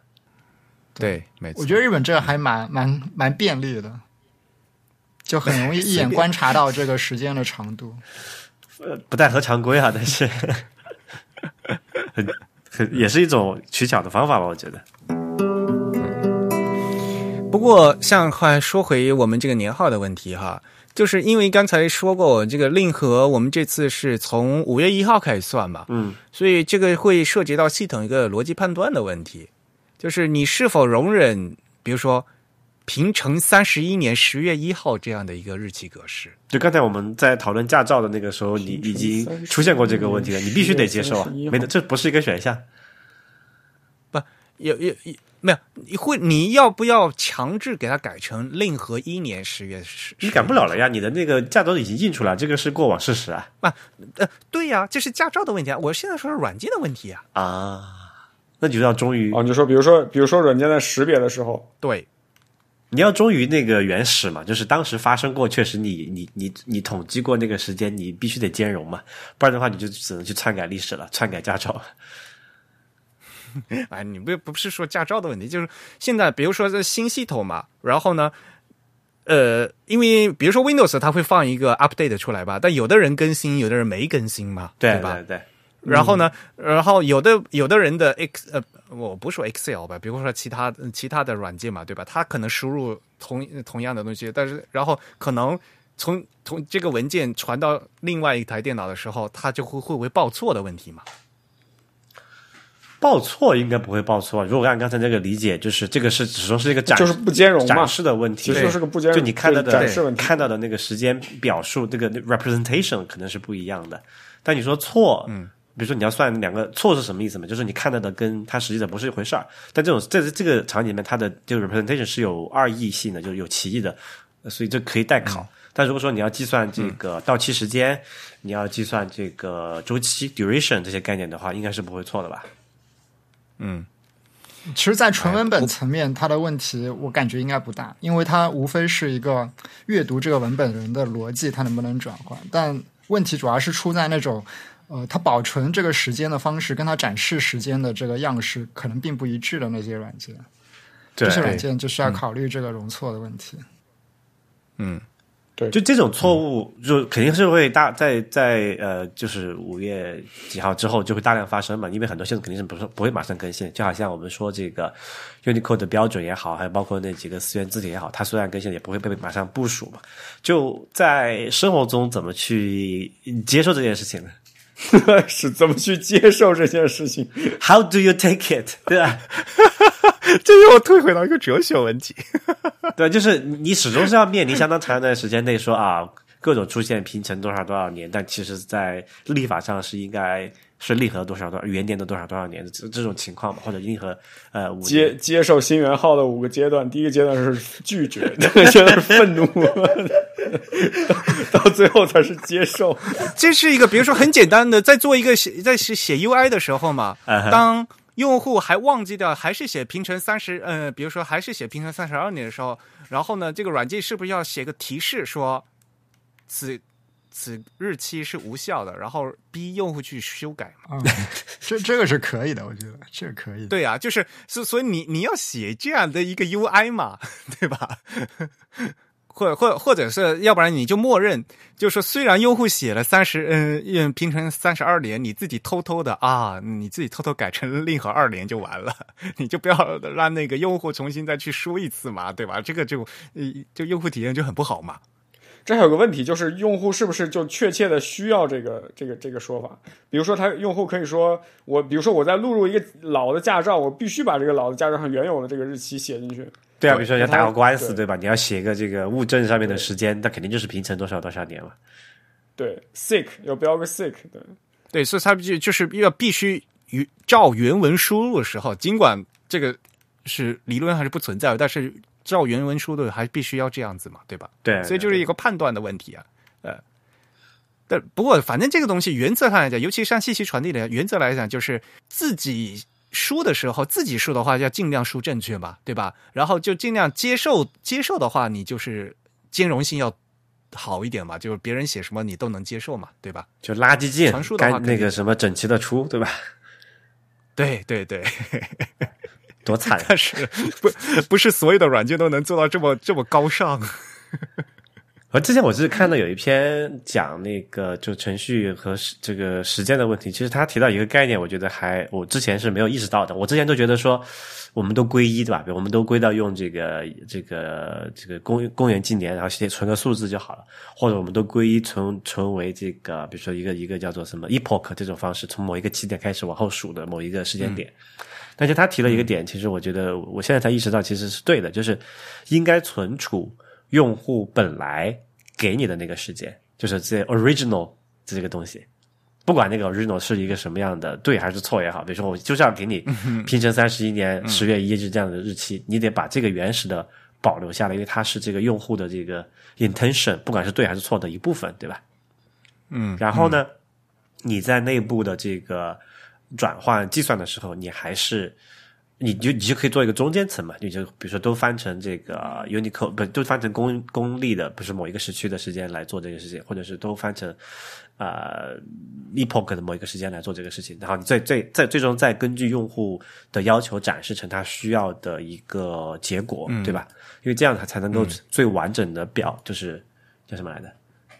S2: 对，没错。
S4: 我觉得日本这个还蛮蛮蛮便利的，就很容易一眼观察到这个时间的长度。
S3: 呃，不太合常规啊，但是很很也是一种取巧的方法吧，我觉得。
S2: 不过，像快说回我们这个年号的问题哈，就是因为刚才说过，这个令和我们这次是从五月一号开始算嘛，
S3: 嗯，
S2: 所以这个会涉及到系统一个逻辑判断的问题，就是你是否容忍，比如说平成三十一年十月一号这样的一个日期格式。
S3: 就刚才我们在讨论驾照的那个时候，你已经出现过这个问题了，你必须得接受啊
S5: 11号，
S3: 没得，这不是一个选项。
S2: 有有有没有？你会你要不要强制给它改成令和一年十月十？
S3: 你改不了了呀，你的那个驾照已经印出来，这个是过往事实啊。
S2: 呃，对呀、这是驾照的问题啊！我现在说是软件的问题啊。
S3: 啊，那你就要忠于，
S5: 哦，你就说，比如说，比如说软件在识别的时候，
S2: 对，
S3: 你要忠于那个原始嘛，就是当时发生过，确实你你你你统计过那个时间，你必须得兼容嘛，不然的话你就只能去篡改历史了，篡改驾 照。
S2: 哎，你不不是说驾照的问题，就是现在比如说这新系统嘛，然后呢，呃，因为比如说 Windows 它会放一个 update 出来吧，但有的人更新，有的人没更新嘛，
S3: 对
S2: 吧？
S3: 对对，
S2: 然后呢，然后有的有的人的 X 呃，我不说 Excel 吧，比如说其他其他的软件嘛，对吧？它可能输入同同样的东西，但是然后可能从从这个文件传到另外一台电脑的时候，它就会会不会报错的问题嘛？
S3: 报错应该不会报错。如果按刚才那个理解，就是这个是只说是一个展
S5: 就是不兼容嘛
S3: 展，示的问题，
S5: 其实就是个不兼容
S3: 就你看到的
S5: 展示问题
S3: 看到的那个时间表述，这个 representation 可能是不一样的。但你说错，嗯，比如说你要算两个错是什么意思嘛？就是你看到的跟它实际的不是一回事儿。但这种在这个场景里面，它的这个 representation 是有二义性的，就是有歧义的，呃所以这可以代
S5: 嗯
S3: 考。但如果说你要计算这个到期时间，你要计算这个周期 duration 这些概念的话，应该是不会错的吧？
S4: 其实，在
S3: 哎
S4: 纯文本层面，它的问题我感觉应该不大，因为它无非是一个阅读这个文本人的逻辑，它能不能转换。但问题主要是出在那种，呃，它保存这个时间的方式跟它展示时间的这个样式可能并不一致的那些软件，
S3: 对嗯
S4: 这些软件就是要考虑这个容错的问题。
S3: 就这种错误，就肯定是会大在在呃，就是五月几号之后就会大量发生嘛，因为很多系统肯定是不是不会马上更新，就好像我们说这个 Unicode 的标准也好，还有包括那几个思源字体也好，它虽然更新了也不会被马上部署嘛。就在生活中怎么去接受这件事情呢
S5: 是怎么去接受这件事情？
S3: ？How do you take it？对吧？
S2: 这又退回到一个哲学问题。
S3: 对，就是你始终是要面临相当长一段时间内说啊，各种出现平成多少多少年，但其实在历法上是应该是历和多少多少元年的多少多少年的这这种情况嘛，或者历和呃五
S5: 接
S3: 年
S5: 接受新元号的五个阶段，第一个阶段是拒绝，第二个阶段是愤怒， 到最后才是接受。
S2: 这是一个，比如说很简单的，在做一个写 在写写 UI 的时候嘛，
S3: 嗯哼
S2: 当用户还忘记掉还是写平成三十，呃，比如说还是写平成三十二年的时候，然后呢，这个软件是不是要写个提示说此此日期是无效的，然后逼用户去修改嘛？
S4: 嗯，这这个是可以的，我觉得这个可以的。
S2: 对啊，就是所所以你你要写这样的一个 UI 嘛，对吧？ 或或或者是要不然你就默认，就说虽然用户写了三十嗯嗯平成三十二年，你自己偷偷的啊，你自己偷偷改成令和二年就完了， 你就不要让那个用户重新再去输一次嘛，对吧？这个就呃就用户体验就很不好嘛。
S5: 这还有个问题，就是用户是不是就确切的需要这个这个这个说法？比如说，他用户可以说，我比如说我在录入一个老的驾照，我必须把这个老的驾照上原有的这个日期写进去。
S3: 对啊，比如说你要打个官司
S5: 对
S3: 对吧？你要写个这个物证上面的时间，那肯定就是平成多少多少年嘛。
S5: 对，sick 要标个 sick，对，
S2: 对，所以它就就是要必须原照原文输入的时候，尽管这个是理论还是不存在的，但是照原文输入还必须要这样子嘛，对吧？
S3: 哎对，
S2: 所以就是一
S3: 个
S2: 个判断的问题啊，呃，但不过反正这个东西原则上来讲，尤其像信息传递的原则来讲，就是自己输的时候，自己输的话要尽量输正确嘛，对吧？然后就尽量接受接受的话，你就是兼容性要好一点嘛，就是别人写什么你都能接受嘛，对吧？
S3: 就垃圾进
S2: 传输，的话
S3: 干
S2: 肯
S3: 那
S2: 定
S3: 个什么整齐的出，对吧？
S2: 对对对。
S3: 多惨啊！
S2: 但 是不不是所有的软件都能做到这么这么高尚。
S3: 我之前我是看到有一篇讲那个就程序和时这个时间的问题，其实他提到一个概念，我觉得还我之前是没有意识到的。我之前都觉得说，我们都归一对吧？比如我们都归到用这个这个这个公公元纪年，然后写存个数字就好了，或者我们都归一存存为这个，比如说一个一个叫做什么 epoch 这种方式，从某一个起点开始往后数的某一个时间点。但是他提了一个点，其实我觉得我现在才意识到，其实是对的，就是应该存储用户本来给你的那个时间，就是这 original 这个东西。不管那个 original 是一个什么样的对还是错也好，比如说我就是要给你平成三十一年十月一日这样的日期，你得把这个原始的保留下来，因为它是这个用户的这个 intention，不管是对还是错的一部分，对吧？
S2: 嗯
S3: 然后呢，你在内部的这个转换计算的时候，你还是你就你就可以做一个中间层嘛，你就比如说都翻成这个 Unicode，不都翻成公公历的，不是某一个时区的时间来做这个事情，或者是都翻成呃 epoch 的某一个时间来做这个事情，然后你最最再最终再根据用户的要求展示成他需要的一个结果，
S2: 嗯
S3: 对吧？因为这样它才能够最完整的表，就是叫什么来着？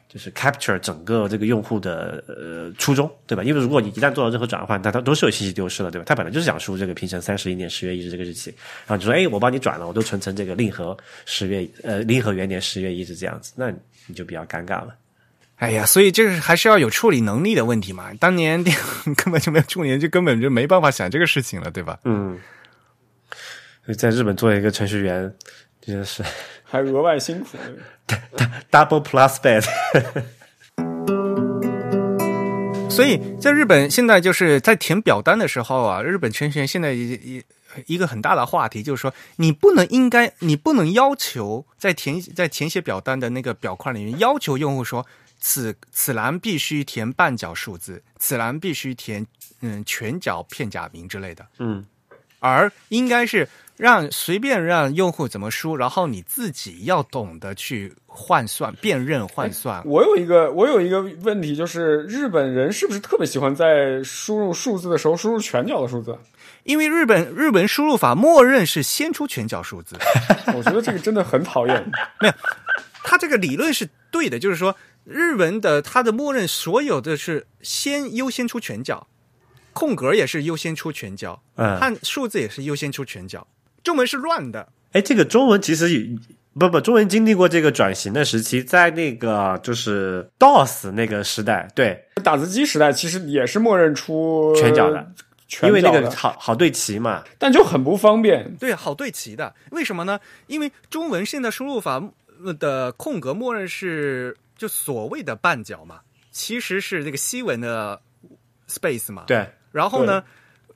S3: 就是 capture 整个这个用户的呃初衷，对吧？因为如果你一旦做到任何转换，它它都是有信息丢失的，对吧？它本来就是想输这个平成三十一年十月一日这个日期，然后你说，哎，我帮你转了，我都存成这个令和十月呃令和元年十月一日这样子，那你就比较尴尬了。
S2: 哎呀，所以这个还是要有处理能力的问题嘛。当年 根本就没有处理，就根本就没办法想这个事情了，对吧？
S3: 嗯，所以在日本做一个程序员真的是
S5: 还额外辛苦。对
S3: double plus bad。
S2: 所以在日本现在就是在填表单的时候啊，日本程序员现在一一一个很大的话题就是说，你不能应该，你不能要求在填在填写表单的那个表框里面要求用户说。此此栏必须填半角数字，此栏必须填嗯全角片假名之类的。
S3: 嗯，
S2: 而应该是让随便让用户怎么输，然后你自己要懂得去换算、辨认、换算。
S5: 我有一个我有一个问题，就是日本人是不是特别喜欢在输入数字的时候输入全角的数字？啊
S2: 因为日本日本输入法默认是先出全角数字，
S5: 我觉得这个真的很讨厌。
S2: 它这个理论是对的，就是说日文的它的默认所有的是先优先出全角，空格也是优先出全角，
S3: 嗯
S2: 汉数字也是优先出全角，中文是乱的。
S3: 哎，这个中文其实有不不，中文经历过这个转型的时期，在那个就是 DOS 那个时代，对，
S5: 打字机时代其实也是默认出
S3: 全角的，
S5: 全
S3: 因为那
S5: 角
S3: 个
S5: 的，
S3: 好好对齐嘛，
S5: 但就很不方便。
S2: 对，好对齐的。为什么呢？因为中文现在输入法呃的空格默认是就所谓的绊脚嘛，其实是那个西文的 space 嘛。。
S3: 对，
S2: 然后呢，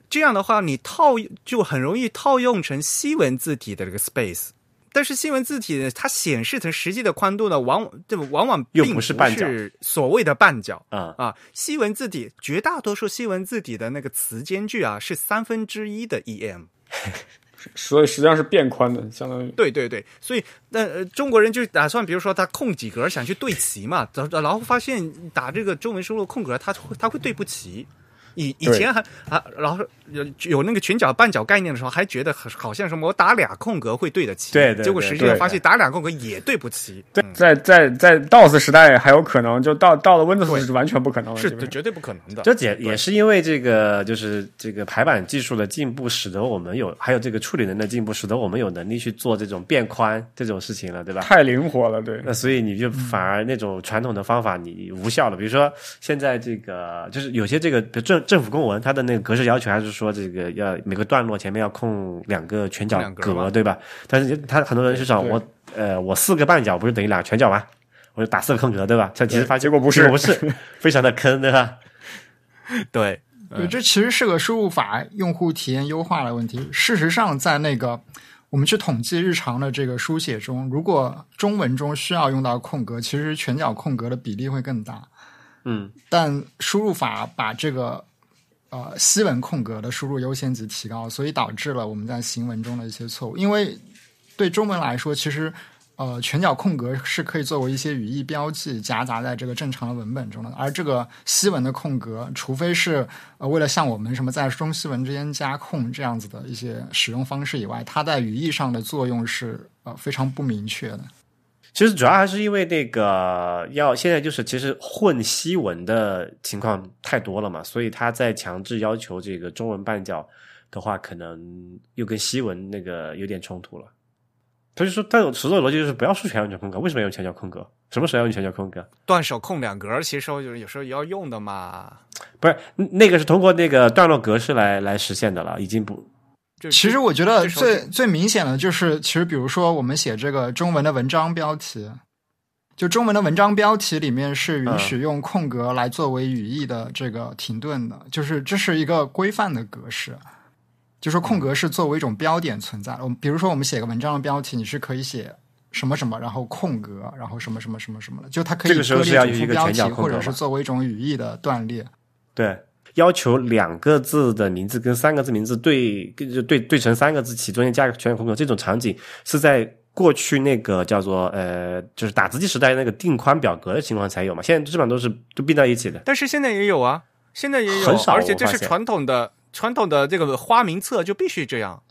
S2: 这样的话你套就很容易套用成西文字体的这个 space。但是西文字体呢，它显示成实际的宽度呢，往这往往
S3: 又
S2: 并
S3: 不
S2: 不
S3: 是半角
S2: 是所谓的半角
S3: 啊
S2: 啊。西文字体绝大多数西文字体的那个词间距啊是三分之一的 E em，
S5: 所以实际上是变宽的，相当于
S2: 对对对，所以那、呃、中国人就打算，比如说他空几格想去对齐嘛，然后然后发现打这个中文输入空格，他会他会对不齐。以以
S5: 对
S2: 前还啊，然后有有那个群角半角概念的时候，还觉得很好像什么我打俩空格会对得齐，
S3: 对对
S2: 结果
S3: 对
S2: 实际
S3: 对
S2: 上发
S3: 对
S2: 现打俩空格也对不齐，
S5: 对，在在在 DOS 时代还有可能，就到到了 Windows 是完全不可能了，
S2: 是
S5: 基本上
S2: 绝对不可能的。
S3: 这也也是因为这个，就是这个排版技术的进步，使得我们有还有这个处理能力的进步，使得我们有能力去做这种变宽这种事情了，对吧？
S5: 太灵活了，对
S3: 那所以你就反而那种传统的方法你无效了。比如说现在这个就是有些这个比如政政府公文，它的那个格式要求还是说这个要每个段落前面要空两个全角
S2: 空两格
S3: 格，
S2: 嘛
S3: 对吧？但是他很多人就想我呃我四个半角不是等于俩全角吗？我就打四个空格，对吧？但其实发现
S5: 结果不是
S3: 不是，非常的坑，对吧？
S2: 对，
S4: 对，这其实是个输入法用户体验优化的问题。事实上，在那个我们去统计日常的这个书写中，如果中文中需要用到空格，其实全角空格的比例会更大。
S3: 嗯，
S4: 但输入法把这个呃西文空格的输入优先级提高，所以导致了我们在行文中的一些错误。因为对中文来说，其实呃全角空格是可以作为一些语义标记夹杂在这个正常的文本中的，而这个西文的空格，除非是呃为了像我们什么在中西文之间加空这样子的一些使用方式以外，它在语义上的作用是呃非常不明确的。
S3: 其实主要还是因为那个要现在就是其实混西文的情况太多了嘛，所以他在强制要求这个中文半角的话，可能又跟西文那个有点冲突了。他就说，但有实作逻辑就是不要说全角空格，为什么要用全角空格？什么时候要用全角空格？
S2: 断手空两格，其实就是有时候也要用的嘛。
S3: 不是那个是通过那个段落格式来来实现的了，已经不
S2: 就
S4: 其实我觉得
S2: 这时候就
S4: 最最明显的就是，其实比如说我们写这个中文的文章标题，就中文的文章标题里面是
S3: 嗯
S4: 允许用空格来作为语义的这个停顿的，就是这是一个规范的格式。就说空
S3: 嗯
S4: 格是作为一种标点存在的，我们比如说我们写个文章的标题，你是可以写什么什么，然后空格，然后什么什么什么什么的，就它可以
S3: 这个时候
S4: 割裂
S3: 是要
S4: 成
S3: 有一
S4: 副
S3: 个
S4: 标
S3: 全
S4: 题
S3: 角空
S4: 或
S3: 格
S4: 者是
S3: 吧
S4: 作为一种语义的断裂。
S3: 对，要求两个字的名字跟三个字名字对跟就对对成三个字起，中间加个全角空格，这种场景是在过去那个叫做呃，就是打字机时代那个定宽表格的情况才有嘛，现在基本上都是都并在一起的。
S2: 但是现在也有啊，现在也有，
S3: 很少
S2: 而且这
S3: 我发
S2: 是
S3: 现
S2: 传统的传统的这个花名册就必须这样。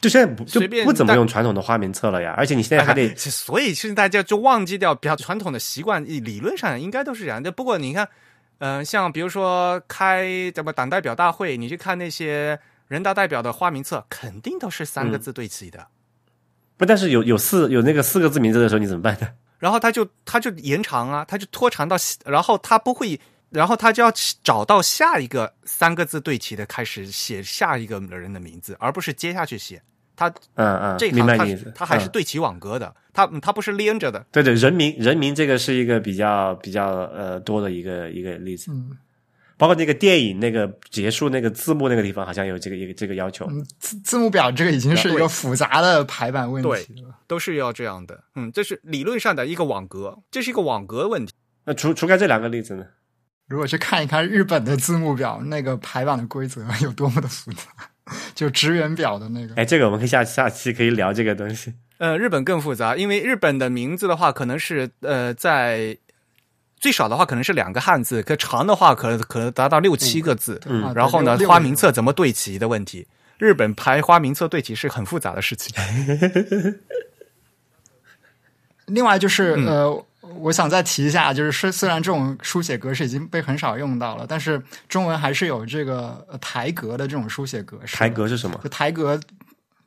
S3: 就现在不就
S2: 随便
S3: 不怎么
S2: 但
S3: 用传统的花名册了呀，而且你 现在还得
S2: 哎 所以现在大家就忘记掉比较传统的习惯，理论上应该都是这样的。不过你看，嗯、像比如说开什么党代表大会，你去看那些人大代表的花名册，肯定都是三个字对齐
S3: 嗯
S2: 的。
S3: 不，但是有有四有那个四个字名字的时候，你怎么办呢？
S2: 然后他就他就延长啊，他就拖长到，然后他不会，然后他就要找到下一个三个字对齐的开始写下一个人的名字，而不是接下去写。他
S3: 嗯嗯，
S2: 这
S3: 明
S2: 行
S3: 白
S2: 他
S3: 你意
S2: 是
S3: 思。
S2: 他还是
S3: 嗯
S2: 对齐网格的，他他不是连着的。
S3: 对对，人名人名这个是一个比较比较呃多的一个一个例子。
S4: 嗯，
S3: 包括那个电影那个结束那个字幕那个地方，好像有这个一个这个要求。
S4: 字字幕表这个已经是一
S2: 对
S4: 个复杂的排版问
S2: 对
S4: 题了。
S2: 都是要这样的。嗯，这是理论上的一个网格，这是一个网格问题。
S3: 那除除开这两个例子呢？
S4: 如果去看一看日本的字幕表，那个排版的规则有多么的复杂，就职员表的那个。
S3: 哎，这个我们可以下下期可以聊这个东西。
S2: 呃，日本更复杂，因为日本的名字的话，可能是呃在最少的话可能是两个汉字，可长的话可能可能达到六七个字。
S4: 对
S3: 嗯
S4: 啊对
S2: 然后呢，
S4: 六
S2: 花名册怎么对齐的问题，日本排花名册对齐是很复杂的事情。
S4: 另外就是、呃，我想再提一下，就是虽虽然这种书写格式已经被很少用到了，但是中文还是有这个呃台格的这种书写格式。
S3: 台格是什么？
S4: 就台格，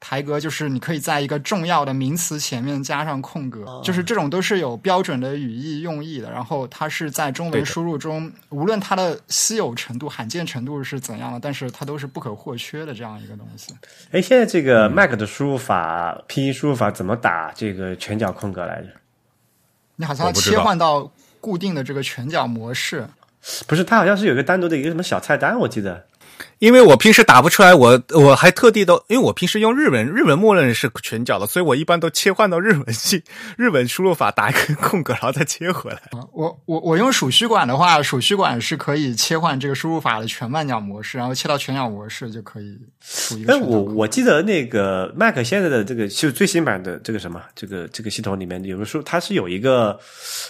S4: 台格就是你可以在一个重要的名词前面加上空格，
S3: 哦
S4: 就是这种都是有标准的语义用意的。然后它是在中
S3: 对
S4: 文
S3: 的
S4: 输入中，无论它的稀有程度、罕见程度是怎样的，但是它都是不可或缺的这样一个东西。
S3: 哎，现在这个 Mac 的输入法、拼音输入法怎么打这个全角空格来着？
S4: 你好像
S2: 我
S4: 要
S2: 不知
S4: 切
S2: 道
S4: 换到固定的这个拳脚模式。
S3: 不是，它好像是有一个单独的一个什么小菜单，我记得。
S5: 因为我平时打不出来，我我还特地都，因为我平时用日文，日文默认是拳脚的，所以我一般都切换到日文系日文输入法打一个空格，然后再切回来。
S4: 呃我我我用鼠须管的话，鼠须管是可以切换这个输入法的全慢脚模式，然后切到全脚模式就可以出一个
S3: 哎，
S4: 全
S3: 我
S4: 脚。
S3: 我记得那个 Mac 现在的这个就最新版的这个什么这个这个系统里面，有的时候它是有一个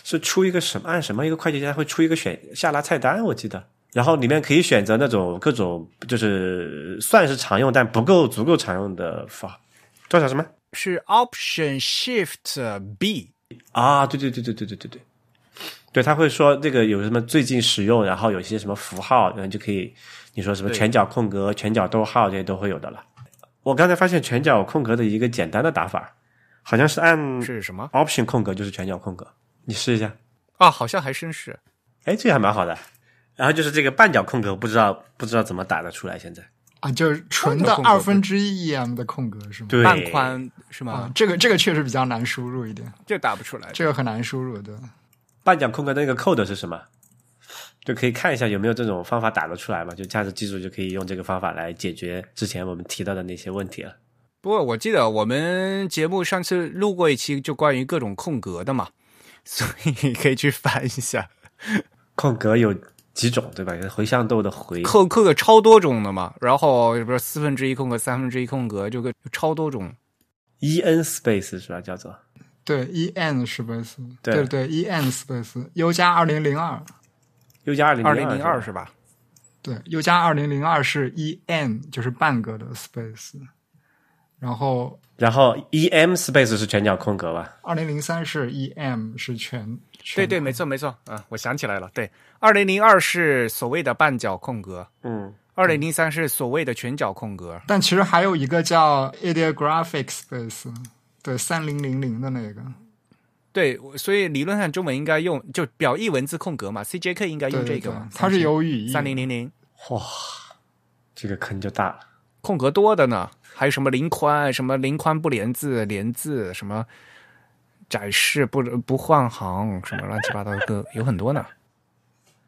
S3: 是出一个什么按什么一个快捷键会出一个选下拉菜单，我记得。然后里面可以选择那种各种就是算是常用但不够足够常用的法，多少什么
S5: 是 Option Shift B，
S3: 啊？对对对对对对对对，对他会说这个有什么最近使用，然后有些什么符号，然后就可以你说什么全角空格、全角逗号这些都会有的了。我刚才发现全角空格的一个简单的打法，好像是按
S5: 嗯
S2: 是什么
S3: Option 空格就是全角空格，你试一下，
S2: 啊？好像还真是。
S3: 哎，这个还蛮好的。然后就是这个半角空格，不知道不知道怎么打得出来。现在
S4: 啊，就是纯的二分之一 em 的空格是吗？
S3: 对
S2: 半宽是
S4: 啊
S2: 吗，？
S4: 这个这个确实比较难输入一点，
S2: 这打不出来。
S4: 这个很难输入的。
S3: 半角空格的那个 code 是什么？就可以看一下有没有这种方法打得出来嘛？就下次技术就可以用这个方法来解决之前我们提到的那些问题了。
S2: 不过我记得我们节目上次录过一期就关于各种空格的嘛， 所以可以去翻一下。
S3: 空格有几种，对吧？有回向豆的回，
S2: 空空格超多种的嘛，然后比如说四分之一空格、三分之一空格，这个超多种。
S3: e n space 是吧？叫做
S4: 对，e n space，
S3: 对
S4: 对对，e n space u 加二零零二，
S3: 又加二零
S2: 二零零二
S3: 是
S2: 是
S3: 吧？
S2: 吧？
S4: 对，u 加二零零二是 e n，就是半个的 space，然后
S3: 然后 e m space 是全角空格吧？
S4: 二零零三是 e m 是全，
S2: 对
S4: 全
S2: 对，没错没错。啊，我想起来了，对，二零零二是所谓的半角空格，
S3: 嗯，
S2: 二零零三是所谓的全角空格。
S4: 但其实还有一个叫 ideographic space，对，三零零零的那个，
S2: 对，我所以理论上中文应该用就表意文字空格嘛，CJK 应该
S4: 对
S2: 用
S4: 对
S2: 这
S4: 对
S2: 个嘛，，
S4: 它是有语义的，
S2: 三零零零
S3: 这个坑就大了。
S2: 空格多的呢，还有什么零宽，什么零宽不连字，连字什么展示不不换行，什么乱七八糟的歌有很多呢。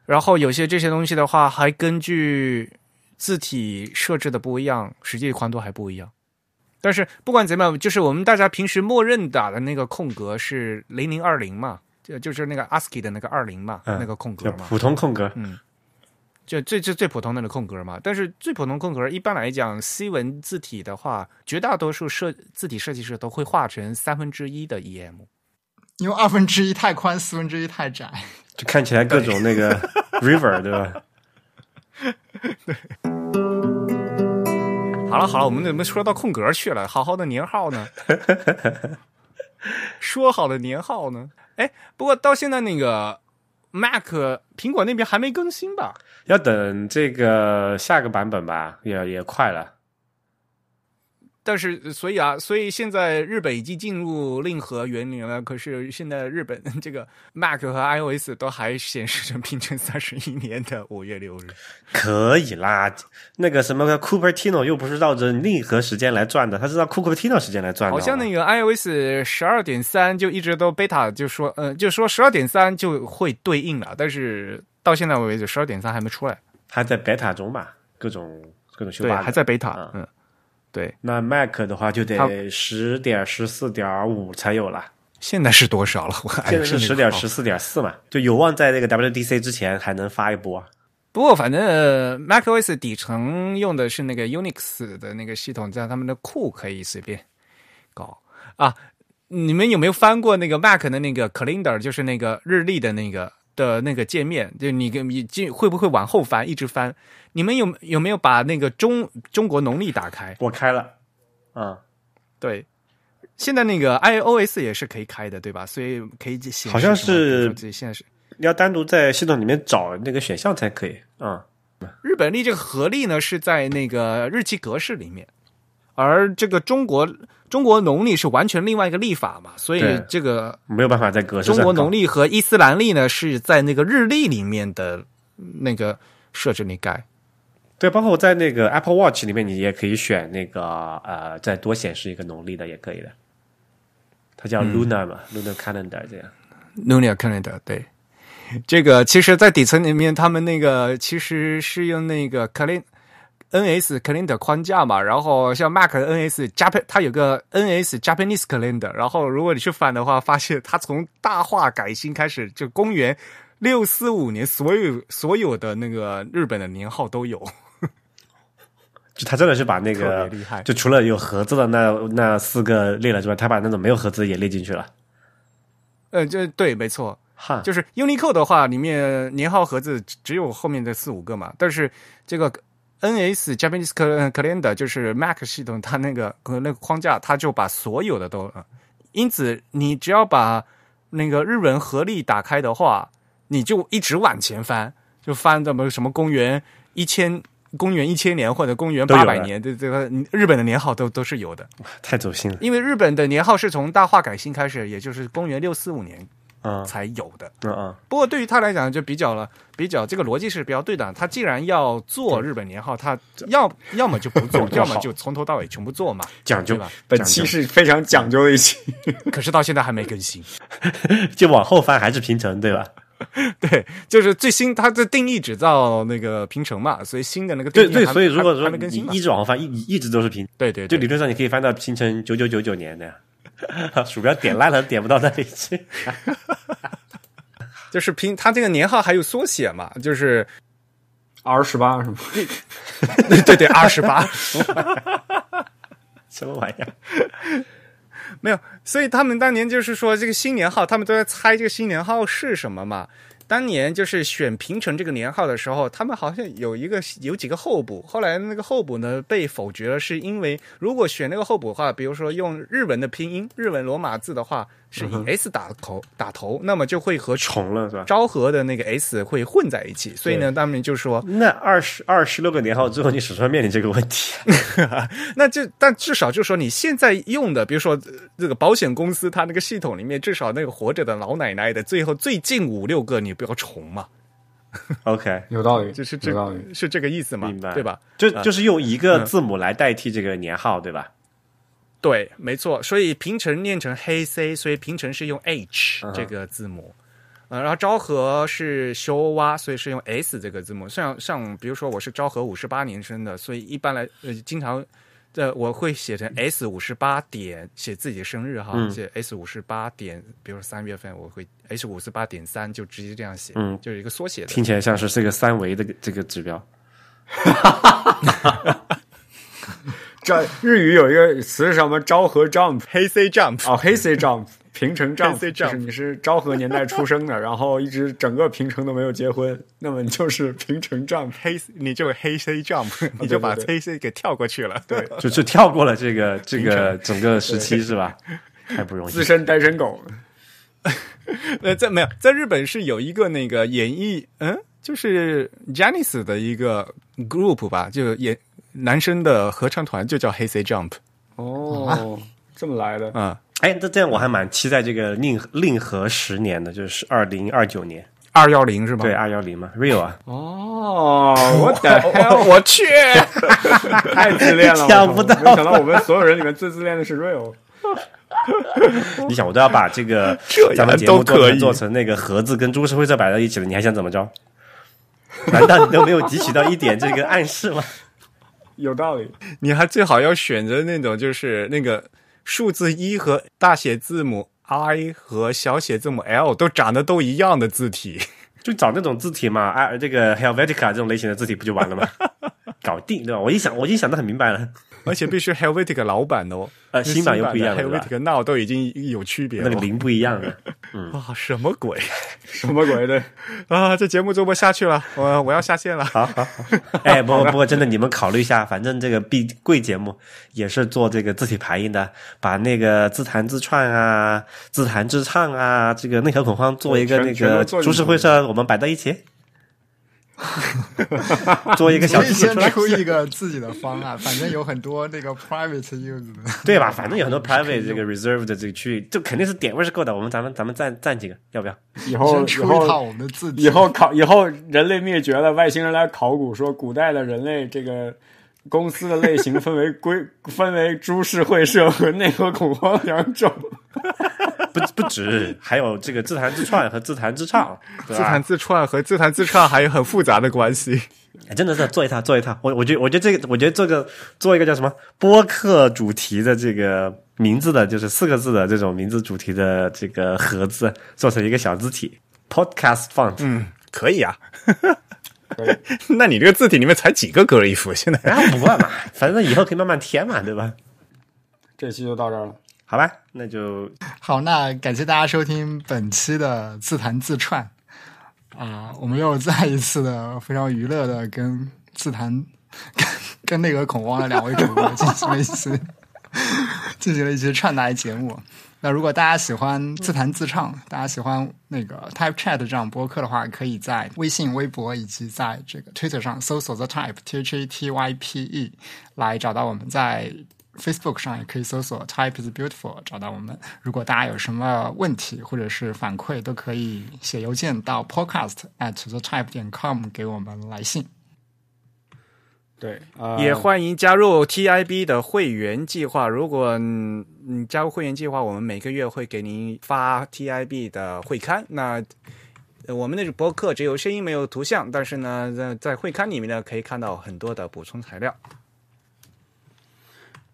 S2: 然后有些这些东西的话，还根据字体设置的不一样，实际宽度还不一样。但是不管怎么样，就是我们大家平时默认打的那个空格是零零二零嘛，就就是那个 ASCII 的那个二零嘛，
S3: 嗯
S2: 那个空
S3: 就
S2: 格嘛。
S3: 普通空格，
S2: 嗯就最最最普通的空格嘛。但是最普通空格一般来讲，C 文字体的话，绝大多数设字体设计师都会画成三分之一的 E EM。
S4: 因为二分之一太宽，四分之一太窄。
S3: 就看起来各种 那个 river 对吧？
S2: 好了好了，我们怎么说到空格去了？好好的年号呢？说好的年号呢？哎，不过到现在那个 Mac 苹果那边还没更新吧？
S3: 要等这个下个版本吧，也也快了。
S2: 但是，所以啊，所以现在日本已经进入令和元年了。可是现在日本这个 Mac 和 iOS 都还显示着平成三十一年的五月六日。
S3: 可以啦，那个什么 Cupertino 又不是绕着令和时间来转的，他是绕 Cupertino 时间来转的。哦
S2: 好像那
S3: 个
S2: 个 iOS 十二点三就一直都 beta 就说，嗯、就说十二点三就会对应了，但是到现在为止，十二点三还没出来，
S3: 还在 beta 中吧，各种各种修
S2: 对，
S3: 吧，
S2: 还在 beta，
S3: 嗯
S2: 嗯，对，
S3: 那 Mac 的话就
S2: 它
S3: 得十点十四点五才有了，
S2: 现在是多少了？我
S3: 现在
S2: iOS
S3: 是十点十四点四嘛，就有望在那个 WDC 之前还能发一波。啊
S2: 不过反正呃 macOS 底层用的是那个 Unix 的那个系统，在他们的库可以随便搞啊。你们有没有翻过那个 Mac 的那个 Calendar，就是那个日历的那个的那个界面？就你跟你进会不会往后翻，一直翻？你们有有没有把那个中中国农历打开？
S3: 我开了，嗯，
S2: 对，现在那个 iOS 也是可以开的，对吧？所以可以显示
S3: 好像
S2: 什么比如
S3: 是
S2: 说自己现在是
S3: 要单独在系统里面找那个选项才可以，嗯，
S2: 日本历这个合历呢是在那个日期格式里面，而这个中国中国农历是完全另外一个历法嘛，所以
S3: 对
S2: 这个
S3: 没有办法在格式
S2: 中
S3: 上
S2: 国
S3: 搞
S2: 农历和伊斯兰历呢是在那个日历里面的那个设置里改。
S3: 对，包括我在那个 Apple Watch 里面，你也可以选那个呃，再多显示一个农历的也可以的。
S2: 嗯
S3: 它叫 Luna 嘛、l u n a Calendar 这样。
S2: Lunar calendar 对，这个其实，在底层里面，他们那个其实是用那个 clean NS calendar 框架嘛，然后像 Mac 的 NS Japan，它有个 NS Japanese calendar，然后如果你去翻的话，发现它从大化改新开始，就公元六四五年，所有所有的那个日本的年号都有。
S3: 就他真的是把那
S2: 特
S3: 个
S2: 别厉害
S3: 就除了有盒子的那那四个列了之外，他把那种没有盒子也列进去了。
S2: 呃，这对，没错，
S3: 哈，
S2: 就是 Unicode 的话，里面年号盒子只只有后面的四五个嘛，但是这个 NS Japanese Cal- 呃 Calendar 就是 Mac 系统，它那个呃那个框架，它就把所有的都，呃因此你只要把那个日文合力打开的话，你就一直往前翻，就翻怎么什么公元一千。公元一千年或者公元
S3: 都有
S2: 八百
S3: 了
S2: 年，这这个日本的年号都都是有的，
S3: 太走心了
S2: 因为日本的年号是从大化改新开始，也就是公元六四五年
S3: 啊
S2: 才有的。
S3: 嗯嗯，
S2: 不过对于他来讲，就比较了，比较这个逻辑是比较对的。他既然要做日本年号，他要要么就不做， 要么就从头到尾全部做嘛，
S3: 讲究
S2: 对吧？
S5: 本期
S2: 讲
S5: 是非常讲究的一期，
S2: 究，可是到现在还没更新。
S3: 就往后翻还是平成对吧？
S2: 对，就是最新，它的定义只到那个平成嘛，所以新的那个定
S3: 对
S2: 义
S3: 对，
S2: 还
S3: 所以如果
S2: 还
S3: 说
S2: 还没
S3: 你
S2: 更新嘛
S3: 一，直往后翻，一一直都是平，
S2: 对对
S3: 就
S2: 对
S3: 理论上你可以翻到平成九九九九年的呀。 鼠标点烂了，点不到那里去。
S2: 就是平，它这个年号还有缩写嘛，就是
S5: 二十八什么？
S2: 对对二十 八。
S3: 什么玩意儿？
S2: 没有，所以他们当年就是说这个新年号，他们都在猜这个新年号是什么嘛。当年就是选平成这个年号的时候，他们好像有一个有几个候补，后来那个候补呢被否决了，是因为如果选那个候补的话，比如说用日文的拼音，日文罗马字的话是以 S 打头打头，那么就会和
S3: 重了是吧？
S2: 昭和的那个 S 会混在一起，所以呢，他们就说
S3: 那二十二十六个年号之后，你始终面临这个问题。啊
S2: 那就但至少就说你现在用的，比如说呃这个保险公司它那个系统里面，至少那个活着的老奶奶的最后最近五六个你不要重嘛，
S3: OK，
S5: 有道理，
S2: 就是这
S5: 有道理。
S2: 是这个意思嘛
S3: 明白，
S2: 对吧？
S3: 就
S2: 啊
S3: 就是用一个字母来代替这个年号，对吧？
S2: 对，没错，所以平成念成黑 C，所以平成是用 H
S3: 嗯
S2: 这个字母。呃，然后昭和是修哇，所以是用 S 这个字母。像像比如说我是昭和五十八年生的，所以一般来呃经常呃我会写成 S 五十八点写自己的生日哈，
S3: 嗯
S2: 写 S 五十八点，比如说三月份我会 S 五十八点三就直接这样写，
S3: 嗯
S2: 就是一个缩写的。
S3: 听起来像是这个三维的这个指标。
S5: 这日语有一个词是什么？昭和 jump
S2: 黑 C jump
S5: 哦，黑 C jump，平成 jump，
S2: 黑 C
S5: 就是
S2: jump
S5: 你是昭和年代出生的，然后一直整个平成都没有结婚，那么你就是平成 jump。啊
S2: 黑你就黑 C jump，你就把黑 C 给跳过去了。对，
S3: 就就跳过了这个这个整个时期是吧？太不容易
S5: 资。深单身 狗，
S2: 呃，在没有在日本是有一个那个演艺，嗯，就是 Janice 的一个 group 吧，就演男生的合唱团，就叫 Hey Say Jump
S5: 哦，这么来的。
S2: 啊、
S3: 哎，那这样我还蛮期待这个令令和十年的，就是二零二九年，
S2: 二幺零是吗？
S3: 对，二幺零嘛，real 啊，
S5: 哦，我的
S2: 哦， 我去，
S5: 太自恋了，
S3: 想不到
S5: 我没想到我们所有人里面最自恋的是 Real。
S3: 你想我都要把这个
S2: 这
S3: 咱们
S2: 样
S3: 节目
S2: 都
S3: 做
S2: 可以
S3: 成做成那个盒子跟株式会社摆在一起了，你还想怎么着？难道你都没有汲取到一点这个暗示吗？
S5: 有道理，
S2: 你还最好要选择那种就是那个数字一和大写字母 I 和小写字母 L 都长得都一样的字体。
S3: 就找那种字体嘛，啊，这个 Helvetica 这种类型的字体不就完了吗？ 搞定对吧？我一想，我已经想得很明白了。
S2: 而且必须 Helvetica 老版的哦，
S3: 呃 新版又不一样了对吧
S2: ，Helvetica Now 都已经有区别
S3: 那
S2: 了。
S3: 个零不一样了，
S2: 啊，什么鬼？
S5: 什么鬼的？
S2: 啊，这节目做不下去了，我我要下线了。
S3: 好好好， 哎，不过不过真的，你们考虑一下，反正这个 B 贵节目也是做这个字体排印的，把那个自弹自串啊、自弹自唱啊，这个内核恐慌做一个
S5: 全
S3: 那
S5: 全
S3: 个
S5: 都做进
S3: 株
S5: 去
S3: 式会社，我们摆在一起，做一个小
S4: 所
S3: 技
S4: 以
S3: 术
S4: 先
S3: 出来，
S4: 出一个自己的方案，反正有很多那个 private use 的。
S3: 对吧？反正有很多 private 这个 reserve 的这个区域，就肯定是点位是够的。我们咱们咱们占占几个，要不要？
S5: 以后
S4: 先
S5: 以
S4: 出一套
S5: 后
S4: 我们的字体，
S5: 以后考以后人类灭绝了，外星人来考古说古代的人类这个公司的 类型分为归分为株式会社和内核恐慌两种。
S3: 不不止，还有这个自弹自创和自弹自唱，对
S5: 自
S3: 吧
S5: 弹自创和自弹自唱还有很复杂的关系。
S3: 哎真的是做一套做一套。我我觉得我觉得这个我觉得这个做一个叫什么播客主题的这个名字的，就是四个字的这种名字主题的这个盒子，做成一个小字体 podcast font。
S5: 嗯，可以 啊。
S1: 可以
S5: 那你这个字体里面才几个格里夫？现在
S3: 然后不管嘛，反正以后可以慢慢添嘛，对吧？
S1: 这期就到这儿了。
S3: 好吧，那就
S4: 好，那感谢大家收听本期的自弹自串啊、我们又再一次的非常娱乐的跟自弹 跟跟那个恐慌的两位主播进行 了一期进行了一期串台节目。那如果大家喜欢自弹自唱，大家喜欢那个 Type Chat 这样播客的话，可以在微信、微博以及在这个 Twitter 上搜索 The Type T H A T Y P E 来找到我们，在 Facebook 上也可以搜索 Type is Beautiful 找到我们。如果大家有什么问题或者是反馈，都可以写邮件到 podcast at the type 点 com 给我们来信。
S1: 对，呃、
S2: 也欢迎加入 TIB 的会员计划。如果嗯你加入会员计划，我们每个月会给您发 TIB 的会刊。那呃我们那个博客只有声音没有图像，但是呢，在在会刊里面呢，可以看到很多的补充材料。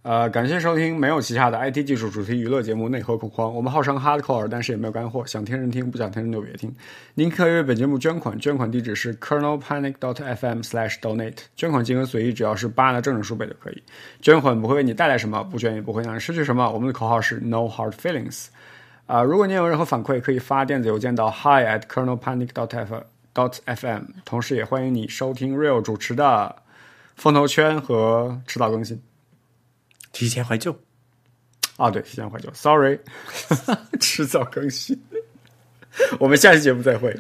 S1: 呃，感谢收听没有旗下的 IT 技术主题娱乐节目《内核恐慌》。我们号称 hardcore，但是也没有干货，想听人听，不想听人就别听。您可以为本节目捐款，捐款地址是 kernelpanic.fm/donate，捐款金额随意，只要是八的正整数倍就可以。捐款不会为你带来什么，不捐也不会让你失去什么。我们的口号是 No Hard Feelings。啊、如果您有任何反馈，可以发电子邮件到 hi at kernelpanic dot f dot fm，同时也欢迎你收听 Real 主持的风投圈和迟早更新。
S3: 提前怀旧。
S1: 啊，对，提前怀旧，sorry，迟早更新。我们下期节目再会，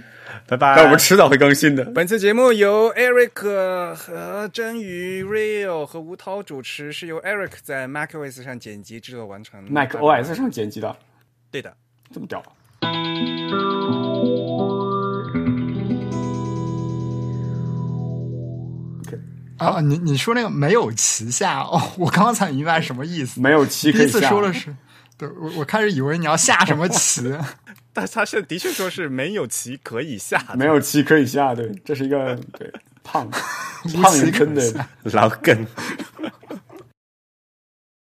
S3: 拜拜。
S1: 但我们迟早会更新的。
S2: 本次节目由 Eric 和真宇、Real 和吴涛主持，是由 Eric 在 macOS 上剪辑制作完成。
S1: Mac OS 上剪辑的，
S2: 对的。
S1: 这么屌。
S4: 啊，你你说那个没有旗下 哦，我刚才明白什么意思。
S1: 没有期
S4: 第
S1: 可
S4: 一
S1: 以
S4: 次
S1: 下。
S4: 说的是，对我我开始以为你要下什么棋，
S5: 但他现在的确说是没有棋可以下的
S1: 没有 期可以下，对，这是一个对胖
S4: 无
S1: 胖
S4: 棋
S1: 人
S4: 可
S1: 真的
S4: 下
S3: 老梗，